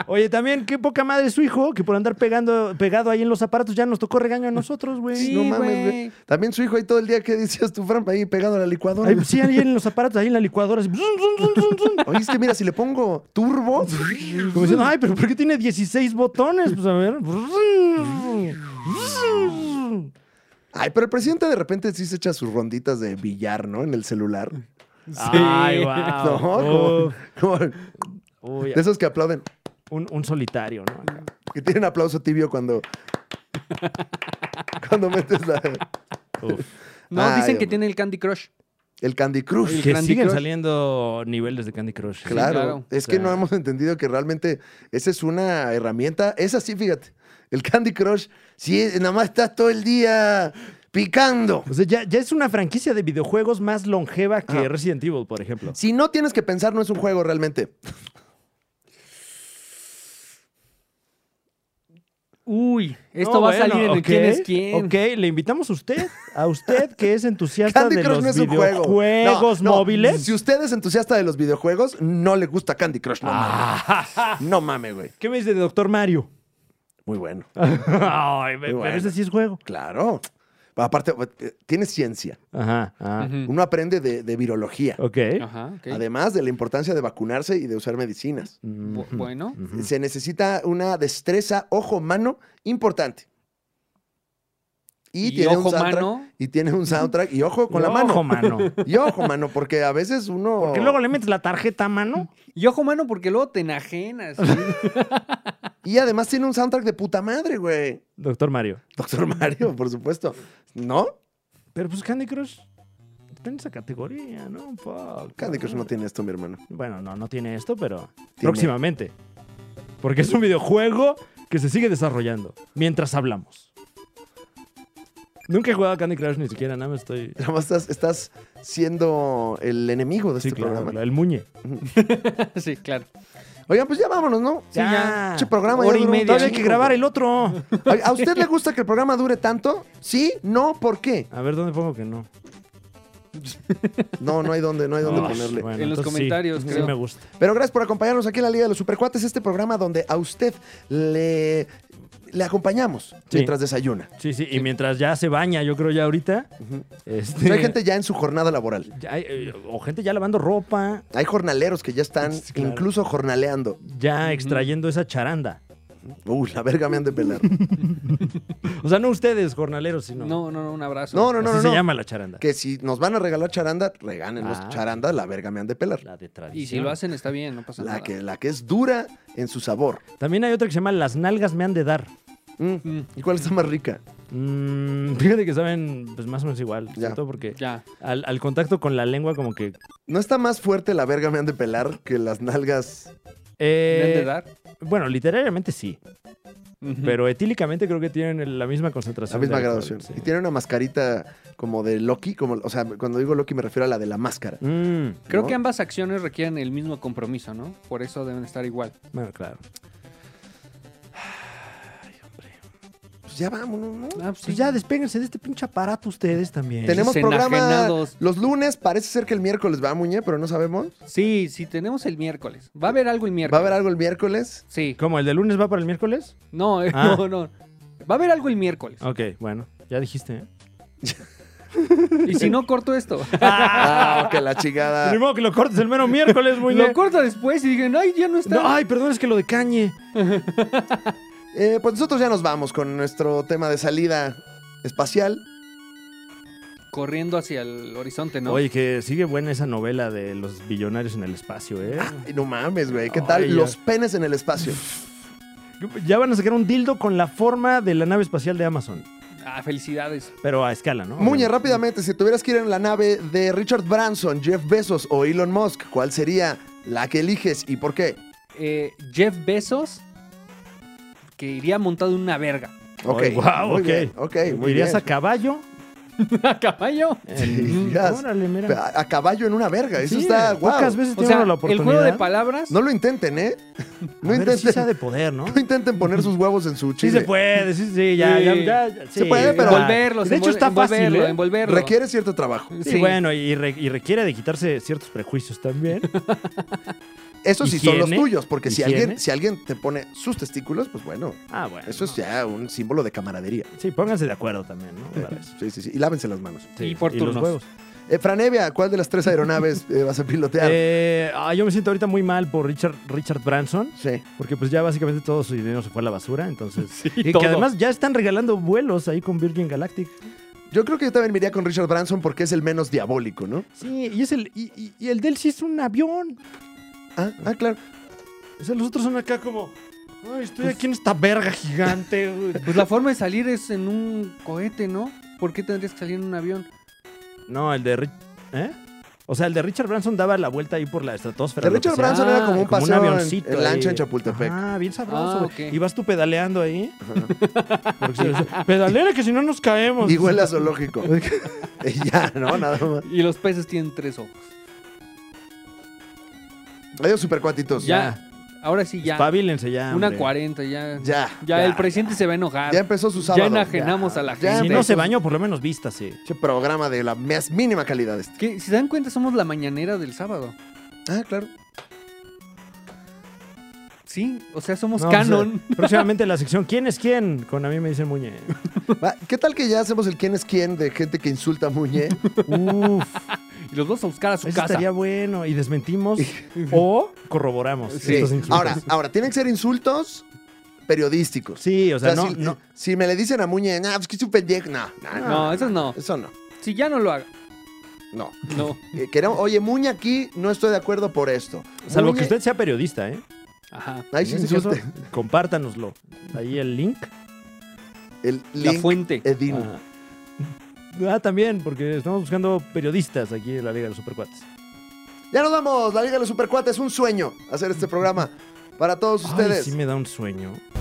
Oye, también, qué poca madre su hijo, que por andar pegando, pegado ahí en los aparatos ya nos tocó regaño a nosotros, güey.
Sí,
No,
no mames,
güey.
güey. También su hijo ahí todo el día que decías tu Fran ahí pegado a la licuadora.
pues
ahí- sí, ahí en los aparatos, ahí en la licuadora. así, zum, zum, zum, zum, zum.
Oye, es que mira, si le pongo turbo,
Como diciendo, ay, pero ¿por qué tiene 16 botones? Pues a ver.
Ay, pero el presidente de repente sí se echa sus ronditas de billar, ¿no? En el celular.
Ay,
No,
wow.
como, como de
Uh, uy,
esos que aplauden,
un, un solitario, ¿no? Acá.
que tienen aplauso tibio cuando. Cuando metes la-
Uf.
No,
Ay,
dicen que
hombre.
tiene el Candy Crush.
el Candy Crush.
El
Que
Candy
siguen
Crush.
saliendo niveles de Candy Crush.
Claro,
claro.
es
O
que
sea-
no hemos entendido que realmente esa es una herramienta. Esa sí, fíjate. El Candy Crush, sí, es- nada más estás todo el día picando.
O sea, ya, ya es una franquicia de videojuegos más longeva que
Ah.
Resident Evil, por ejemplo.
Si no tienes que pensar, no es un juego realmente.
Uy, esto
No,
va
bueno,
a salir en el
ok,
quién es quién.
Ok, le invitamos a usted, a usted que es entusiasta
Candy
de
Crush
los
no es un juego.
videojuegos
No, no.
móviles.
Si usted es entusiasta de los videojuegos, no le gusta Candy Crush. No
Ah,
mames. No mames, güey.
¿Qué me dice de Doctor Mario?
Muy bueno.
Ay, pero
bueno.
ese sí es juego.
Claro. Aparte, eh, tiene ciencia.
Ajá, ah,
Ujú.
Uno aprende de, de virología.
ok.
Ajá, ok.
Además de la importancia de vacunarse y de usar medicinas.
Mm,
Bu- bueno,
ujú.
Se necesita una destreza ojo-mano importante. Y,
y,
tiene
ojo
un soundtrack,
mano.
Y tiene un soundtrack. Y ojo con la mano.
Ojo, mano.
Y ojo, mano, porque a veces uno.
Que luego le metes la tarjeta a mano.
Y ojo mano porque luego te enajenas.
Y además tiene un soundtrack de puta madre, güey.
Doctor Mario.
Doctor Mario, por supuesto. ¿No?
Pero pues Candy Crush está en esa categoría, ¿no? Un poco.
Candy Crush no tiene esto, mi hermano.
Bueno, no, no tiene esto, pero próximamente. Porque es un videojuego que se sigue desarrollando mientras hablamos. Nunca he jugado a Candy Crush ni siquiera, nada más estoy.
Nada más estás, estás siendo el enemigo de
Sí,
este
claro,
programa.
claro, el muñe.
sí, claro.
Oigan, pues ya vámonos, ¿no?
Sí, ya.
Che, programa ya
Hora y
duró un
media. Todavía hay que
chingo.
grabar el otro.
¿A a usted le gusta que el programa dure tanto? ¿Sí? ¿No? ¿Por qué?
A ver, ¿dónde pongo que no?
No, no hay dónde, no hay dónde
Ay,
ponerle.
Ah, bueno,
En los
entonces sí,
comentarios,
sí
creo.
me gusta.
Pero gracias por acompañarnos aquí en la Liga de los Supercuates, este programa donde a usted le, le acompañamos mientras desayuna.
Sí, sí, y mientras ya se baña, yo creo ya ahorita.
O
este,
sea, hay gente ya en su jornada laboral.
ya hay, eh, o gente ya lavando ropa,
Hay jornaleros que ya están
Sí, claro.
incluso jornaleando.
ya extrayendo esa charanda.
Uy, la verga me han de pelar.
O sea, no ustedes, jornaleros, sino.
No, no, no, un abrazo.
No, no, no,
así
no.
se
no.
llama la charanda.
Que si nos van a regalar charanda, regálenos
Ah.
charanda, la verga me han de pelar.
La de tradición.
Y si lo hacen, está bien, no pasa
La
nada.
que, la que es dura en su sabor.
También hay otra que se llama Las nalgas me han de dar.
Mm.
Mm,
¿Y cuál está más rica?
Mm, fíjate que saben, pues más o menos igual.
Ya.
¿cierto? Porque
ya.
al, al contacto con la lengua, como que.
¿No está más fuerte la verga me han de pelar que las nalgas?
eh,
¿Me han de dar?
Bueno, literariamente sí.
Ujú.
Pero etílicamente creo que tienen el- la misma
La
concentración.
misma
de alcohol,
graduación.
sí.
Y tiene una mascarita como de Loki, como, o sea, cuando digo Loki me refiero a la de la máscara.
Mm,
Creo
¿no?
que ambas acciones requieren el mismo compromiso, ¿no? Por eso deben estar igual.
bueno, claro.
Pues ya vámonos, ¿no?
Ah, pues sí.
Pues ya despéguense de este pinche aparato ustedes también.
Tenemos programa
enajenados.
los lunes, parece ser que el miércoles va Muñe, pero no sabemos.
Sí, sí, tenemos el miércoles. Va a haber algo el
¿Va a
miércoles.
haber algo el miércoles?
Sí.
¿Cómo? ¿El de lunes va para el miércoles?
No, eh,
Ah.
no, no. Va a haber algo el miércoles.
Ok, bueno, ya dijiste. ¿eh?
Y si no, corto esto.
Ah, que la chingada.
Ni modo que lo cortes el mero miércoles, muy
Lo corto después y digan, ay, ya no está.
No, ay, perdón, es que lo de Cañe.
Eh, pues nosotros ya nos vamos con nuestro tema de salida espacial.
Corriendo hacia el horizonte, ¿no?
Oye, que sigue buena esa novela de los billonarios en el espacio, ¿eh?
Ay, no mames, güey. ¿Qué tal?
Ay, ya.
los penes en el espacio.
Ya van a sacar un dildo con la forma de la nave espacial de Amazon.
Ah, felicidades.
Pero a escala, ¿no?
Muñe, rápidamente, si tuvieras que ir en la nave de Richard Branson, Jeff Bezos o Elon Musk, ¿cuál sería la que eliges y por qué?
Eh, Jeff Bezos, que iría montado en una verga.
Ok.
Ay, guau,
muy
ok.
bien. Ok, muy
Irías
bien.
a caballo.
¿A caballo?
en-
ya.
Órale, mira.
A, a caballo en una verga. Eso
Sí,
está guau.
Pocas veces
O
tiene
sea,
uno la
el
oportunidad.
juego de palabras.
No lo intenten, ¿eh? No
A ver,
intenten.
sí sea de poder, ¿no?
No intenten poner sus huevos en su
Sí
chile.
se puede, sí, sí, ya,
Sí.
ya, ya, ya,
Se
sí,
puede, pero-
Envolverlos,
De hecho,
envol-
está fácil,
envolverlo,
¿eh?
envolverlo.
Requiere cierto trabajo.
Sí,
Sí.
bueno, y, re- y requiere de quitarse ciertos prejuicios también.
Eso sí son los
Higiene.
tuyos, porque si
Higiene.
alguien, si alguien te pone sus testículos, pues bueno,
Ah, bueno.
eso es ya un símbolo de camaradería.
Sí, pónganse de acuerdo también, ¿no? Para eso.
Sí, sí, sí. Y lávense las manos.
Sí,
Y por
los
turnos.
huevos.
Eh, Franevia, ¿cuál de las tres aeronaves eh, vas a pilotear?
Eh, ah, yo me siento ahorita muy mal por Richard, Richard Branson,
sí.
porque pues ya básicamente todo su dinero se fue a la basura, entonces... y
todo.
que además ya están regalando vuelos ahí con Virgin Galactic.
Yo creo que yo también me iría con Richard Branson porque es el menos diabólico, ¿no?
Sí, y es el... Y, y- y el del sí es un avión.
Ah, ah, claro.
O sea, los otros son acá como... Ay, estoy aquí en esta verga gigante. güey".
Pues la forma de salir es en un cohete, ¿no? ¿Por qué tendrías que salir en un avión?
no, el de... Ri- ¿Eh? O sea, el de Richard Branson daba la vuelta ahí por la estratosfera.
El
lo que
Richard
sea.
Branson era como un paseo en- en
ahí.
lancha en Chapultepec.
Ah, bien sabroso.
Ah,
güey.
ok.
Y vas tú pedaleando ahí. Porque se- Pedalera que si no nos caemos.
Y huele a zoológico. Y ya, ¿no? Nada más.
Y los peces tienen tres ojos.
Adiós,
Pues
supercuatitos.
Ya. Ahora sí, ya.
Espabilense ya.
Una
hombre.
40, ya. Ya,
Ya.
el presidente se va a enojar.
Ya empezó su sábado.
enajenamos a la gente.
Si
empezó
no se
su-
bañó, por lo menos vístase.
Che programa de la más mínima calidad este.
Que, si se dan cuenta, somos la mañanera del sábado.
Ah, claro.
Sí, o sea, somos
No,
canon.
pues, eh, próximamente la sección ¿Quién es quién? Con a mí me dicen Muñe.
Va, ¿Qué tal que ya hacemos el quién es quién de gente que insulta a Muñe?
Uf,
Y los vamos a buscar a su
eso
casa.
estaría bueno. Y desmentimos o corroboramos
Sí.
estos insultos.
Ahora, ahora, tienen que ser insultos periodísticos.
Sí, o sea, no,
si,
no.
si me le dicen a Muñe, nah, pues que es un pendejo. No, no, no.
No, eso no.
Eso no.
Si ya no lo haga.
No.
No.
Eh, queremos- oye, Muñe aquí no estoy de acuerdo por esto.
Salvo
Muñe-
que usted sea periodista, ¿eh?
Ajá.
Ahí sí
En ese caso,
insulte.
compártanoslo. Ahí el link.
El
La
link
fuente.
Edin.
Ah. Ah, también, porque estamos buscando periodistas aquí en la Liga de los Supercuates.
Ya nos vamos. La Liga de los Supercuates es un sueño hacer este programa. para todos
Ay,
ustedes.
sí me da un sueño.